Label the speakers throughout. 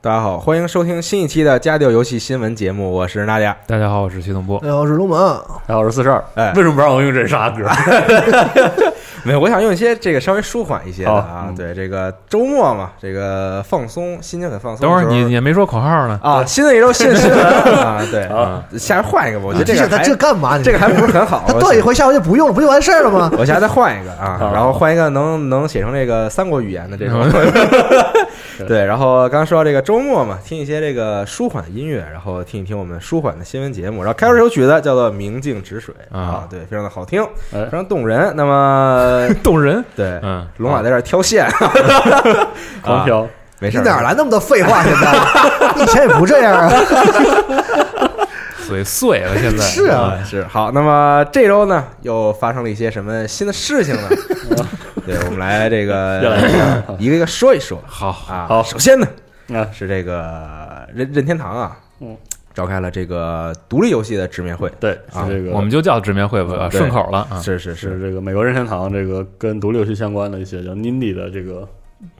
Speaker 1: 大家好，欢迎收听新一期的《家调游戏新闻节目》，我是娜迦。
Speaker 2: 大家好，我是徐东波。
Speaker 3: 大哎家好，我是龙门。
Speaker 4: 然后我是四十二，
Speaker 1: 哎
Speaker 4: 为什么不让我用这啥歌？
Speaker 1: 没有，我想用一些这个稍微舒缓一些的啊。
Speaker 4: 哦嗯
Speaker 1: 对，这个周末嘛，这个放松，心情很放松
Speaker 2: 等
Speaker 1: 的
Speaker 2: 会
Speaker 1: 时候。
Speaker 2: 儿 你你也没说口号呢，
Speaker 1: 啊，新的一周新的新闻啊，对
Speaker 4: 啊，
Speaker 1: 下回换一个吧。我觉得
Speaker 3: 你
Speaker 1: 这
Speaker 3: 提醒
Speaker 1: 个
Speaker 3: 他
Speaker 1: 还
Speaker 3: 啊这干嘛？你
Speaker 1: 这个还不是很好。啊
Speaker 3: 他
Speaker 1: 我
Speaker 3: 断一回，下回就不用了，不就完事儿了吗？
Speaker 1: 我下再换一个啊，
Speaker 4: 啊
Speaker 1: 然后换一个能能写成这个三国语言的这种。 对，然后刚刚说到这个周末嘛，听一些这个舒缓的音乐，然后听一听我们舒缓的新闻节目。然后开头这首曲子叫做《明镜止水》
Speaker 2: 啊
Speaker 1: 啊，对，非常的好听，
Speaker 4: 哎
Speaker 1: 非常动人。那么，
Speaker 2: 动人。
Speaker 1: 对，
Speaker 2: 嗯，
Speaker 1: 龙马在这儿挑线，
Speaker 4: 狂
Speaker 1: 啊，
Speaker 4: 飘，
Speaker 1: 没
Speaker 3: 你
Speaker 1: 事儿，
Speaker 3: 哪儿来那么多废话？现在以前也不这样啊。
Speaker 2: 嘴碎了，现在
Speaker 3: 是啊
Speaker 1: 啊，是好。那么这周呢，又发生了一些什么新的事情呢？对，我们来这
Speaker 4: 越来越
Speaker 1: 个一个一个说一说
Speaker 2: 好，
Speaker 1: 啊。
Speaker 4: 好
Speaker 1: 首先呢，
Speaker 4: 啊，
Speaker 1: 是这个任任天堂啊，
Speaker 4: 嗯，
Speaker 1: 召开了这个独立游戏的直面会，
Speaker 4: 对，
Speaker 1: 啊
Speaker 4: 是这个，
Speaker 2: 我们就叫直面会吧，啊
Speaker 1: 对
Speaker 2: 顺口了啊。
Speaker 1: 是是
Speaker 4: 是
Speaker 1: 是，
Speaker 4: 这个美国任天堂这个跟独立游戏相关的一些叫 Nindy 的这个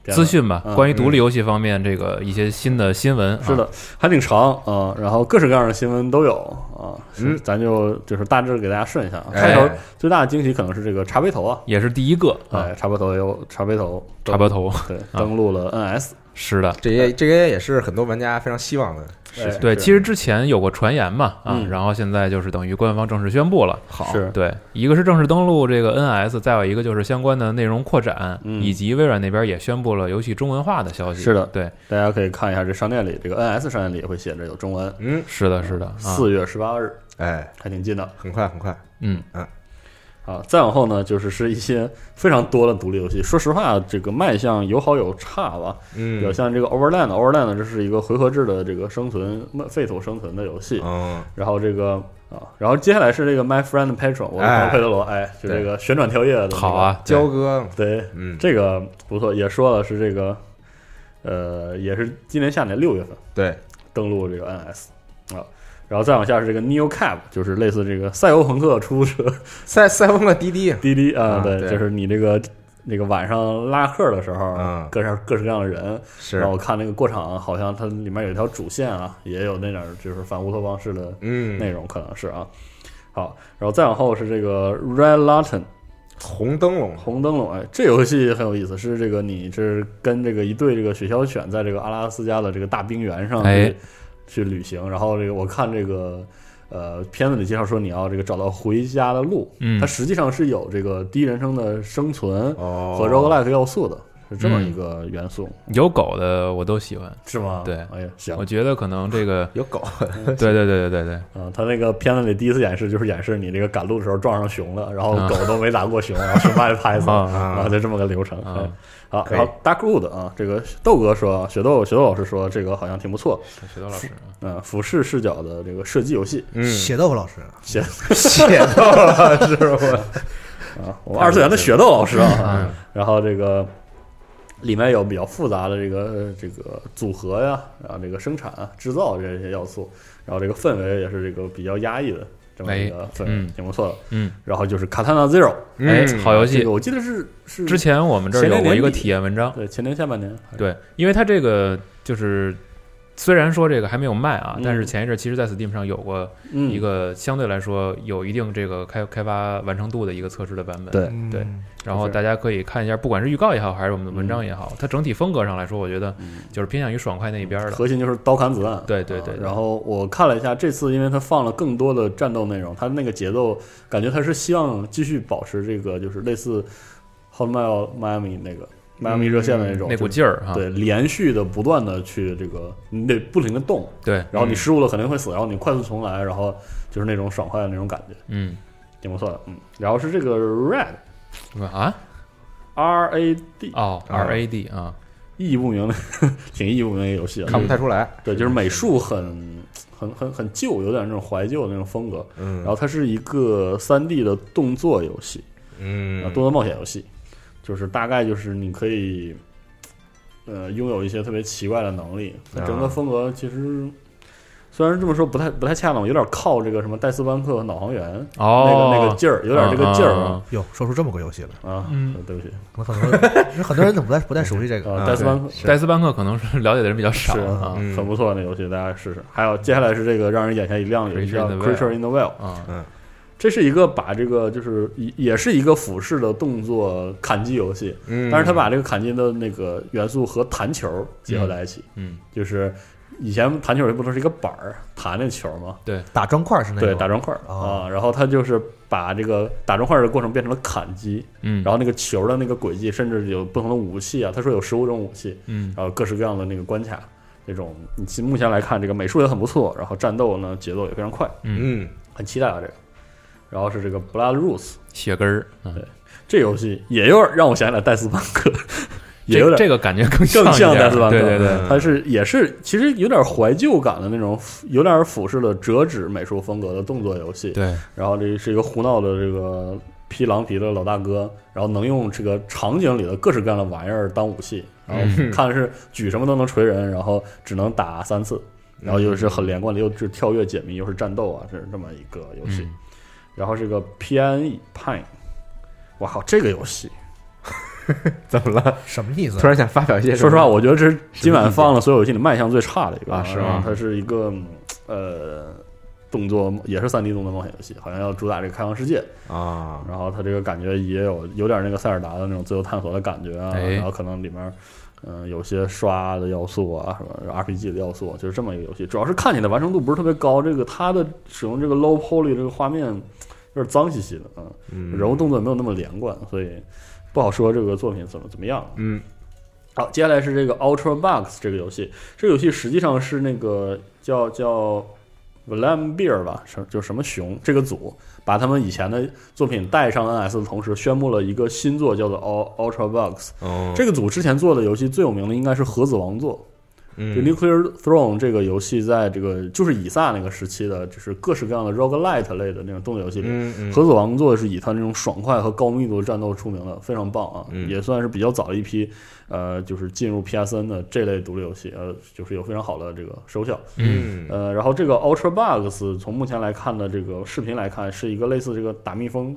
Speaker 4: 编的
Speaker 2: 资，讯吧，
Speaker 4: 嗯
Speaker 2: 关于独立游戏方面这个一些新的新闻。啊
Speaker 4: 是的，还挺长啊，然后各式各样的新闻都有啊，
Speaker 1: 嗯
Speaker 4: 是咱就就是大致给大家顺一下啊。
Speaker 1: 哎
Speaker 4: 开头最大的惊喜可能是这个茶杯头啊，
Speaker 2: 也是第一个啊，
Speaker 4: 哎，茶杯头有茶杯头，
Speaker 2: 茶包头，
Speaker 4: 对，登录了哎 NS，
Speaker 2: 是的，
Speaker 1: 这些这些也是很多玩家非常希望的事
Speaker 4: 哎
Speaker 1: 情。
Speaker 2: 对，
Speaker 4: 是
Speaker 2: 其实之前有过传言嘛，啊，
Speaker 4: 嗯
Speaker 2: 然后现在就是等于官方正式宣布了。
Speaker 1: 好，
Speaker 4: 是
Speaker 2: 对，一个是正式登录这个 NS，再有一个就是相关的内容扩展，
Speaker 4: 嗯
Speaker 2: 以及微软那边也宣布了游戏中文化的消息。
Speaker 4: 是的
Speaker 2: 对，
Speaker 4: 大家可以看一下这商店里这个 NS 商店里也会写着有中文，
Speaker 1: 嗯，
Speaker 2: 是的，是的，啊，
Speaker 4: 四月十八日
Speaker 1: 哎，
Speaker 4: 还挺近的。
Speaker 1: 很快很快，
Speaker 2: 嗯，
Speaker 4: 啊，再往后呢，就是是一些非常多的独立游戏。说实话，这个卖相有好有差吧。比如
Speaker 1: 嗯
Speaker 4: 像这个 Overland，Overland 这是一个回合制的这个生存、废土生存的游戏。
Speaker 1: 嗯，
Speaker 4: 然后这个啊，然后接下来是这个 My Friend Petro，我的朋
Speaker 1: 哎
Speaker 4: 友佩德罗，哎，就这个旋转跳跃的、
Speaker 2: 好，啊，
Speaker 1: 焦哥，
Speaker 4: 对，
Speaker 1: 嗯，
Speaker 4: 这个不错，也说了是这个，呃，也是今年夏天六月份
Speaker 1: 对，
Speaker 4: 登陆这个 NS 啊。然后再往下是这个 Neo Cab，就是类似这个赛欧朋克出租车
Speaker 1: 赛赛翁的滴滴，
Speaker 4: 滴滴啊
Speaker 1: 啊，
Speaker 4: 对，
Speaker 1: 对
Speaker 4: 就是你这个那个晚上拉客的时候，
Speaker 1: 嗯
Speaker 4: 各式各式各样的人。
Speaker 1: 是
Speaker 4: 然后，我看那个过场，好像它里面有一条主线啊，也有那点儿就是反乌托邦式的内
Speaker 1: 嗯，
Speaker 4: 容，可能是啊。好，然后再往后是这个 Red Lantern
Speaker 1: 红灯笼，
Speaker 4: 红灯笼，哎，这游戏很有意思，是这个你是跟这个一队这个雪橇犬在这个阿拉斯加的这个大冰原上去、
Speaker 2: 哎
Speaker 4: 去旅行，然后这个我看这个。呃，片子里介绍说你要这个找到回家的路，
Speaker 2: 嗯
Speaker 4: 它实际上是有这个第一人称的生存
Speaker 1: 哦，
Speaker 4: 和 roguelike 要素的，是这么一个元素，
Speaker 2: 有狗的我都喜欢，
Speaker 4: 是吗
Speaker 2: 对
Speaker 4: 哎呀，行
Speaker 2: 我，觉得可能这个，
Speaker 1: 有狗，
Speaker 2: 对对对对对对，
Speaker 4: 嗯，他那个片子里第一次演示就是演示你这个赶路的时候撞上熊了，然后
Speaker 2: 啊
Speaker 4: 狗都没打过熊，然后熊把你拍死了，
Speaker 2: 啊
Speaker 1: 啊
Speaker 4: 然后就这么个流程。
Speaker 2: 啊
Speaker 4: 哎好，
Speaker 1: 可以
Speaker 4: 然后 Darkwood 啊，这个豆哥说，啊雪豆雪豆老师说这个好像挺不错，
Speaker 2: 雪豆老师，
Speaker 4: 嗯，俯视视角的这个射击游戏
Speaker 1: 嗯，
Speaker 3: 血豆腐老师，啊
Speaker 4: 写
Speaker 1: 写到了，是我，
Speaker 4: 啊，我们 二次元的雪豆老师
Speaker 2: 嗯
Speaker 4: 啊，然后这个里面有比较复杂的这个呃这个组合呀，然后这个生产啊、制造这些要素，然后这个氛围也是这个比较压抑的这么一个氛围，
Speaker 2: 嗯
Speaker 4: 挺不错的。
Speaker 2: 嗯，
Speaker 4: 然后就是 Katana Zero，
Speaker 2: 哎，
Speaker 1: 嗯
Speaker 2: 好游
Speaker 4: 这
Speaker 2: 戏
Speaker 4: 个，我记得是是
Speaker 2: 之前我们这儿有过一个体验文章，
Speaker 4: 对前年下半年，
Speaker 2: 对，因为它这个就是
Speaker 5: 虽然说这个还没有卖啊，
Speaker 4: 嗯
Speaker 5: 但是前一阵其实在 Steam 上有过
Speaker 4: 嗯，
Speaker 5: 一个相对来说有一定这个开开发完成度的一个测试的版本。
Speaker 4: 对
Speaker 5: 对
Speaker 3: 嗯
Speaker 5: 然后
Speaker 4: 是
Speaker 5: 大家可以看一下，不管是预告也好，还是我们的文章也好，它整体风格上来说，我觉得
Speaker 4: 嗯
Speaker 5: 就是偏向于爽快那一边的。
Speaker 4: 核心就是刀砍子弹。
Speaker 5: 对对对
Speaker 4: 啊
Speaker 5: 对
Speaker 4: 然后我看了一下，这次因为它放了更多的战斗内容，它那个节奏感觉它是希望继续保持这个，就是类似《Hot Mile Miami》那个迈阿密热线的那种
Speaker 5: 嗯那股
Speaker 4: 就是
Speaker 5: 劲啊儿哈。
Speaker 4: 对，连续的不断的去这个，你得不停的动，
Speaker 5: 对，
Speaker 4: 然后你失误了肯定会死，然后你快速重来，然后就是那种爽快的那种感觉，
Speaker 5: 嗯
Speaker 4: 挺不错的，嗯。然后是这个 Red
Speaker 5: 啊
Speaker 4: R A D
Speaker 5: 哦，R A D 啊，
Speaker 4: 意义不明的， 挺意义不明的一个游戏啊，
Speaker 1: 看不太出来。
Speaker 4: 对，就是美术很很很很旧，有点那种怀旧的那种风格。
Speaker 1: 嗯，
Speaker 4: 然后它是一个三 D 的动作游戏，
Speaker 1: 嗯
Speaker 4: 啊，动作冒险游戏，就是大概就是你可以，呃，拥有一些特别奇怪的能力。它整个
Speaker 1: 啊
Speaker 4: 风格其实虽然这么说不太不太恰当，有点靠这个什么戴斯班克和脑航员
Speaker 5: 哦，
Speaker 4: 那个那个劲儿，有点这个劲儿
Speaker 5: 啊
Speaker 4: 啊。
Speaker 3: 哟，说出这么个游戏来，
Speaker 4: 啊
Speaker 5: 嗯
Speaker 4: 对不起，
Speaker 3: 可能很多人很多人怎么不太不太熟悉这个？
Speaker 4: 啊，
Speaker 1: 啊
Speaker 4: 戴斯班克
Speaker 5: 戴斯班克可能是 了解的人比较少
Speaker 4: 是
Speaker 5: 啊
Speaker 1: 嗯
Speaker 4: 很不错的那游戏，大家试试。还有接下来是这个让人眼前一亮的游戏叫
Speaker 5: Creature in
Speaker 4: 《
Speaker 5: the Well
Speaker 4: Creature in the Well》，
Speaker 5: 啊，
Speaker 4: 这是一个把这个就是也也是一个俯视的动作砍击游戏，
Speaker 1: 嗯，
Speaker 4: 但是他把这个砍击的那个元素和弹球结合在一起，
Speaker 5: 嗯，
Speaker 4: 就是以前弹球不都是一个板儿弹那球吗？
Speaker 3: 打砖块是那
Speaker 4: 对，
Speaker 3: 个
Speaker 4: 打砖块儿
Speaker 3: 哦
Speaker 4: 啊，然后他就是把这个打砖块儿的过程变成了砍击，
Speaker 5: 嗯，
Speaker 4: 然后那个球的那个轨迹，甚至有不同的武器啊，他说有十五种武器，
Speaker 5: 嗯
Speaker 4: 然后各式各样的那个关卡，这种你其目前来看，这个美术也很不错，然后战斗呢节奏也非常快，
Speaker 5: 嗯，
Speaker 1: 嗯
Speaker 4: 很期待啊这个。然后是这个 Blood Roots，
Speaker 5: 血根儿，嗯
Speaker 4: 这游戏也有点让我想起来戴斯邦克，也有
Speaker 5: 这
Speaker 4: 点
Speaker 5: 这个感觉更
Speaker 4: 更
Speaker 5: 像
Speaker 4: 像
Speaker 5: 一点
Speaker 4: 戴斯邦克，
Speaker 5: 对对对，
Speaker 1: 嗯
Speaker 4: 它是也是其实有点怀旧感的那种，有点俯视了折纸美术风格的动作游戏。
Speaker 5: 对，
Speaker 4: 然后这是一个胡闹的这个披狼皮的老大哥，然后能用这个场景里的各式各样的玩意儿当武器，然
Speaker 5: 嗯
Speaker 4: 后看是举什么都能锤人，然后只能打三次，
Speaker 5: 嗯
Speaker 4: 然后又是很连贯的，又是跳跃解谜，又是战斗啊，这是这么一个游戏。
Speaker 5: 嗯
Speaker 4: 然后这个 PNE Pine，我靠，这个游戏
Speaker 1: 怎么了？
Speaker 3: 什么意思？啊
Speaker 1: 突然想发表一些什
Speaker 4: 说
Speaker 1: 么
Speaker 4: 实话，我觉得这是今晚放了所有游戏里卖相最差的一个
Speaker 1: 啊是吗
Speaker 4: 吗？它是一个嗯呃动作也是三 D 动作冒险游戏，好像要主打这个开放世界，
Speaker 1: 啊，
Speaker 4: 然后它这个感觉也有有点那个塞尔达的那种自由探索的感觉啊，
Speaker 5: 哎
Speaker 4: 然后可能里面。嗯，有些刷的要素啊，什么 RPG 的要素，啊就是这么一个游戏。主要是看起来完成度不是特别高，这个它的使用这个 low poly 这个画面有点脏兮兮的，嗯，
Speaker 1: 嗯
Speaker 4: 人物动作也没有那么连贯，所以不好说这个作品怎么怎么样。
Speaker 1: 嗯
Speaker 4: 好，接下来是这个 Ultra Box 这个游戏，这个游戏实际上是那个叫叫 Valambeer 吧，什就什么熊这个组把他们以前的作品带上 NS 的同时，宣布了一个新作叫做 Ul- Ultra Box。
Speaker 1: 哦，
Speaker 4: 这个组之前做的游戏最有名的应该是《核子王座》，就
Speaker 1: 嗯
Speaker 4: Nuclear Throne 这个游戏，在这个就是以撒那个时期的，就是各式各样的 roguelite 类的那种动作游戏里，
Speaker 1: 嗯嗯
Speaker 4: 核子王座是以它那种爽快和高密度的战斗出名的，非常棒啊！
Speaker 1: 嗯
Speaker 4: 也算是比较早的一批，呃，就是进入 PSN 的这类独立游戏，呃，就是有非常好的这个收效。
Speaker 5: 嗯
Speaker 1: 嗯
Speaker 4: 呃，然后这个 Ultra Bugs 从目前来看的这个视频来看，是一个类似这个打蜜蜂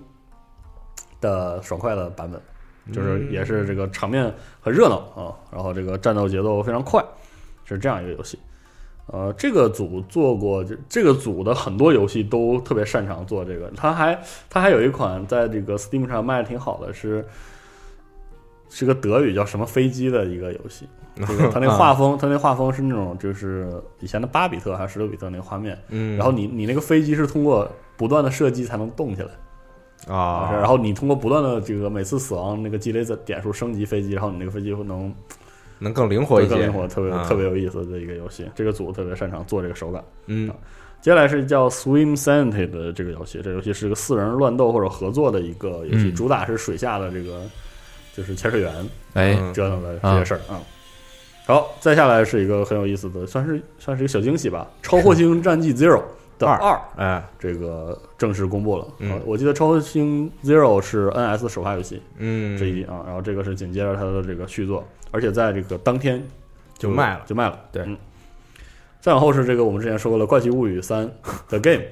Speaker 4: 的爽快的版本，
Speaker 1: 嗯
Speaker 4: 就是也是这个场面很热闹啊，然后这个战斗节奏非常快，是这样一个游戏。呃，这个组做过这这个组的很多游戏都特别擅长做这个，他还他还有一款在这个 Steam 上卖的挺好的是。是个德语叫什么飞机的一个游 戏，这个它那个
Speaker 1: 啊
Speaker 4: 画风，它那画风是那种就是以前的八比特还是十六比特那个画面，
Speaker 1: 嗯，
Speaker 4: 然后你你那个飞机是通过不断的射击才能动起来，
Speaker 1: 啊，
Speaker 4: 然后你通过不断的这个每次死亡那个积累的点数升级飞机，然后你那个飞机会能
Speaker 1: 能更灵活一些，
Speaker 4: 更灵活，特别
Speaker 1: 啊
Speaker 4: 特别有意思的一个游戏。这个组特别擅长做这个手感。
Speaker 1: 嗯
Speaker 4: 接下来是叫 Swim Sanity 的这个游戏，这游戏是个四人乱斗或者合作的一个游戏，
Speaker 5: 嗯
Speaker 4: 主打是水下的这个就是潜水员，
Speaker 5: 哎，
Speaker 1: 嗯
Speaker 4: 折腾的这些事儿啊。好，再下来是一个很有意思的，算是算是一个小惊喜吧，《超 火星战记 Zero》的
Speaker 1: 二
Speaker 4: 二，
Speaker 1: 哎
Speaker 4: 这个正式公布了。
Speaker 1: 嗯
Speaker 4: 呃我记得《超火星 Zero》是 NS 首发游戏
Speaker 1: 嗯
Speaker 4: 之一啊，然后这个是紧接着它的这个续作，而且在这个当天
Speaker 1: 就卖了，
Speaker 4: 就卖了。
Speaker 1: 对
Speaker 4: 嗯再往 后是这个我们之前说过了，《怪奇物语三》的 Game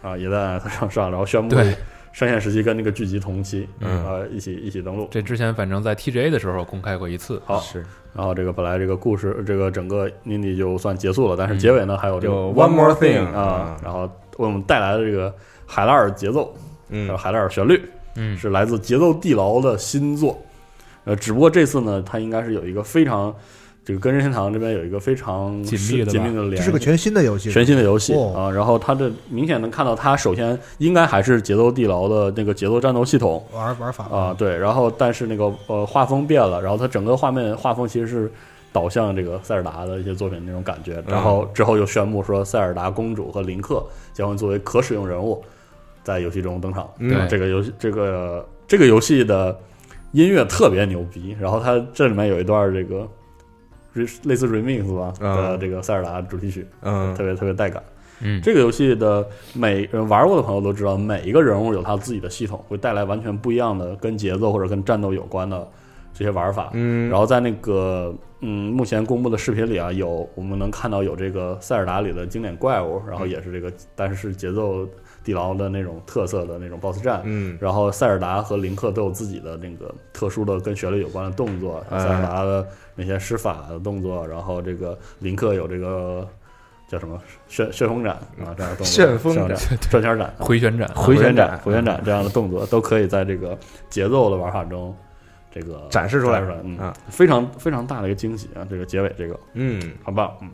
Speaker 4: 啊，也在 NS 上上，然后宣布
Speaker 5: 对
Speaker 4: 上线时期跟那个剧集同期，
Speaker 1: 嗯
Speaker 4: 呃，一起一起登录。
Speaker 5: 这之前反正在 TGA 的时候公开过一次，
Speaker 4: 好，
Speaker 1: 是
Speaker 4: 然后这个本来这个故事这个整个 Nindy 就算结束了，但是结尾呢还有这个
Speaker 1: 嗯有 One More Thing，
Speaker 4: 啊
Speaker 1: 啊，
Speaker 4: 然后为我们带来了这个海拉尔节奏，还有
Speaker 1: 嗯
Speaker 4: 海拉尔旋律，
Speaker 5: 嗯，
Speaker 4: 是来自节奏地牢的新作。呃，只不过这次呢，它应该是有一个非常这个跟任天堂这边有一个非常
Speaker 5: 紧密
Speaker 4: 是
Speaker 5: 的吧
Speaker 4: 紧密的联系，
Speaker 3: 这是个全新的游戏，
Speaker 4: 全新的游戏、
Speaker 3: 哦
Speaker 4: 啊。然后它的明显能看到，它首先应该还是节奏地牢的那个节奏战斗系统
Speaker 3: 玩玩法
Speaker 4: 啊，，对。然后但是那个呃画风变了，然后它整个画面画风其实是。导向这个塞尔达的一些作品那种感觉，然
Speaker 1: 嗯
Speaker 4: 后之后又宣布说塞尔达公主和林克将会作为可使用人物在游戏中登场。
Speaker 1: 嗯
Speaker 5: 对
Speaker 4: 这个游戏，这个这个游戏的音乐特别牛逼。然后它这里面有一段这个 re- 类似 remix 吧
Speaker 1: 嗯
Speaker 4: 的这个塞尔达主题曲，
Speaker 1: 嗯
Speaker 4: 特别特别带感。
Speaker 5: 嗯，
Speaker 4: 这个游戏的每呃玩过的朋友都知道，每一个人物有他自己的系统，会带来完全不一样的跟节奏或者跟战斗有关的这些玩法。
Speaker 1: 嗯，
Speaker 4: 然后在那个嗯，目前公布的视频里啊，有我们能看到有这个塞尔达里的经典怪物，然后也是这个，但是是节奏地牢的那种特色的那种 BOSS 战。
Speaker 1: 嗯
Speaker 4: 然后塞尔达和林克都有自己的那个特殊的跟旋律有关的动作，
Speaker 1: 哎
Speaker 4: 塞尔达的那些施法的动作，然后这个林克有这个叫什么旋旋风斩啊这样的动作，
Speaker 1: 旋风斩
Speaker 4: 斩、转圈斩、
Speaker 5: 回旋
Speaker 4: 嗯
Speaker 5: 斩，
Speaker 1: 回旋斩
Speaker 4: 斩、回旋斩这样的动作都可以在这个节奏的玩法中这个
Speaker 1: 展示出来
Speaker 4: 展出来，嗯，
Speaker 1: 啊
Speaker 4: 非常非常大的一个惊喜啊！这个结尾这个
Speaker 1: 嗯
Speaker 4: 很棒，嗯，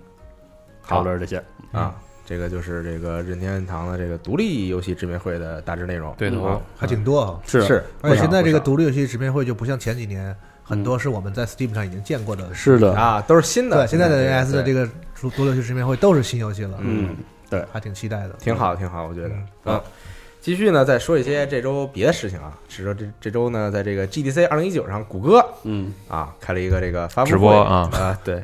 Speaker 1: 好
Speaker 4: 差不多是这些，
Speaker 1: 啊，这个就是这个任天堂的这个独立游戏直面会的大致内容。
Speaker 5: 对头
Speaker 1: 啊
Speaker 3: 还挺多啊。
Speaker 4: 是
Speaker 1: 是，
Speaker 3: 而且现在这个
Speaker 1: 不少
Speaker 3: 独立游戏直面会就不像前几年，很多是我们在 Steam 上已经见过的。
Speaker 4: 是的，
Speaker 1: 啊，都是新的，
Speaker 3: 对，现在的 NS 的这
Speaker 1: 个
Speaker 3: 个独独立游戏直面会都是新游戏了，
Speaker 4: 嗯，
Speaker 3: 还挺期待的。
Speaker 1: 挺好，挺好，我觉得
Speaker 3: 嗯。
Speaker 1: 嗯，继续呢，再说一些这周别的事情啊。是说这这周呢，在这个 GDC 二零一九上，谷歌
Speaker 4: 嗯
Speaker 1: 啊开了一个这个发布会
Speaker 5: 直播啊
Speaker 1: 啊，对，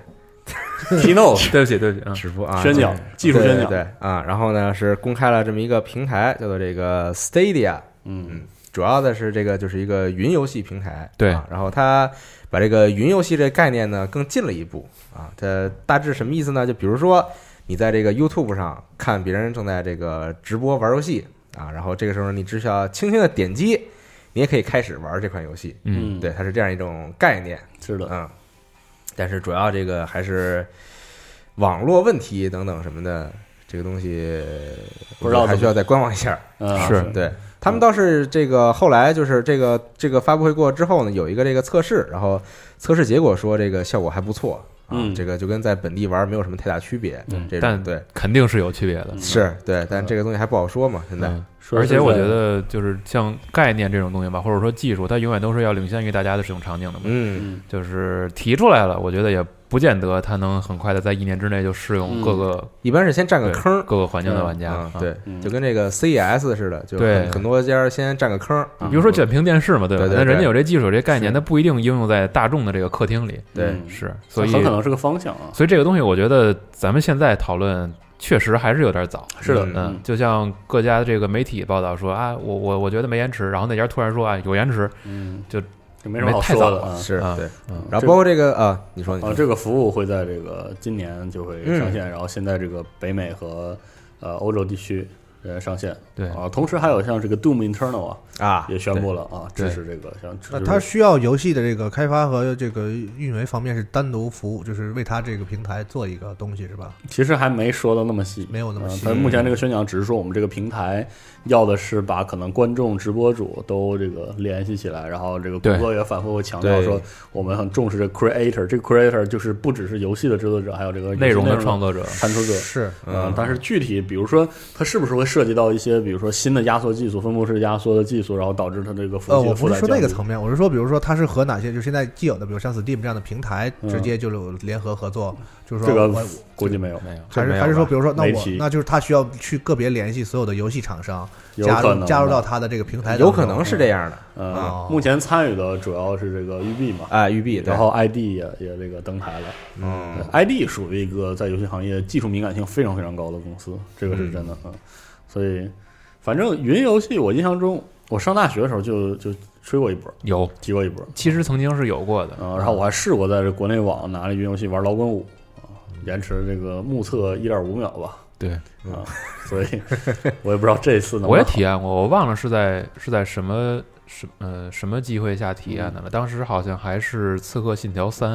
Speaker 4: ，Keynote
Speaker 5: 对不起，对不起啊，
Speaker 1: 直播啊，
Speaker 4: 宣讲
Speaker 1: 对
Speaker 4: 技术宣讲
Speaker 1: 对对啊，然后呢是公开了这么一个平台，叫做这个 Stadia，
Speaker 4: 嗯
Speaker 1: 主要的是这个就是一个云游戏平台，
Speaker 5: 对
Speaker 1: 啊然后它把这个云游戏这概念呢更进了一步啊，它大致什么意思呢？就比如说你在这个 YouTube 上看别人正在这个直播玩游戏啊，然后这个时候你只需要轻轻的点击，你也可以开始玩这款游戏，
Speaker 5: 嗯，
Speaker 1: 对，，它是这样一种概念，
Speaker 4: 是的，
Speaker 1: 嗯，但是主要这个还是网络问题等等什么的，这个东西
Speaker 4: 不知道怎么
Speaker 1: 还需要再观望一下，
Speaker 4: 啊
Speaker 5: 是
Speaker 1: 对他们倒是这个后来就是这个这个发布会过之后呢，有一个这个测试，然后测试结果说这个效果还不错啊，
Speaker 4: 嗯
Speaker 1: 这个就跟在本地玩没有什么太大区别，
Speaker 4: 嗯
Speaker 1: 这种
Speaker 5: 但
Speaker 1: 对
Speaker 5: 肯定是有区别的。
Speaker 4: 嗯
Speaker 1: 是对，但这个东西还不好说嘛，现在、
Speaker 5: 嗯
Speaker 4: 说
Speaker 5: 而且
Speaker 4: 是
Speaker 5: 我觉
Speaker 4: 在
Speaker 5: 得，就是像概念这种东西吧，或者说技术，它永远都是要领先于大家的使用场景的嘛。
Speaker 1: 嗯
Speaker 4: 嗯
Speaker 5: 就是提出来了，我觉得也不见得它能很快的在一年之内就适用各个
Speaker 1: 一般是先占个
Speaker 5: 对
Speaker 1: 坑儿。
Speaker 5: 各个环境的玩家
Speaker 1: 啊。，
Speaker 5: 啊
Speaker 1: 对，
Speaker 4: 嗯
Speaker 1: 就跟这个 CES 似的，就
Speaker 5: 对
Speaker 1: 很很多家先占个坑儿，
Speaker 4: 嗯
Speaker 5: 你比如说卷屏电视嘛，对吧
Speaker 1: 对？对
Speaker 5: 那人家
Speaker 1: 对
Speaker 5: 有这技术、有这概念，
Speaker 1: 是
Speaker 5: 那不一定应用在大众的这个客厅里。
Speaker 1: 对
Speaker 4: 嗯
Speaker 5: 是，所以
Speaker 4: 很可能是个方向啊，
Speaker 5: 所以这个东西，我觉得咱们现在讨论确实还是有点早。
Speaker 4: 是的，
Speaker 5: 嗯，就像各家这个媒体报道说啊，我我我觉得没延迟，然后那家突然说啊有延迟，
Speaker 4: 嗯，
Speaker 5: 就
Speaker 4: 就没什么好
Speaker 5: 没太早
Speaker 4: 说的啊。
Speaker 1: 是
Speaker 5: 啊
Speaker 1: 对。
Speaker 5: 嗯
Speaker 1: 然
Speaker 4: 这
Speaker 1: 后包括这个啊，你说你
Speaker 4: 啊，
Speaker 1: 说，
Speaker 4: 这个服务会在这个今年就会上
Speaker 5: 嗯
Speaker 4: 线，然后现在这个北美和呃欧洲地区呃上线。
Speaker 5: 对
Speaker 4: 啊，同时还有像这个 Doom Eternal 啊，
Speaker 1: 啊，
Speaker 4: 也宣布了啊，
Speaker 5: 对
Speaker 4: 支持这个像支
Speaker 3: 那
Speaker 4: 持
Speaker 3: 它需要游戏的这个开发和这个运维方面是单独服务，就是为它这个平台做一个东西是吧？
Speaker 4: 其实还没说的那么细，
Speaker 3: 没有那么细
Speaker 4: 呃它目前这个宣讲只是说我们这个平台要的是把可能观众、直播主都这个联系起来，然后这个
Speaker 5: 对
Speaker 4: 谷歌也反复会强调说
Speaker 1: 对，
Speaker 4: 我们很重视这个 creator，这个 creator 就是不只是游戏的制作者，呃还有这个游戏
Speaker 5: 内容的
Speaker 4: 的
Speaker 5: 创作者，
Speaker 4: 产出者。
Speaker 3: 是，
Speaker 4: 嗯，但是具体，比如说它是不是会涉及到一些，比如说新的压缩技术、分布式压缩的技术，然后导致它这个服
Speaker 3: 呃，
Speaker 4: 务器
Speaker 3: 我
Speaker 4: 的
Speaker 3: 不
Speaker 4: 负
Speaker 3: 是
Speaker 4: 载
Speaker 3: 说那个
Speaker 4: 降
Speaker 3: 层面，我是说，比如说它是和哪些就现在既有的，比如像 Steam 这样的平台
Speaker 4: 嗯
Speaker 3: 直接就是联合合作，就是
Speaker 4: 低
Speaker 3: 说
Speaker 4: 这
Speaker 3: 我
Speaker 4: 个估计没有，
Speaker 5: 没有，
Speaker 3: 还
Speaker 1: 这
Speaker 3: 是
Speaker 1: 没有
Speaker 3: 还是说，
Speaker 1: 吧
Speaker 3: 比如说，那
Speaker 4: 媒
Speaker 3: 我
Speaker 4: 体
Speaker 3: 那就是他需要去个别联系所有的游戏厂商，
Speaker 4: 有
Speaker 3: 加
Speaker 4: 可
Speaker 3: 入
Speaker 4: 能
Speaker 3: 加入到
Speaker 4: 吧
Speaker 3: 他的这个平台当中，
Speaker 1: 有可能嗯是这样的
Speaker 4: 呃
Speaker 3: 哦，
Speaker 4: 目前参与的主要是这个育碧嘛，
Speaker 1: 啊，育碧，对
Speaker 4: 然后 ID 也也这个登台了。
Speaker 1: 嗯
Speaker 4: ID 属于一个在游戏行业技术敏感性非常非常高的公司，这个是真的啊、嗯所以，反正云游戏，我印象中，我上大学的时候就就吹过一波，
Speaker 5: 有，
Speaker 4: 提过一波，呃
Speaker 5: 其实曾经是有过的
Speaker 4: 嗯啊、然后我还试过在这国内网拿着云游戏玩《摇滚舞》啊，延迟这个目测一点五秒吧，
Speaker 2: 对，
Speaker 4: 啊，所以 我也不知道这次能不能
Speaker 2: 我也体验过，我忘了是在是在什么什呃什么机会下体验
Speaker 4: 嗯
Speaker 2: 的了。当时好像还是《刺客信条三》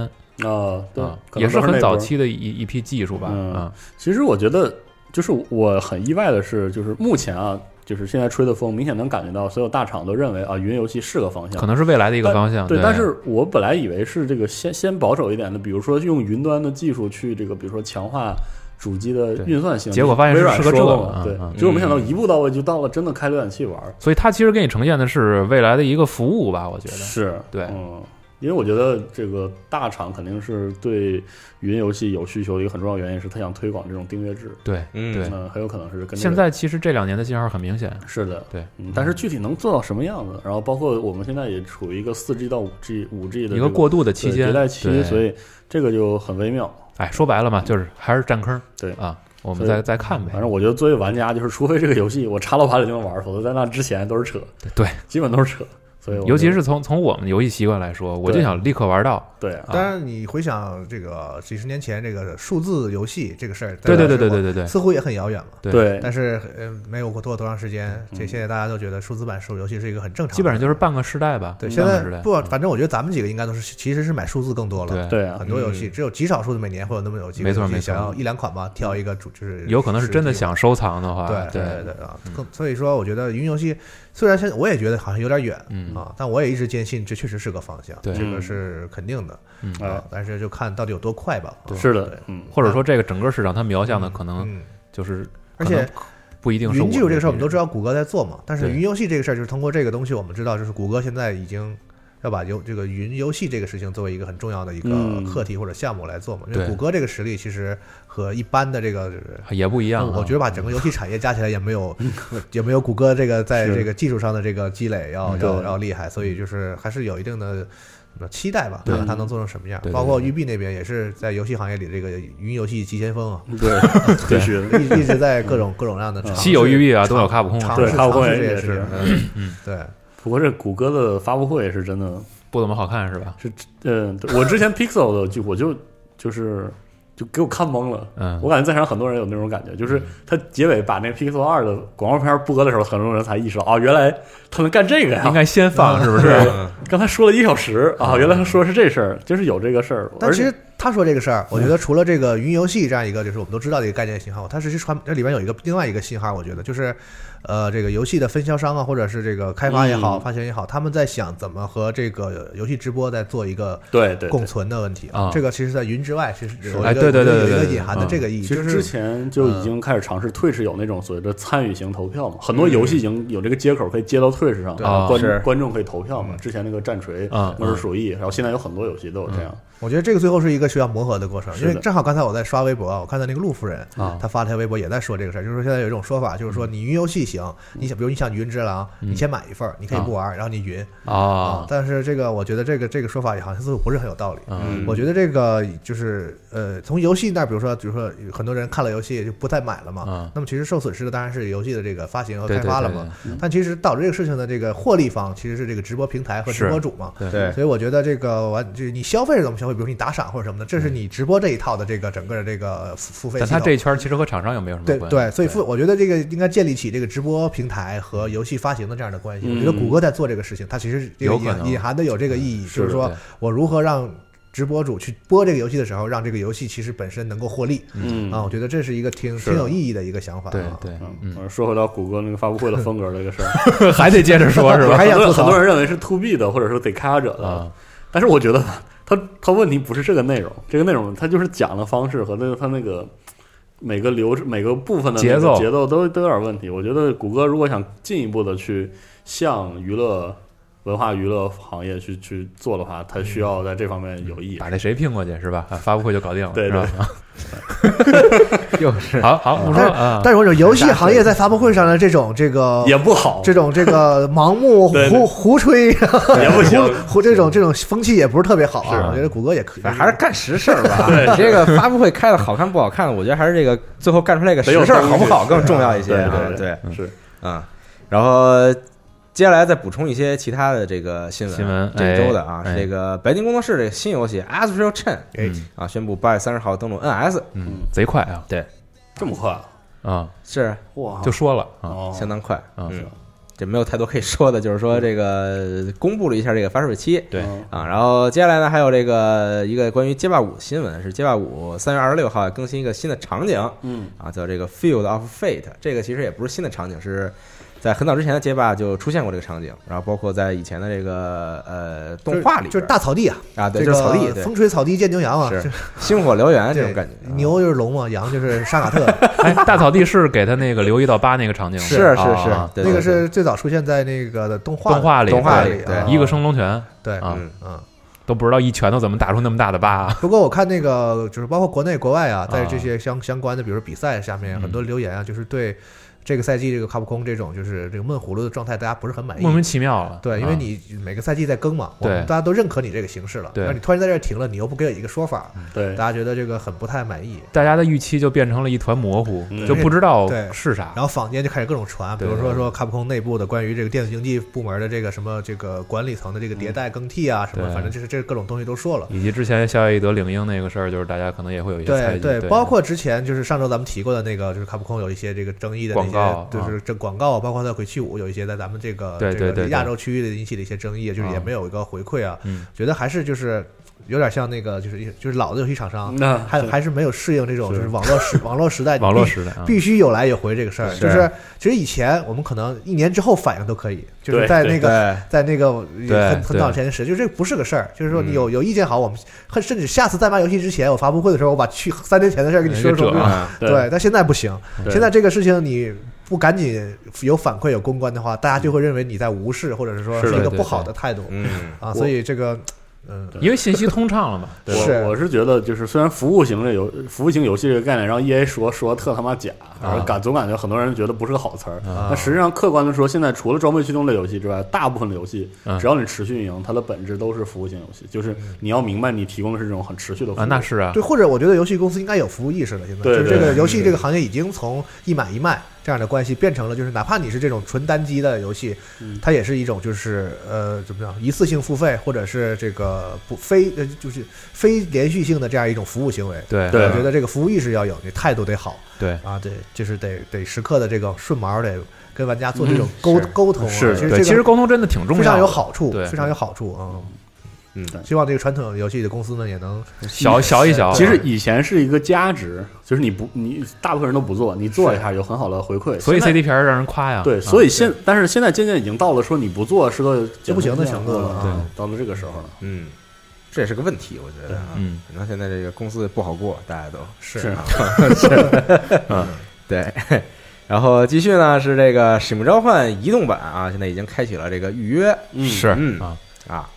Speaker 4: 啊，对
Speaker 2: 啊，，
Speaker 4: 可能
Speaker 2: 也是
Speaker 4: 当时
Speaker 2: 很
Speaker 4: 那
Speaker 2: 早
Speaker 4: 波
Speaker 2: 期的一一批技术吧。
Speaker 4: 嗯
Speaker 2: 啊，
Speaker 4: 其实我觉得，就是我很意外的是，就是目前啊，就是现在吹的风，明显能感觉到所有大厂都认为啊，云游戏是个方向
Speaker 2: 可。能是未来的一个方向。
Speaker 4: 对，
Speaker 2: 对，
Speaker 4: 但是我本来以为是这个先先保守一点的，比如说用云端的技术去这个，比如说强化主机的
Speaker 2: 对
Speaker 4: 运算性。
Speaker 2: 结果发现
Speaker 4: 微
Speaker 2: 是
Speaker 4: 软
Speaker 2: 是个
Speaker 4: 说
Speaker 2: 这
Speaker 4: 过
Speaker 2: 个
Speaker 4: 嘛
Speaker 2: 嗯
Speaker 4: 对
Speaker 2: 嗯，
Speaker 4: 结果没想到一步到位就到了真的开浏览器玩儿。
Speaker 2: 所以它其实给你呈现的是未来的一个服务吧，我觉得。
Speaker 4: 是，
Speaker 2: 对
Speaker 4: 嗯，因为我觉得这个大厂肯定是对云游戏有需求的一个很重要原因，是他想推广这种订阅制。
Speaker 2: 对，
Speaker 1: 嗯
Speaker 2: 对
Speaker 4: 嗯，很有可能是跟这个
Speaker 2: 现在其实这两年的信号很明显。
Speaker 4: 是的，
Speaker 2: 对，
Speaker 4: 嗯，但是具体能做到什么样子？然后包括我们现在也处于一个四 G 到五 G、五 G 的
Speaker 2: 一个过渡的
Speaker 4: 期
Speaker 2: 期间，
Speaker 4: 迭代期，
Speaker 2: 对
Speaker 4: 所以这个就很微妙。
Speaker 2: 哎，说白了嘛，就是还是占坑。
Speaker 4: 对
Speaker 2: 啊，我们
Speaker 4: 所以
Speaker 2: 再再看呗
Speaker 4: 反。正我觉得作为玩家，就是除非这个游戏我插到盘里就能玩，否则在那之前都是扯，
Speaker 2: 对，
Speaker 4: 基本都是扯。所以我
Speaker 2: 尤其
Speaker 4: 觉得
Speaker 2: 是从从我们游戏习惯来说，我就
Speaker 4: 对
Speaker 2: 想立刻玩到。
Speaker 4: 对啊，
Speaker 3: 嗯当然，你回想这个几十年前这个数字游戏这个事儿，
Speaker 2: 对对对
Speaker 3: 大家
Speaker 2: 对
Speaker 3: 说
Speaker 2: 对对对，
Speaker 3: 似乎也很遥远嘛。
Speaker 2: 对
Speaker 4: 对
Speaker 3: 但是呃，没有过多多长时间，这
Speaker 4: 嗯
Speaker 3: 现在大家都觉得数字版手游游戏是一个很正常的，
Speaker 2: 基本上就是半个世代吧。
Speaker 3: 对。
Speaker 2: 半
Speaker 3: 现
Speaker 2: 个
Speaker 3: 在
Speaker 2: 世代
Speaker 3: 不，反正我觉得咱们几个应该都是，其实是买数字更多了。
Speaker 2: 嗯对，
Speaker 4: 对啊，
Speaker 3: 很多游戏只有极少数的每年会有那么有几个
Speaker 2: 没错
Speaker 3: 游戏
Speaker 2: 没错
Speaker 3: 想要一两款吧，挑一个主就是
Speaker 2: 有可能是真的
Speaker 3: 实际
Speaker 2: 想收藏的话，
Speaker 3: 对
Speaker 2: 对嗯
Speaker 3: 对对啊，更所以说我觉得云游戏虽然现在我也觉得好像有点远
Speaker 2: 嗯
Speaker 3: 啊，但我也一直坚信这确实是个方向，
Speaker 2: 对
Speaker 3: 这个是肯定
Speaker 2: 嗯
Speaker 3: 的
Speaker 4: 嗯哎
Speaker 3: 啊，但是就看到底有多快吧。啊
Speaker 4: 是的
Speaker 3: 对，
Speaker 4: 嗯，
Speaker 2: 或者说这个整个市场它瞄向的可能
Speaker 3: 嗯，
Speaker 2: 就是，
Speaker 3: 而且
Speaker 2: 可能不一定是
Speaker 3: 云技术这个事儿我们都知
Speaker 2: 道，
Speaker 3: 道谷歌在做嘛，但是
Speaker 2: 对
Speaker 3: 云游戏这个事儿就是通过这个东西我们知道，就是谷歌现在已经。要把游这个云游戏这个事情作为一个很重要的一个
Speaker 4: 嗯
Speaker 3: 课题或者项目来做嘛，因为
Speaker 2: 对
Speaker 3: 谷歌这个实力其实和一般的这个就是
Speaker 2: 也不一样啊。
Speaker 3: 嗯我觉得把整个游戏产业加起来也没有也没有谷歌 这个在
Speaker 4: 是
Speaker 3: 这个技术上的这个积累要
Speaker 4: 嗯
Speaker 3: 要
Speaker 4: 对
Speaker 3: 要厉害，所以就是还是有一定的。呃期待吧，
Speaker 2: 对
Speaker 3: 看看它能做成什么样
Speaker 2: 对。对
Speaker 3: 包括
Speaker 2: 对
Speaker 3: 育碧那边也是在游戏行业里这个云游戏急先锋啊，
Speaker 4: 对，必须的，
Speaker 3: 一一直在各种各种各样的尝试
Speaker 2: 稀有育碧啊，都有
Speaker 3: 尝
Speaker 2: 卡普空啊，
Speaker 3: 尝
Speaker 4: 嗯对
Speaker 3: 试
Speaker 4: 卡普
Speaker 3: 尝
Speaker 4: 空
Speaker 3: 试
Speaker 4: 也
Speaker 3: 这些
Speaker 4: 也
Speaker 3: 事
Speaker 4: 是
Speaker 3: 情。 嗯嗯，对，
Speaker 4: 不过这谷歌的发布会是真的，
Speaker 2: 不怎么好看是吧？
Speaker 4: 是嗯，对我之前 Pixel 的就我就就是就给我看懵了。
Speaker 2: 嗯
Speaker 4: 我，感觉在场很多人有那种感觉，就是他结尾把那个 Pixel 二的广告片播的时候，很多人才意识到啊，原来他能干这个呀！
Speaker 2: 应该先放是不是？
Speaker 1: 嗯
Speaker 4: 刚才说了一个小时啊，原来他说的是这事儿，就是有这个事儿。
Speaker 3: 但其
Speaker 4: 而
Speaker 3: 实他说这个事儿，我
Speaker 4: 嗯
Speaker 3: 觉得除了这个云游戏这样一个就是我们都知道的一个概念信号，它实际传这里边有一个另外一个信号，我觉得就是，呃，这个游戏的分销商啊，或者是这个开发也好，
Speaker 4: 嗯
Speaker 3: 发行也好，他们在想怎么和这个游戏直播在做一个
Speaker 4: 且对对
Speaker 3: 共
Speaker 4: 对，
Speaker 3: 存的问题
Speaker 2: 啊
Speaker 3: 这个其实，在云之外，其实有一个
Speaker 2: 哎对对对对对
Speaker 3: 有
Speaker 2: 对
Speaker 3: 一个隐含的这个意义，
Speaker 4: 嗯其
Speaker 3: 就
Speaker 4: 实之
Speaker 3: 是
Speaker 4: 前就已经开始尝试 Twitch 有那种所谓的参与型投票嘛，很多游戏已经有这个接口可以接到 Twitch 上，
Speaker 3: 对
Speaker 4: 然后
Speaker 1: 是
Speaker 4: 观观众可以投票嘛。之前那个战锤、
Speaker 2: 嗯
Speaker 4: 末日鼠疫，然后现在有很多游戏都有这样。
Speaker 3: 我觉得这个最后是一个需要磨合的过程，
Speaker 4: 是
Speaker 3: 因
Speaker 4: 的
Speaker 3: 为正好刚才我在刷微博啊，我看到那个陆夫人
Speaker 2: 啊
Speaker 3: 他发了条微博也在说这个事儿，就是说现在有一种说法，就是说你云游戏行，你想比如你想云之狼，你先买一份儿，你可以不玩儿，然后你云
Speaker 2: 嗯啊，
Speaker 3: 但是这个我觉得这个这个说法也好像似乎不是很有道理。
Speaker 2: 嗯
Speaker 3: 我觉得这个就是呃，从游戏那儿，比如说，比如说有很多人看了游戏就不再买了嘛，
Speaker 2: 嗯
Speaker 3: 那么其实受损失的当然是游戏的这个发行和
Speaker 2: 对
Speaker 3: 开
Speaker 2: 对
Speaker 3: 发了
Speaker 2: 对
Speaker 3: 嘛。但其实导致这个事情的这个获利方其实是这个直播平台和直
Speaker 2: 是
Speaker 3: 播主嘛。
Speaker 2: 对
Speaker 1: 对，
Speaker 3: 所以我觉得这个完，就是你消费是怎么消费，比如说你打赏或者什么的，这是你直播这一套的这个整个的这个付付费
Speaker 2: 但
Speaker 3: 系
Speaker 2: 它
Speaker 3: 统。
Speaker 2: 这一圈其实和厂商有没有什么
Speaker 3: 对
Speaker 2: 关系？
Speaker 3: 对，所以付我觉得这个应该建立起这个直播平台和游戏发行的这样的关系。我觉得
Speaker 4: 嗯
Speaker 3: 谷歌在做这个事情，它其实这个
Speaker 2: 有可
Speaker 3: 隐
Speaker 2: 能
Speaker 3: 隐含的有这个意义，
Speaker 4: 是
Speaker 3: 就是
Speaker 4: 的
Speaker 3: 说
Speaker 2: 对
Speaker 3: 我如何让直播主去播这个游戏的时候，让这个游戏其实本身能够获利
Speaker 4: 嗯
Speaker 3: 啊。我觉得这是一个挺
Speaker 4: 是
Speaker 3: 挺有意义的一个想法
Speaker 2: 对
Speaker 3: 啊。
Speaker 2: 对，
Speaker 4: 嗯，我说回到谷歌那个发布会的风格这个事儿，
Speaker 2: 对，嗯还得接着说 是吧？
Speaker 3: 还想
Speaker 4: 很
Speaker 3: 吐
Speaker 4: 多
Speaker 3: 槽
Speaker 4: 很多人认为是 to B 的，或者说得开发者的，
Speaker 2: 啊
Speaker 4: 但是我觉得他他问题不是这个内容，这个内容他就是讲的方式和那个他那个每个流每个部分的那个
Speaker 2: 节奏
Speaker 4: 节奏都都有点问题。我觉得谷歌如果想进一步的去向娱乐文化娱乐行业去去做的话，他需要在这方面有意识。
Speaker 2: 把那谁聘过去是吧？啊发布会就搞定了，
Speaker 4: 对对
Speaker 2: 是吧
Speaker 1: 又是
Speaker 2: 好好不说了啊，
Speaker 3: 嗯但是我有游戏行业在发布会上的这种这个
Speaker 4: 也不好，
Speaker 3: 这种这个盲目
Speaker 4: 对对
Speaker 3: 胡胡吹
Speaker 4: 也不行。
Speaker 3: 胡这种这种风气也不是特别好
Speaker 4: 是
Speaker 3: 啊。我觉得谷歌也可以，
Speaker 1: 反正还是干实事儿吧。
Speaker 4: 对
Speaker 1: 你这个发布会开的好看不好看，我觉得还是这个最后干出来个实事
Speaker 4: 得有
Speaker 1: 儿
Speaker 4: 东西
Speaker 1: 啊好不好更重要一些
Speaker 4: 对
Speaker 1: 啊。
Speaker 4: 对
Speaker 1: 对，
Speaker 4: 是
Speaker 1: 啊，然后接下来再补充一些其他的这个新闻，啊
Speaker 2: 新闻
Speaker 1: 这周的啊，
Speaker 2: 哎
Speaker 1: 是这个白金工作室这个新游戏《Astral Chain》
Speaker 3: 哎，
Speaker 2: 嗯
Speaker 1: 啊，宣布八月三十号登陆 NS，
Speaker 2: 嗯，贼快啊
Speaker 4: 这么快啊？
Speaker 2: 啊，
Speaker 1: 是
Speaker 4: 哇，
Speaker 2: 就说了啊，
Speaker 4: 哦，
Speaker 1: 相当快
Speaker 2: 啊
Speaker 1: 嗯
Speaker 4: 是
Speaker 1: 这没有太多可以说的，就是说
Speaker 3: 嗯
Speaker 1: 这个公布了一下这个发售日期
Speaker 2: 对
Speaker 4: 嗯
Speaker 1: 啊，然后接下来呢还有这个一个关于街霸五的新闻，是街霸五三月二十六号更新一个新的场景
Speaker 4: 嗯
Speaker 1: 啊，叫这个 Field of Fate，这个其实也不是新的场景，是在很早之前的街霸就出现过这个场景，然后包括在以前的这个呃动画里边
Speaker 3: 就是大草地啊，
Speaker 1: 啊，对，就
Speaker 3: 这个
Speaker 1: 是草地，对，
Speaker 3: 风吹草低见牛羊啊，
Speaker 1: 是
Speaker 3: 就
Speaker 1: 星火燎原这
Speaker 3: 对
Speaker 1: 种感觉，
Speaker 3: 牛就是龙嘛，羊就是沙卡特，
Speaker 2: 哎，大草地是给他那个留一到八那个场景吗，
Speaker 1: 是是
Speaker 2: 啊
Speaker 1: 是
Speaker 2: 啊，
Speaker 1: 对
Speaker 3: 那个
Speaker 1: 对对
Speaker 3: 是最早出现在那个的动画
Speaker 2: 动画里
Speaker 1: 动画
Speaker 3: 里
Speaker 1: 里
Speaker 3: 啊
Speaker 2: 一个升龙拳
Speaker 3: 对
Speaker 2: 啊
Speaker 1: 嗯
Speaker 3: 嗯。
Speaker 2: 都不知道一拳头怎么打出那么大的疤，
Speaker 3: 不过我看那个就是包括国内国外啊，在
Speaker 2: 啊
Speaker 3: 这些相相关的，比如说比赛下面
Speaker 2: 嗯
Speaker 3: 很多留言啊，就是对这个赛季这个卡普空这种就是这个闷葫芦的状态，大家不是很满意
Speaker 2: 莫。名其妙了。啊
Speaker 3: 对，因为你每个赛季在更嘛，我们
Speaker 2: 对
Speaker 3: 大家都认可你这个形式了，
Speaker 2: 对
Speaker 3: 然后你突然在这儿停了，你又不给我一个说法，
Speaker 4: 对
Speaker 3: 大，家觉得这个很不太满意。
Speaker 2: 大家的预期就变成了一团模糊，
Speaker 4: 嗯
Speaker 2: 就不知道
Speaker 3: 对
Speaker 2: 是啥。
Speaker 3: 然后坊间就开始各种传，比
Speaker 2: 对
Speaker 3: 如说说卡普空内部的关于这个电子竞技部门的这个什么这个管理层的这个迭代更替啊什么，
Speaker 2: 对
Speaker 3: 反正就是这各种东西都说了。
Speaker 2: 以及之前肖叶德领英那个事儿，就是大家可能也会有一些猜
Speaker 3: 对
Speaker 2: 忌，
Speaker 3: 对，包括之前就是上周咱们提过的那个，就是卡普空有一些这个争议的那
Speaker 2: 广告啊
Speaker 3: 些，就是这广告，包括在鬼泣五有一些在咱们这个
Speaker 2: 对对
Speaker 3: 这
Speaker 2: 对
Speaker 3: 个
Speaker 2: 对
Speaker 3: 亚洲区域的引起的一些争议，就是也
Speaker 2: 啊
Speaker 3: 没有一个回馈啊
Speaker 2: 嗯，
Speaker 3: 觉得还是就是有点像那个就是就是老的游戏厂商，
Speaker 4: 那
Speaker 3: 还
Speaker 4: 是
Speaker 3: 还是没有适应这种就是网 络时网络时代
Speaker 2: 嗯网络
Speaker 3: 必
Speaker 2: 时代啊，
Speaker 3: 哎必须有来有回这个事儿，
Speaker 1: 是
Speaker 3: 就是其实以前我们可能一年之后反应都可以，就是
Speaker 4: 对
Speaker 3: 在
Speaker 4: 对
Speaker 3: 那个
Speaker 1: 对
Speaker 3: 在那个
Speaker 2: 对
Speaker 3: 很很早
Speaker 2: 对
Speaker 3: 之前的事，就是这不是个事儿，就是说你有有意见好，我们恨甚至下次再卖游戏之前，我发布会的时候，我把去三年前的事儿跟你说说
Speaker 2: 给折。
Speaker 1: 啊，
Speaker 3: 对，但现在不行，
Speaker 4: 对
Speaker 3: 现在这个事情你不赶紧有反馈有公关的话，大家就会认为你在无视，或者是说
Speaker 4: 是的
Speaker 3: 是一个
Speaker 2: 对
Speaker 3: 不好的态度
Speaker 1: 嗯，
Speaker 3: 啊，
Speaker 4: 我
Speaker 3: 所以这个嗯，
Speaker 2: 因为信息通畅了嘛。
Speaker 4: 对
Speaker 3: 是
Speaker 4: 我我是觉得，就是虽然服务型这游服务型游戏这个概念让 E A 说说得特他妈假，
Speaker 2: 啊
Speaker 4: 然后感总感觉很多人觉得不是个好词儿。
Speaker 3: 啊
Speaker 4: 但实际上，客观的说，现在除了装备驱动类游戏之外，大部分的游戏
Speaker 2: 嗯
Speaker 4: 只要你持续运营，它的本质都是服务型游戏，就是你要明白你提供的是这种很持续的服务。
Speaker 2: 啊，那是啊
Speaker 3: 对，，或者我觉得游戏公司应该有服务意识了。现在
Speaker 4: 对
Speaker 3: 就是
Speaker 4: 对
Speaker 3: 这个
Speaker 4: 对
Speaker 3: 游戏这个行业已经从一买一卖这样的关系变成了，就是哪怕你是这种纯单机的游戏，
Speaker 4: 嗯
Speaker 3: 它也是一种就是呃怎么讲一次性付费，或者是这个不非呃就是非连续性的这样一种服务行为。
Speaker 2: 对
Speaker 4: 对
Speaker 3: 我觉得这个服务意识要有，你态度得好
Speaker 2: 对
Speaker 3: 啊，对，就是得得时刻的这个顺毛得跟玩家做这种沟
Speaker 1: 是
Speaker 3: 沟通啊。
Speaker 4: 是的
Speaker 3: 其实这
Speaker 2: 对，
Speaker 3: 个
Speaker 2: 其实沟通真的挺重要
Speaker 3: 非常
Speaker 2: 的，
Speaker 3: 有好处，
Speaker 2: 对
Speaker 3: 非常有好处啊。嗯
Speaker 1: 嗯
Speaker 3: 希望这个传统游戏的公司呢也能
Speaker 2: 小小一小，啊
Speaker 4: 其实以前是一个价值，就是你不你大部分人都不做，你做一下有很好的回馈。
Speaker 2: 所以
Speaker 4: 现在
Speaker 2: CD 片儿让人夸呀。
Speaker 4: 对，
Speaker 2: 啊
Speaker 4: 所以现但是现在渐渐已经到了说你不做是个
Speaker 3: 就不行的
Speaker 4: 程
Speaker 3: 程度了啊
Speaker 4: 了，到了这个时候了。
Speaker 1: 嗯，这也是个问题，我觉得啊，
Speaker 2: 嗯，
Speaker 1: 反正现在这个公司不好过，大家都
Speaker 4: 是
Speaker 3: 是
Speaker 4: 啊
Speaker 2: 啊
Speaker 1: 对。然后继续呢是这个《使命召唤》移动版啊，现在已经开启了这个预约
Speaker 4: 嗯
Speaker 2: 是
Speaker 1: 嗯
Speaker 2: 啊，
Speaker 1: 啊，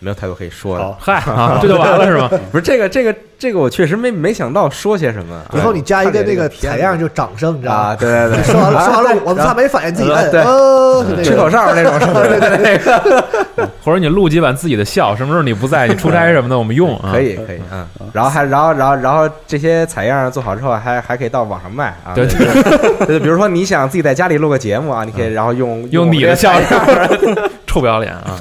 Speaker 1: 没有太多可以说的。
Speaker 4: 好，
Speaker 2: 嗨啊，这就完了是吗？
Speaker 1: 不是这个这个这个，我确实没没想到说些什么。啊
Speaker 3: 以后你加一个那个
Speaker 1: 片
Speaker 3: 采样就掌声，你知道
Speaker 1: 啊，
Speaker 3: 吗？
Speaker 1: 对对对，
Speaker 3: 说 完了，说完了，我们仨
Speaker 1: 们
Speaker 3: 没反应，自己
Speaker 1: 啊
Speaker 3: 摁，
Speaker 1: 对
Speaker 3: 哦，就那个
Speaker 1: 吹口哨 那种，是不是？ 对对，
Speaker 2: 或者你录几版自己的笑，什么时候你不在，你出差什么的，我们用啊。
Speaker 1: 可以可以，嗯，然后还然后然后然后这些采样做好之后，还还可以到网上卖啊。
Speaker 2: 对嗯
Speaker 1: 对 对，对比如说你想自己在家里录个节目啊，你可以然后用
Speaker 2: 用你的
Speaker 1: 效
Speaker 2: 笑声， 臭不要脸啊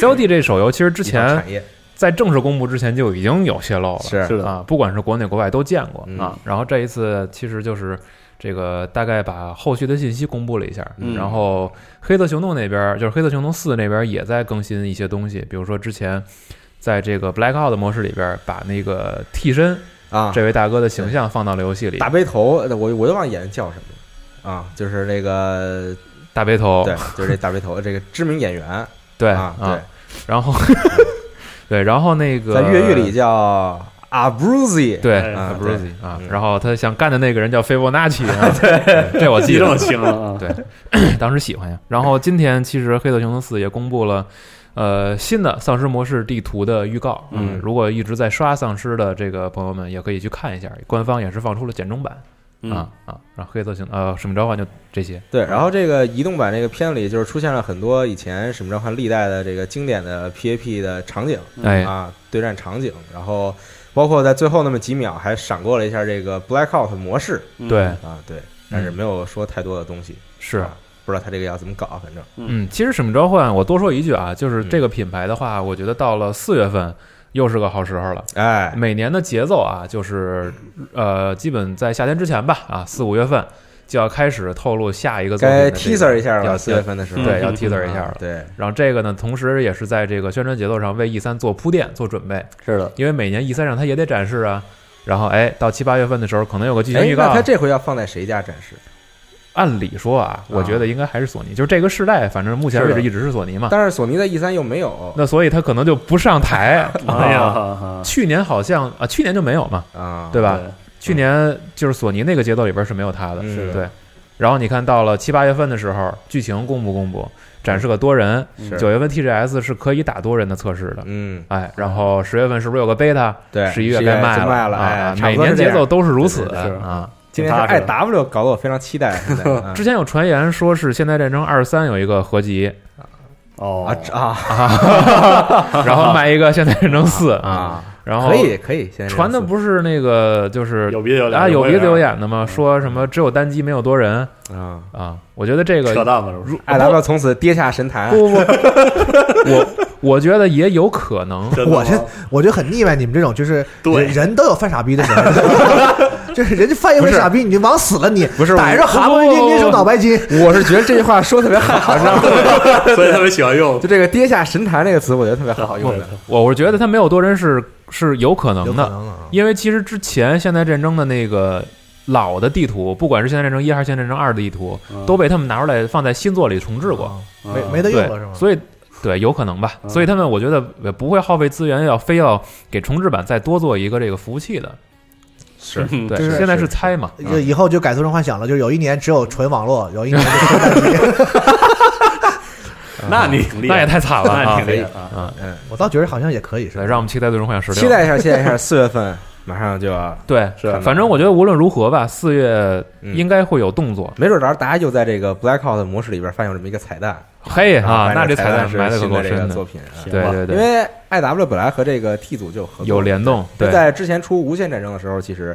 Speaker 2: ！COD 这手游其实之前
Speaker 1: 产业
Speaker 2: 在正式公布之前就已经有泄露了，
Speaker 1: 是
Speaker 4: 是的
Speaker 2: 啊，不管是国内国外都见过
Speaker 1: 嗯
Speaker 2: 啊。然后这一次其实就是这个大概把后续的信息公布了一下，
Speaker 4: 嗯
Speaker 2: 然后黑色行动那边就是黑色行动四那边也在更新一些东西，比如说之前在这个 Blackout 模式里边把那个替身
Speaker 1: 啊，
Speaker 2: 这位大哥的形象放到了游戏里，
Speaker 1: 大背头，我我都忘演员叫什么啊，就是那个
Speaker 2: 大背头，
Speaker 1: 对，就是这大背头这个知名演员
Speaker 2: 对
Speaker 1: 啊，对，
Speaker 2: 然 后对，然后那个
Speaker 1: 在越狱里叫阿布鲁西，
Speaker 2: 对
Speaker 4: 哎
Speaker 2: 啊
Speaker 1: 对
Speaker 2: ，Abruzzi 啊
Speaker 1: 嗯，
Speaker 2: 然后他想干的那个人叫斐波那 契啊，对，这我
Speaker 4: 记
Speaker 2: 记
Speaker 4: 这
Speaker 2: 得
Speaker 4: 么，清了啊。
Speaker 2: 对，当时喜欢呀。然后今天其实《黑色行动四》也公布了。呃，新的丧尸模式地图的预告，
Speaker 1: 嗯
Speaker 2: 如果一直在刷丧尸的这个朋友们，也可以去看一下，官方也是放出了简中版、
Speaker 4: 嗯
Speaker 2: 啊啊，然后黑色行呃使命召唤就这些，
Speaker 1: 对，然后这个移动版这个片子里就是出现了很多以前《使命召唤》历代的这个经典的 PAP 的场景
Speaker 4: 嗯
Speaker 2: 哎，
Speaker 1: 啊，对战场景，然后包括在最后那么几秒还闪过了一下这个 Blackout 模式
Speaker 4: 嗯
Speaker 2: 对，
Speaker 1: 啊，对，但是没有说太多的东西。
Speaker 2: 是
Speaker 1: 啊，不知道他这个要怎么搞，反正
Speaker 2: 嗯，其实《使命召唤》，我多说一句啊，
Speaker 1: 嗯
Speaker 2: 就是这个品牌的话，我觉得到了四月份又是个好时候了。
Speaker 1: 哎，
Speaker 2: 每年的节奏啊，就是呃，基本在夏天之前吧，啊，四五月份就要开始透露下一个作品
Speaker 1: 该
Speaker 2: 的这个
Speaker 1: teaser 一下
Speaker 2: 要
Speaker 1: 了，四月份的时候，
Speaker 2: 对，要
Speaker 4: 嗯
Speaker 2: teaser 一下了。
Speaker 1: 对，
Speaker 2: 然后这个呢，同时也是在这个宣传节奏上为 E 三做铺垫、做准备，
Speaker 4: 是的，
Speaker 2: 因为每年 E 三上它也得展示啊。然后哎，到七八月份的时候，可能有个剧情
Speaker 1: 哎
Speaker 2: 预，告啊
Speaker 1: 那。他这回要放在谁家展示？
Speaker 2: 按理说啊，我觉得应该还是索尼，就是这个世代，反正目前为
Speaker 4: 是
Speaker 2: 止
Speaker 4: 的
Speaker 2: 一直是索尼嘛。
Speaker 1: 但是索尼在 E 三又没有
Speaker 2: 那所以它可能就不上 台。啊
Speaker 4: 哎呀，
Speaker 2: 去年好像啊，去年就没有嘛，
Speaker 1: 啊，
Speaker 2: 对吧？
Speaker 4: 对
Speaker 2: 去年就是索尼那个节奏里边是没有它的，
Speaker 1: 嗯是的
Speaker 2: 对。然后你看到了七八月份的时候，剧情公布公布，展示个多人。
Speaker 1: 是
Speaker 2: 九月份 TGS 是可以打多人的测试的，
Speaker 1: 嗯，
Speaker 2: 哎，然后十月份是不是有个 beta？
Speaker 1: 对，
Speaker 2: 十一
Speaker 1: 11
Speaker 2: 月
Speaker 1: 月
Speaker 2: 该卖
Speaker 1: 就卖了，
Speaker 2: 啊
Speaker 1: 哎，，
Speaker 2: 每年节奏。都是如此
Speaker 1: 对
Speaker 4: 对对是
Speaker 2: 啊。
Speaker 1: 今天是 I W 搞得我非常期待， 现在啊
Speaker 2: 之前有传言说是《现代战争二三》有一个合 集，
Speaker 4: 哦
Speaker 1: 啊这啊
Speaker 2: 然后卖一个《现代战争 四》啊，
Speaker 1: 啊，
Speaker 2: 然后
Speaker 1: 可以可以，现在
Speaker 2: 传的不是那个就是
Speaker 4: 有鼻子有嗯脸
Speaker 2: 啊有鼻子有
Speaker 4: 脸，
Speaker 2: 眼的吗？说什么只有单机没有多人
Speaker 1: 啊
Speaker 2: 啊？我觉得这个
Speaker 4: 扯淡吧，这不是？哎
Speaker 1: ，I W 从此跌下神坛，
Speaker 2: 不不不，我我觉得也有可能。
Speaker 4: 真的
Speaker 3: 我
Speaker 4: 吗
Speaker 3: 这我就很腻歪你们这种，就是
Speaker 4: 对
Speaker 3: 人人都有犯傻逼的时候， 就是人家犯一回傻逼，你就往死了你，
Speaker 1: 不是
Speaker 3: 逮着蛤蟆
Speaker 2: 不不不
Speaker 3: 捏捏手脑白金，
Speaker 1: 我是觉得这句话说得特 别好，你知道吗？
Speaker 4: 所以特别喜欢 用
Speaker 1: 就，这个“跌下神坛”这个词，我觉得特别好
Speaker 4: 啊
Speaker 1: 用的。
Speaker 2: 我我觉得他没有多人是是有可能
Speaker 3: 有可
Speaker 2: 的，
Speaker 3: 能啊。
Speaker 2: 因为其实之前现代战争的那个老的地图，不管是现代战争一还是现代战争二的地图，都被他们拿出来放在新作里重置
Speaker 1: 啊
Speaker 2: 过，
Speaker 4: 嗯
Speaker 3: 没没得用
Speaker 2: 对
Speaker 3: 了是吗？，
Speaker 2: 所以。对，有可能吧，
Speaker 4: 嗯
Speaker 2: 所以他们我觉得也不会耗费资源，要非要给重置版再多做一个这个服务器的。
Speaker 1: 是
Speaker 4: 嗯
Speaker 2: 对，
Speaker 3: 就是
Speaker 2: 现在是猜嘛，
Speaker 3: 就以后就改头成幻想了，就是有一年只有纯网络，有一年就纯单机。
Speaker 4: 嗯那你挺厉
Speaker 2: 那
Speaker 4: 害
Speaker 2: 也，太惨了
Speaker 4: 那
Speaker 2: 啊
Speaker 4: 你！挺厉害啊！
Speaker 3: 我倒觉得好像也可以是吧
Speaker 2: 对，。让我们期待《最终幻想十六》。
Speaker 1: 期待一下，期待一下，四月份马上就要，
Speaker 2: 对，
Speaker 4: 是
Speaker 2: 反正我觉得无论如何吧，四月
Speaker 1: 嗯
Speaker 2: 应该会有动作。
Speaker 1: 没准儿到时候大家就在这个 Blackout 模式里边发现这么一个彩蛋
Speaker 2: 嘿啊，那
Speaker 1: 发现
Speaker 2: 这
Speaker 1: 这
Speaker 2: 彩蛋
Speaker 1: 蛋是
Speaker 2: 埋的可
Speaker 1: 新
Speaker 2: 够
Speaker 1: 的这个
Speaker 2: 深
Speaker 1: 作
Speaker 2: 的。
Speaker 1: 品啊，
Speaker 4: 行
Speaker 2: 对
Speaker 4: 吧
Speaker 2: 对
Speaker 1: 因
Speaker 2: 对，
Speaker 1: 为 I W 本来和这个 T 组就有合作，
Speaker 2: 有联动，
Speaker 1: 就
Speaker 2: 对
Speaker 1: 在之前出《无限战争》的时候，其实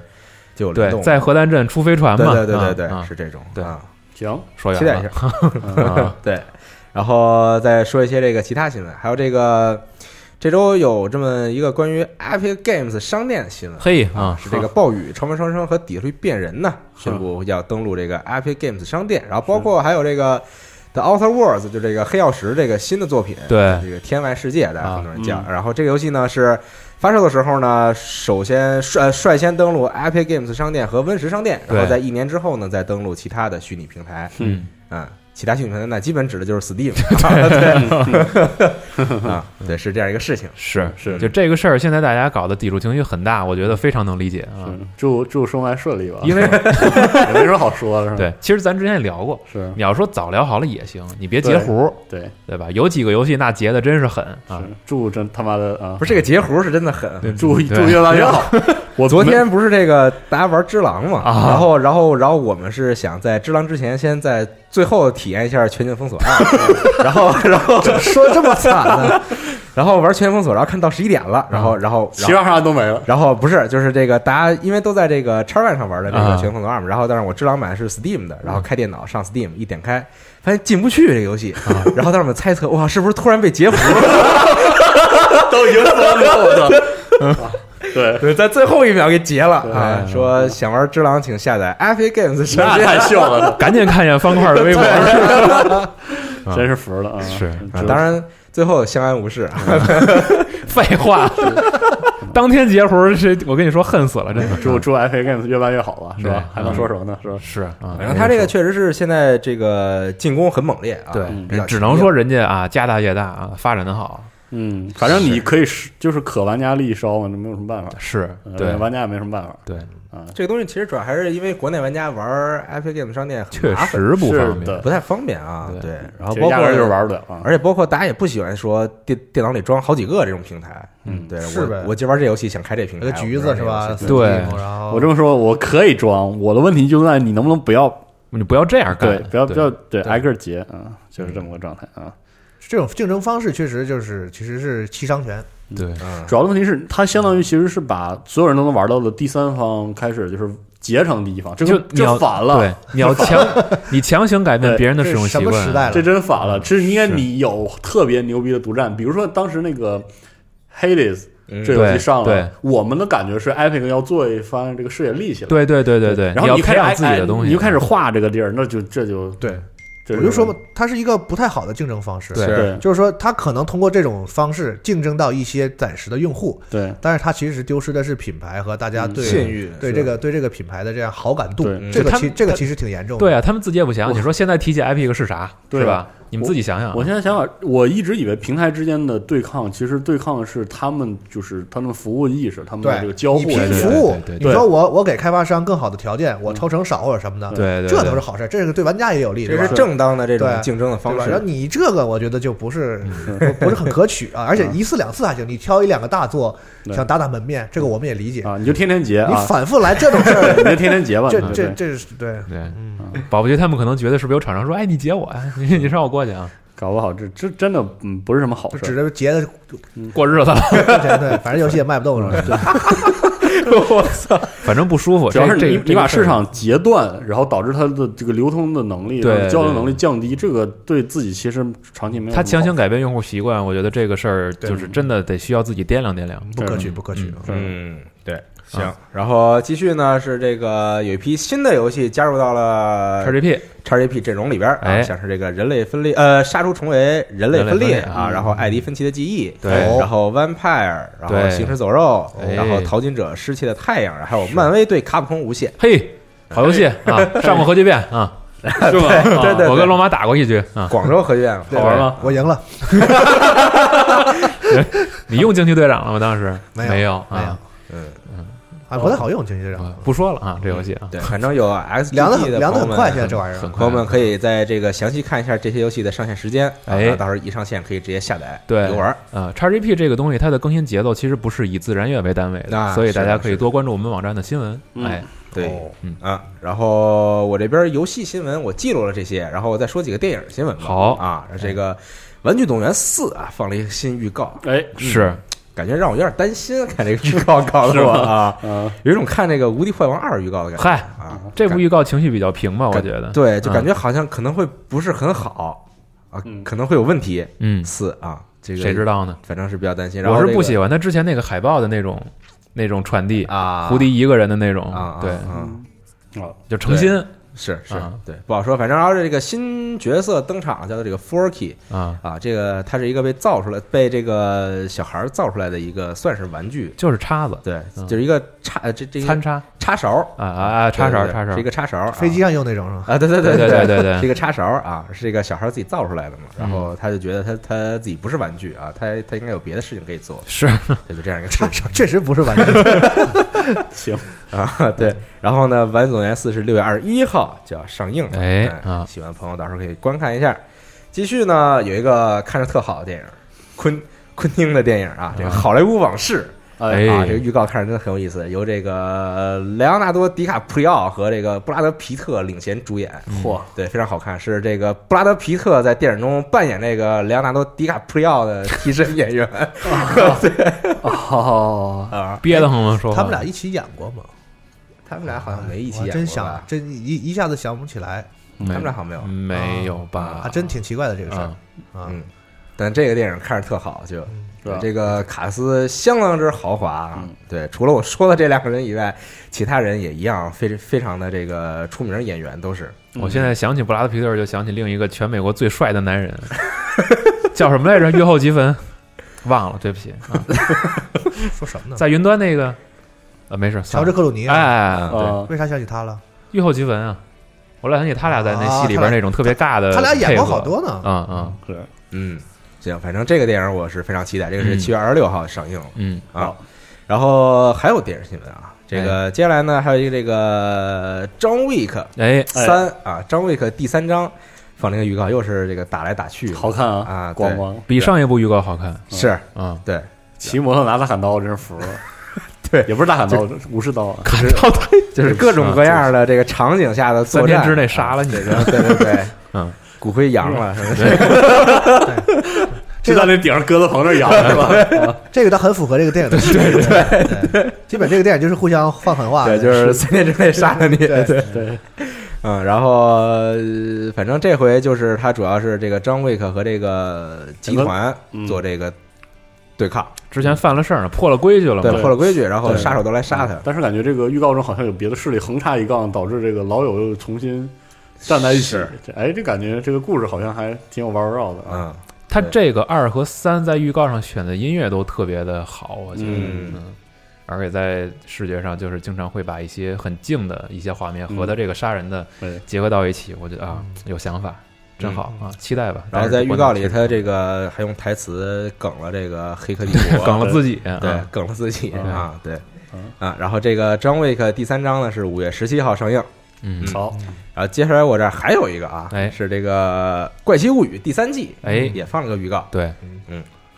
Speaker 1: 就有联
Speaker 2: 对，
Speaker 1: 动，
Speaker 2: 在核弹镇出飞船
Speaker 1: 对
Speaker 2: 嘛，
Speaker 1: 对对对对，
Speaker 2: 啊啊
Speaker 1: 是这种，
Speaker 2: 对
Speaker 1: 啊，
Speaker 4: 行，
Speaker 2: 说远
Speaker 1: 期待一下
Speaker 2: 了， 啊
Speaker 1: 对，然后再说一些这个其他新闻，还有这个这周有这么一个关于 Epic Games 商店的新闻。
Speaker 2: 嘿啊，
Speaker 1: 是这个暴雨、超凡双生和底特律变人呢，宣布要登陆这个 Epic Games 商店，然后包括还有这个 The Outer Worlds，就这个黑曜石这个新的作品，
Speaker 2: 对嗯
Speaker 1: 这个天外世界，大家很多人叫
Speaker 4: 啊。
Speaker 1: 然后这个游戏呢是发售的时候呢，首先率呃率先登陆 Epic Games 商店和 Win 十商店，然后
Speaker 2: 对
Speaker 1: 在一年之后呢再登陆其他的虚拟 平台。
Speaker 2: 嗯，
Speaker 1: 嗯，其他虚拟平台那基本指的就 是 Steam，对 啊，对，是这样一个事情。啊
Speaker 2: 是
Speaker 4: 是
Speaker 2: 就这个事儿，现在大家搞得抵触情绪很大，我觉得非常能理解啊。
Speaker 4: 嗯祝祝收麦顺 利吧，
Speaker 2: 因为
Speaker 4: 也没什么好说的，是吧？
Speaker 2: 对，其实咱之前也聊过，
Speaker 4: 是，
Speaker 2: 你要说早聊好了也行，你别截
Speaker 4: 对
Speaker 2: 胡，
Speaker 4: 对，
Speaker 2: 对吧？有几个游戏那截的真是狠啊
Speaker 4: 是，祝真他妈的啊
Speaker 1: 不！是这个截胡是真 的狠。
Speaker 4: 祝祝
Speaker 2: 对
Speaker 4: 越办越 好。我
Speaker 1: 昨天不是这个大家玩《只狼》嘛，
Speaker 2: 啊
Speaker 1: 然后然后然后我们是想在《只狼》之前先在最后体验一下《全境封锁二》， 然后然后说这么惨啊呢， 然后玩《全境封锁》，然后看到十一点了，然后然后
Speaker 4: 七八上都没了，
Speaker 1: 然后不是，就是这个大家因为都在这个叉 One 上玩的这个
Speaker 2: 啊
Speaker 1: 《全风的 ARM》，然后但是我智狼版是 Steam 的，然后开电脑上 Steam 一点开，发现进不去这个游戏，然后当时我们猜测，哇，是不是突然被截胡了？
Speaker 4: 都已经疯了，我操！ 对，
Speaker 1: 对，在最后一秒给截了
Speaker 4: 对
Speaker 1: 啊！说想玩《只狼》，请下载 Epic Games 商
Speaker 4: 那
Speaker 1: 店。
Speaker 4: 太秀 了，
Speaker 2: 赶紧看一眼方块的微博，啊
Speaker 4: 真是服了啊！
Speaker 2: 是
Speaker 1: 啊，当然最后相安无事啊。
Speaker 2: 废话， 当天截胡，这我跟你说恨死了，真的啊
Speaker 4: 祝祝 FA Games 越办越好吧，
Speaker 2: 嗯
Speaker 4: 是
Speaker 2: 对
Speaker 4: 吧？还能
Speaker 2: 嗯
Speaker 4: 说什么呢？是吧？
Speaker 2: 是啊。
Speaker 1: 然后他这个确实是现在这个进攻很猛烈啊，
Speaker 2: 对
Speaker 4: 嗯，
Speaker 1: 比较
Speaker 2: 只
Speaker 1: 强
Speaker 2: 能
Speaker 1: 硬
Speaker 2: 说人家啊，家大业大啊，发展的好，
Speaker 4: 嗯，反正你可以是就是可玩家力烧嘛，那没有什么办法。
Speaker 2: 是
Speaker 4: 呃
Speaker 2: 对
Speaker 4: 玩家也没什么办法。
Speaker 2: 对，
Speaker 1: 这个东西其实主要还是因为国内玩家玩 Epic Games 商店很
Speaker 2: 确
Speaker 1: 麻烦，
Speaker 2: 实不方
Speaker 4: 是
Speaker 2: 便
Speaker 4: 的，
Speaker 1: 不太方便啊。
Speaker 2: 对
Speaker 1: 对，然后
Speaker 4: 其实
Speaker 1: 包
Speaker 4: 压
Speaker 1: 括
Speaker 4: 根儿就是玩不了啊。
Speaker 1: 而且包括大家也不喜欢说电电脑里装好几个这种平台，
Speaker 4: 嗯
Speaker 1: 对，
Speaker 3: 是呗
Speaker 1: 我我就玩这游戏想开这平
Speaker 3: 有
Speaker 1: 台，
Speaker 3: 个橘子是吧？
Speaker 1: 我
Speaker 2: 对
Speaker 3: 然后
Speaker 4: 我这么说，我可以装，我的问题就在你能不能不要
Speaker 2: 你不要这样
Speaker 4: 对
Speaker 2: 干，，嗯
Speaker 4: 不要不要
Speaker 3: 对
Speaker 4: 对挨个儿截啊，就是这么个状态啊。
Speaker 3: 这种竞争方式确实就是其实是七伤拳，
Speaker 2: 对
Speaker 1: 玩这游戏？嗯，
Speaker 4: 主要的问题是，它相当于其实是把所有人都能玩到的第三方开始，就是结成地方，这
Speaker 2: 就
Speaker 4: 个
Speaker 2: 你要
Speaker 4: 这反了，
Speaker 2: 对，你要强，你强行改变别人的使用习
Speaker 3: 什么时代
Speaker 2: 惯，啊
Speaker 3: 了？
Speaker 4: 这真反了。
Speaker 2: 嗯
Speaker 4: 这是应该
Speaker 2: 是
Speaker 4: 你有特别牛逼的独占，比如说当时那个 Hades
Speaker 1: 嗯
Speaker 4: 这游
Speaker 2: 对
Speaker 4: 戏上
Speaker 2: 对
Speaker 4: 了，我们的感觉是 Epic 要做一番这个视野力气了。
Speaker 2: 对对对对对，
Speaker 4: 然
Speaker 2: 你
Speaker 4: 后
Speaker 2: 要
Speaker 4: 你
Speaker 2: 培
Speaker 4: 开始
Speaker 2: 养
Speaker 4: 哎
Speaker 2: 自己
Speaker 4: 哎
Speaker 2: 的东西，
Speaker 4: 你就开始画这个地儿，那就这就
Speaker 3: 对，
Speaker 4: 这
Speaker 3: 我就说嘛，它是一个不太好的竞争方式。
Speaker 2: 对
Speaker 4: 对
Speaker 3: 就是说，它可能通过这种方式竞争到一些暂时的用户，
Speaker 4: 对
Speaker 2: 啊
Speaker 3: 但是它其实丢失的是品牌和大家
Speaker 4: 嗯
Speaker 3: 对
Speaker 1: 信誉
Speaker 3: 对
Speaker 1: 是
Speaker 3: 这个对这个品牌的这样好感度
Speaker 4: 对，
Speaker 3: 这个
Speaker 2: 就他
Speaker 3: 其
Speaker 2: 们
Speaker 3: 这个其实挺严重的。
Speaker 2: 对啊，他们自己也不想。
Speaker 4: 我
Speaker 2: 你说现在提起 IP 个是啥，
Speaker 4: 对
Speaker 2: 是吧？你们自己想想啊。
Speaker 4: 我现在想想，我一直以为平台之间的对抗，其实对抗的是他们就是他们服务意识，他们的
Speaker 3: 对，
Speaker 4: 这个交互啊
Speaker 3: 你拼
Speaker 4: 对
Speaker 3: 服务
Speaker 2: 对对对，
Speaker 3: 你说我我给开发商更好的条件，我抽成少或者什么的，
Speaker 2: 对对，
Speaker 3: 这
Speaker 2: 对
Speaker 3: 都是好事儿，这个对玩家也有利，
Speaker 1: 这
Speaker 3: 吧
Speaker 1: 是？正当的这种
Speaker 3: 对
Speaker 1: 竞争的
Speaker 3: 对
Speaker 1: 方
Speaker 3: 吧？然后
Speaker 1: 式。
Speaker 3: 你这个，我觉得就不是不不是很可取啊，而且一次两次还行，你挑一两个大作
Speaker 4: 对
Speaker 3: 想打打门面，这个我们也理解。
Speaker 4: 啊，你就天天结
Speaker 3: 你
Speaker 4: 啊，
Speaker 3: 反复来这种事儿，
Speaker 4: 你就天天结吧，
Speaker 3: 这
Speaker 4: 对
Speaker 3: 这
Speaker 4: 对
Speaker 3: 这是对，
Speaker 2: 对。
Speaker 3: 嗯，
Speaker 2: 保不齐他们可能觉得是不是有厂商说，哎，你截我呀，你你让我过去啊，
Speaker 4: 搞不好这这真的嗯不是什么好
Speaker 3: 就指
Speaker 4: 事。
Speaker 3: 着结的
Speaker 2: 过日子，
Speaker 3: 对对，反正游戏也卖不动是吧？
Speaker 4: 我操！
Speaker 2: 反正不舒服。
Speaker 4: 主要是
Speaker 2: 这
Speaker 4: 你
Speaker 2: 这
Speaker 4: 你
Speaker 2: 这个
Speaker 4: 把市场截断，然后导致它的这个流通的能力、
Speaker 2: 对
Speaker 4: 交流能
Speaker 2: 对
Speaker 4: 力降低，这个对自己其实长期没有
Speaker 2: 他
Speaker 4: 什么
Speaker 2: 强
Speaker 4: 好
Speaker 2: 行改变用户习惯，我觉得这个事儿就是真的得需要自己掂量掂量。
Speaker 3: 不可取，不可取。啊
Speaker 4: 处
Speaker 1: 嗯，对，
Speaker 2: 行
Speaker 1: 行。然后继续呢，是这个有一批新的游戏加入到
Speaker 4: 嗯
Speaker 1: 了
Speaker 2: XGP
Speaker 1: XGP 阵容里边儿啊，
Speaker 2: 哎
Speaker 1: 像是这个人类分裂，呃，杀出重围，人类分
Speaker 2: 人类分裂
Speaker 1: 裂啊，
Speaker 2: 嗯
Speaker 1: 然后艾迪芬奇的记忆，哎
Speaker 2: 对
Speaker 1: 然后 Vampire，然后
Speaker 2: 对
Speaker 1: 行尸走肉，
Speaker 2: 哎
Speaker 1: 然后淘金者失窃的太阳，还有漫威对卡普空无限，
Speaker 2: 嘿，好游戏
Speaker 1: 哎
Speaker 2: 啊，上过核聚变 啊，
Speaker 4: 是吗？啊
Speaker 1: 对对
Speaker 2: 我跟罗马打过一局啊，
Speaker 1: 广州 核聚变
Speaker 4: 好玩吗？
Speaker 3: 我赢了，
Speaker 2: 你用惊奇队长了吗？当时
Speaker 3: 没
Speaker 2: 没
Speaker 3: 有
Speaker 2: 有
Speaker 3: 没有
Speaker 2: 啊，
Speaker 3: 啊，不太好用，经济上
Speaker 2: 啊不说了啊，这游戏啊，
Speaker 1: 对，反正有 X
Speaker 3: 凉的很，
Speaker 1: 的
Speaker 3: 凉的
Speaker 1: 朋友
Speaker 3: 很
Speaker 1: 们
Speaker 3: 快，现在这玩意儿
Speaker 2: 很。快
Speaker 1: 朋友们可以在这个详细看一下这些游戏的上线时间，啊
Speaker 2: 哎
Speaker 1: 然后到时候一上线可以直接下载
Speaker 2: 对
Speaker 1: 游玩儿。
Speaker 2: 啊，XGP 这个东西它的更新节奏其实不是以自然月为单位
Speaker 1: 啊
Speaker 2: 的，所以大
Speaker 1: 是的
Speaker 2: 家可
Speaker 1: 是
Speaker 2: 以
Speaker 1: 的
Speaker 2: 多关注我们网站的新闻。
Speaker 4: 嗯
Speaker 2: 哎，
Speaker 1: 对
Speaker 3: 哦
Speaker 1: 啊，然后我这边游戏新闻我记录了这些，然后我再说几个电影新闻吧。
Speaker 2: 好
Speaker 1: 啊，这个《玩具总动员四》啊放了一个新预告，
Speaker 4: 哎，
Speaker 2: 是
Speaker 1: 感觉让我有点担心，看这个预 告搞得我啊，
Speaker 4: 啊，
Speaker 1: 有一种看这个《无敌破坏王二》预告的感觉。
Speaker 2: 嗨，
Speaker 1: 啊，
Speaker 2: 这部
Speaker 1: 感
Speaker 2: 预告情绪比较平吧？我
Speaker 1: 感
Speaker 2: 觉得，嗯
Speaker 1: 对，就感
Speaker 2: 觉
Speaker 1: 觉好像可能会不是很好啊
Speaker 4: 嗯，
Speaker 1: 可能会有问题。
Speaker 2: 嗯，
Speaker 1: 四啊，这个
Speaker 2: 谁知道呢？
Speaker 1: 反正是比较担心。然后
Speaker 2: 我
Speaker 1: 这
Speaker 2: 是
Speaker 1: 个
Speaker 2: 不喜欢他之前那个海报的那种那种传递，
Speaker 1: 啊，
Speaker 2: 胡迪一个人的那种
Speaker 1: 啊，，
Speaker 2: 对，
Speaker 1: 啊
Speaker 4: 啊，
Speaker 2: 就诚心
Speaker 1: 是是
Speaker 2: 啊，
Speaker 1: 对，不好说。反正然后这个新角色登场叫做这个 Forky
Speaker 2: 啊，
Speaker 1: 啊，这个它是一个被造出来、被这个小孩儿造出来的一个算是玩具，
Speaker 2: 就是叉子
Speaker 1: 对，
Speaker 2: 嗯
Speaker 1: 就是一个叉呃这这
Speaker 2: 餐
Speaker 1: 个
Speaker 2: 叉
Speaker 1: 叉勺儿
Speaker 2: 啊啊啊，叉勺
Speaker 1: 对对对
Speaker 2: 叉勺
Speaker 1: 是一，个叉勺儿啊，
Speaker 3: 飞机上用那种是吧？
Speaker 1: 啊，对对
Speaker 2: 对
Speaker 1: 对
Speaker 2: 对
Speaker 1: 对
Speaker 2: 对对嗯
Speaker 1: 是一个叉勺儿啊，是一个小孩儿自己造出来的嘛。然后他就觉得他他自己不是玩具啊，他他应该有别的事情可以做，
Speaker 2: 是
Speaker 1: 对，就这样一个事
Speaker 3: 叉
Speaker 1: 情
Speaker 3: 手 确实不是玩具，
Speaker 4: 行，
Speaker 1: 啊，对。然后呢，《玩具总动员四》是六月二十一号就要上映了，
Speaker 2: 哎啊
Speaker 1: 喜欢的朋友到时候可以观看一下。继续呢，有一个看着特好的电影，昆昆汀的电影啊，这个《好莱坞往事》
Speaker 2: 哎
Speaker 1: 啊，这个预告看着真的很有意思，由这个呃莱昂纳多·迪卡普里奥和这个布拉德·皮特领衔主演。
Speaker 2: 嗯
Speaker 4: 嚯，
Speaker 1: 对，非常好看，是这个布拉德·皮特在电影中扮演那个莱昂纳多·迪卡普里奥的替身演 员
Speaker 4: 哦，
Speaker 1: 啊，
Speaker 2: 憋得慌吗？说话
Speaker 3: 哎他们俩一起演过 吗？
Speaker 1: 他们俩好像没一起
Speaker 3: 我
Speaker 1: 演过吧，
Speaker 3: 真想真一一下子想不起来
Speaker 1: 他
Speaker 2: 没
Speaker 1: 们俩好像没有，
Speaker 2: 嗯没有吧？
Speaker 3: 啊，真挺奇怪的这个事
Speaker 2: 啊，
Speaker 3: 儿啊
Speaker 1: 嗯。但这个电影看着特好，就
Speaker 4: 对吧
Speaker 1: 这个卡斯相当之豪华啊
Speaker 4: 嗯！
Speaker 1: 对，除了我说的这两个人以外，其他人也一样，非非常的这个出名演员都是
Speaker 2: 我现在想起布拉德皮特，就想起另一个全美国最帅的男人， 叫什么来着？月后积分，忘了，对不起，啊
Speaker 3: 说什么呢？
Speaker 2: 在云端那个，呃，没事，
Speaker 3: 乔
Speaker 2: 算
Speaker 3: 治
Speaker 2: 了
Speaker 3: 克鲁尼
Speaker 2: 哎
Speaker 3: 啊，
Speaker 2: 哎，哎对，
Speaker 4: 啊，
Speaker 3: 为啥想起他了？
Speaker 2: 月后积分啊，我老想起他俩在那
Speaker 3: 啊
Speaker 2: 戏里边那种特别尬呃的配合，
Speaker 3: 他俩演过好多呢。
Speaker 2: 啊啊，
Speaker 4: 是
Speaker 1: 嗯，行，反正这个电影我是非常期待，这个是
Speaker 2: 嗯
Speaker 1: 七月二十六号上映
Speaker 2: 嗯
Speaker 1: 啊
Speaker 4: 好。
Speaker 1: 然后还有电影新闻啊，这个接下来呢还有一个这个《John Wick
Speaker 2: 哎，
Speaker 1: 三》啊，《John Wick》第三章放了一个预告，又是这个打来打去，
Speaker 4: 好看啊
Speaker 1: 啊
Speaker 4: 光
Speaker 1: 对
Speaker 4: 光
Speaker 2: 比上一部预告好看
Speaker 1: 是
Speaker 2: 啊，
Speaker 1: 对，
Speaker 4: 骑摩托拿大砍刀，真是服了。
Speaker 1: 对
Speaker 4: 也不是大砍刀，武士刀啊。
Speaker 2: 砍到他
Speaker 1: 就是各种各样的这个场景下的作
Speaker 2: 三
Speaker 1: 战，
Speaker 2: 天之 内杀了你，
Speaker 1: 对对对，
Speaker 2: 嗯，
Speaker 1: 骨灰扬了，是不是？
Speaker 3: 这
Speaker 4: 就在那顶上鸽子棚那养着是吧？
Speaker 3: 这个倒很符合这个电影的气质。对对对，基本这个电影就是互相换狠话，
Speaker 1: 对，就是三天之内杀了你，
Speaker 3: 啊对
Speaker 1: 对
Speaker 4: 对，
Speaker 1: 嗯，然后呃反正这回就是他主要是这个张 Wick 和这个集团
Speaker 4: 嗯
Speaker 1: 做这个对抗，
Speaker 2: 之前犯了事儿呢，破了规矩了
Speaker 1: 对
Speaker 2: 嘛，
Speaker 1: 破了规矩，然后
Speaker 4: 对
Speaker 1: 杀手都来杀他，
Speaker 4: 但是感觉这个预告中好像有别的势力横插一杠，导致这个老友又重新站在一起
Speaker 1: 是。
Speaker 4: 这哎，这感觉这个故事好像还挺有玩儿绕的啊。
Speaker 1: 嗯
Speaker 2: 他这个二和三在预告上选的音乐都特别的好，我觉得，
Speaker 1: 嗯
Speaker 2: 嗯而且在视觉上就是经常会把一些很静的一些画面
Speaker 1: 嗯
Speaker 2: 和他这个杀人的
Speaker 4: 对
Speaker 2: 结合到一起，我觉得啊有想法，真好啊，期待吧。
Speaker 1: 嗯然后在预告里，他
Speaker 2: 但是
Speaker 1: 这个还用台词梗了这个黑客帝 国，
Speaker 2: 梗了自己，
Speaker 1: 对
Speaker 2: 啊，
Speaker 1: 梗了自己
Speaker 4: 嗯
Speaker 1: 啊，对
Speaker 4: 嗯
Speaker 1: 啊，然后这个张 Wick 第三章呢是五月十七号上映，
Speaker 2: 嗯，
Speaker 4: 好，
Speaker 1: 然后接下来我这儿还有一个啊，
Speaker 2: 哎
Speaker 1: 是这个《怪奇物语》第三季，
Speaker 2: 哎
Speaker 1: 也放了个预告，
Speaker 2: 对，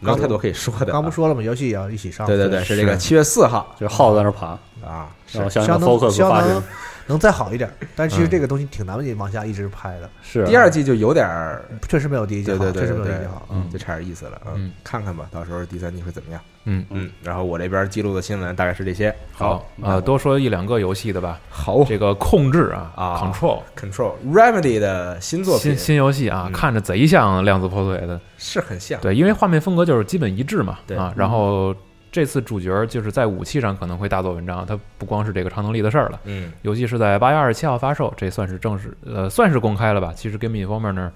Speaker 1: 没有太多可以说的啊，
Speaker 3: 刚不说了啊吗？游戏也要一起上，
Speaker 1: 对对对，
Speaker 4: 是
Speaker 1: 是这个七月四号
Speaker 4: 这耗子在那儿爬，
Speaker 1: 啊，
Speaker 4: 让我想
Speaker 3: 希
Speaker 4: 想
Speaker 3: 望能
Speaker 4: focus
Speaker 3: 希望
Speaker 4: 发
Speaker 3: 能
Speaker 4: 现
Speaker 3: 能再好一点，但其实这个东西挺难往下一直拍的，
Speaker 4: 是
Speaker 1: 第二季就有点儿，
Speaker 3: 确实没有第一季好，
Speaker 1: 对对对
Speaker 3: 确实没有
Speaker 1: 对
Speaker 3: 第一季好。
Speaker 2: 嗯
Speaker 1: 就差点意思了，
Speaker 2: 嗯，
Speaker 1: 看看吧，到时候第三季会怎么样？
Speaker 2: 嗯
Speaker 1: 嗯，然后我这边记录的新闻大概是这些。
Speaker 2: 好，呃，多说一两个游戏的吧，
Speaker 1: 好
Speaker 2: 这个控制啊
Speaker 1: 啊
Speaker 2: ，Control。
Speaker 1: ，Control Remedy 的新作
Speaker 2: 新
Speaker 1: 品
Speaker 2: 新游戏啊
Speaker 1: 嗯，
Speaker 2: 看着贼像《量子破碎》的，
Speaker 1: 是很像，
Speaker 2: 对，因为画面风格就是基本一致嘛，
Speaker 1: 对
Speaker 2: 啊，然后这次主角就是在武器上可能会大做文章，它不光是这个超能力的事儿了。
Speaker 1: 嗯
Speaker 2: 游戏是在八月二十七号发售，这算是正式，呃，算是公开了吧？其实 Game Informer 那儿，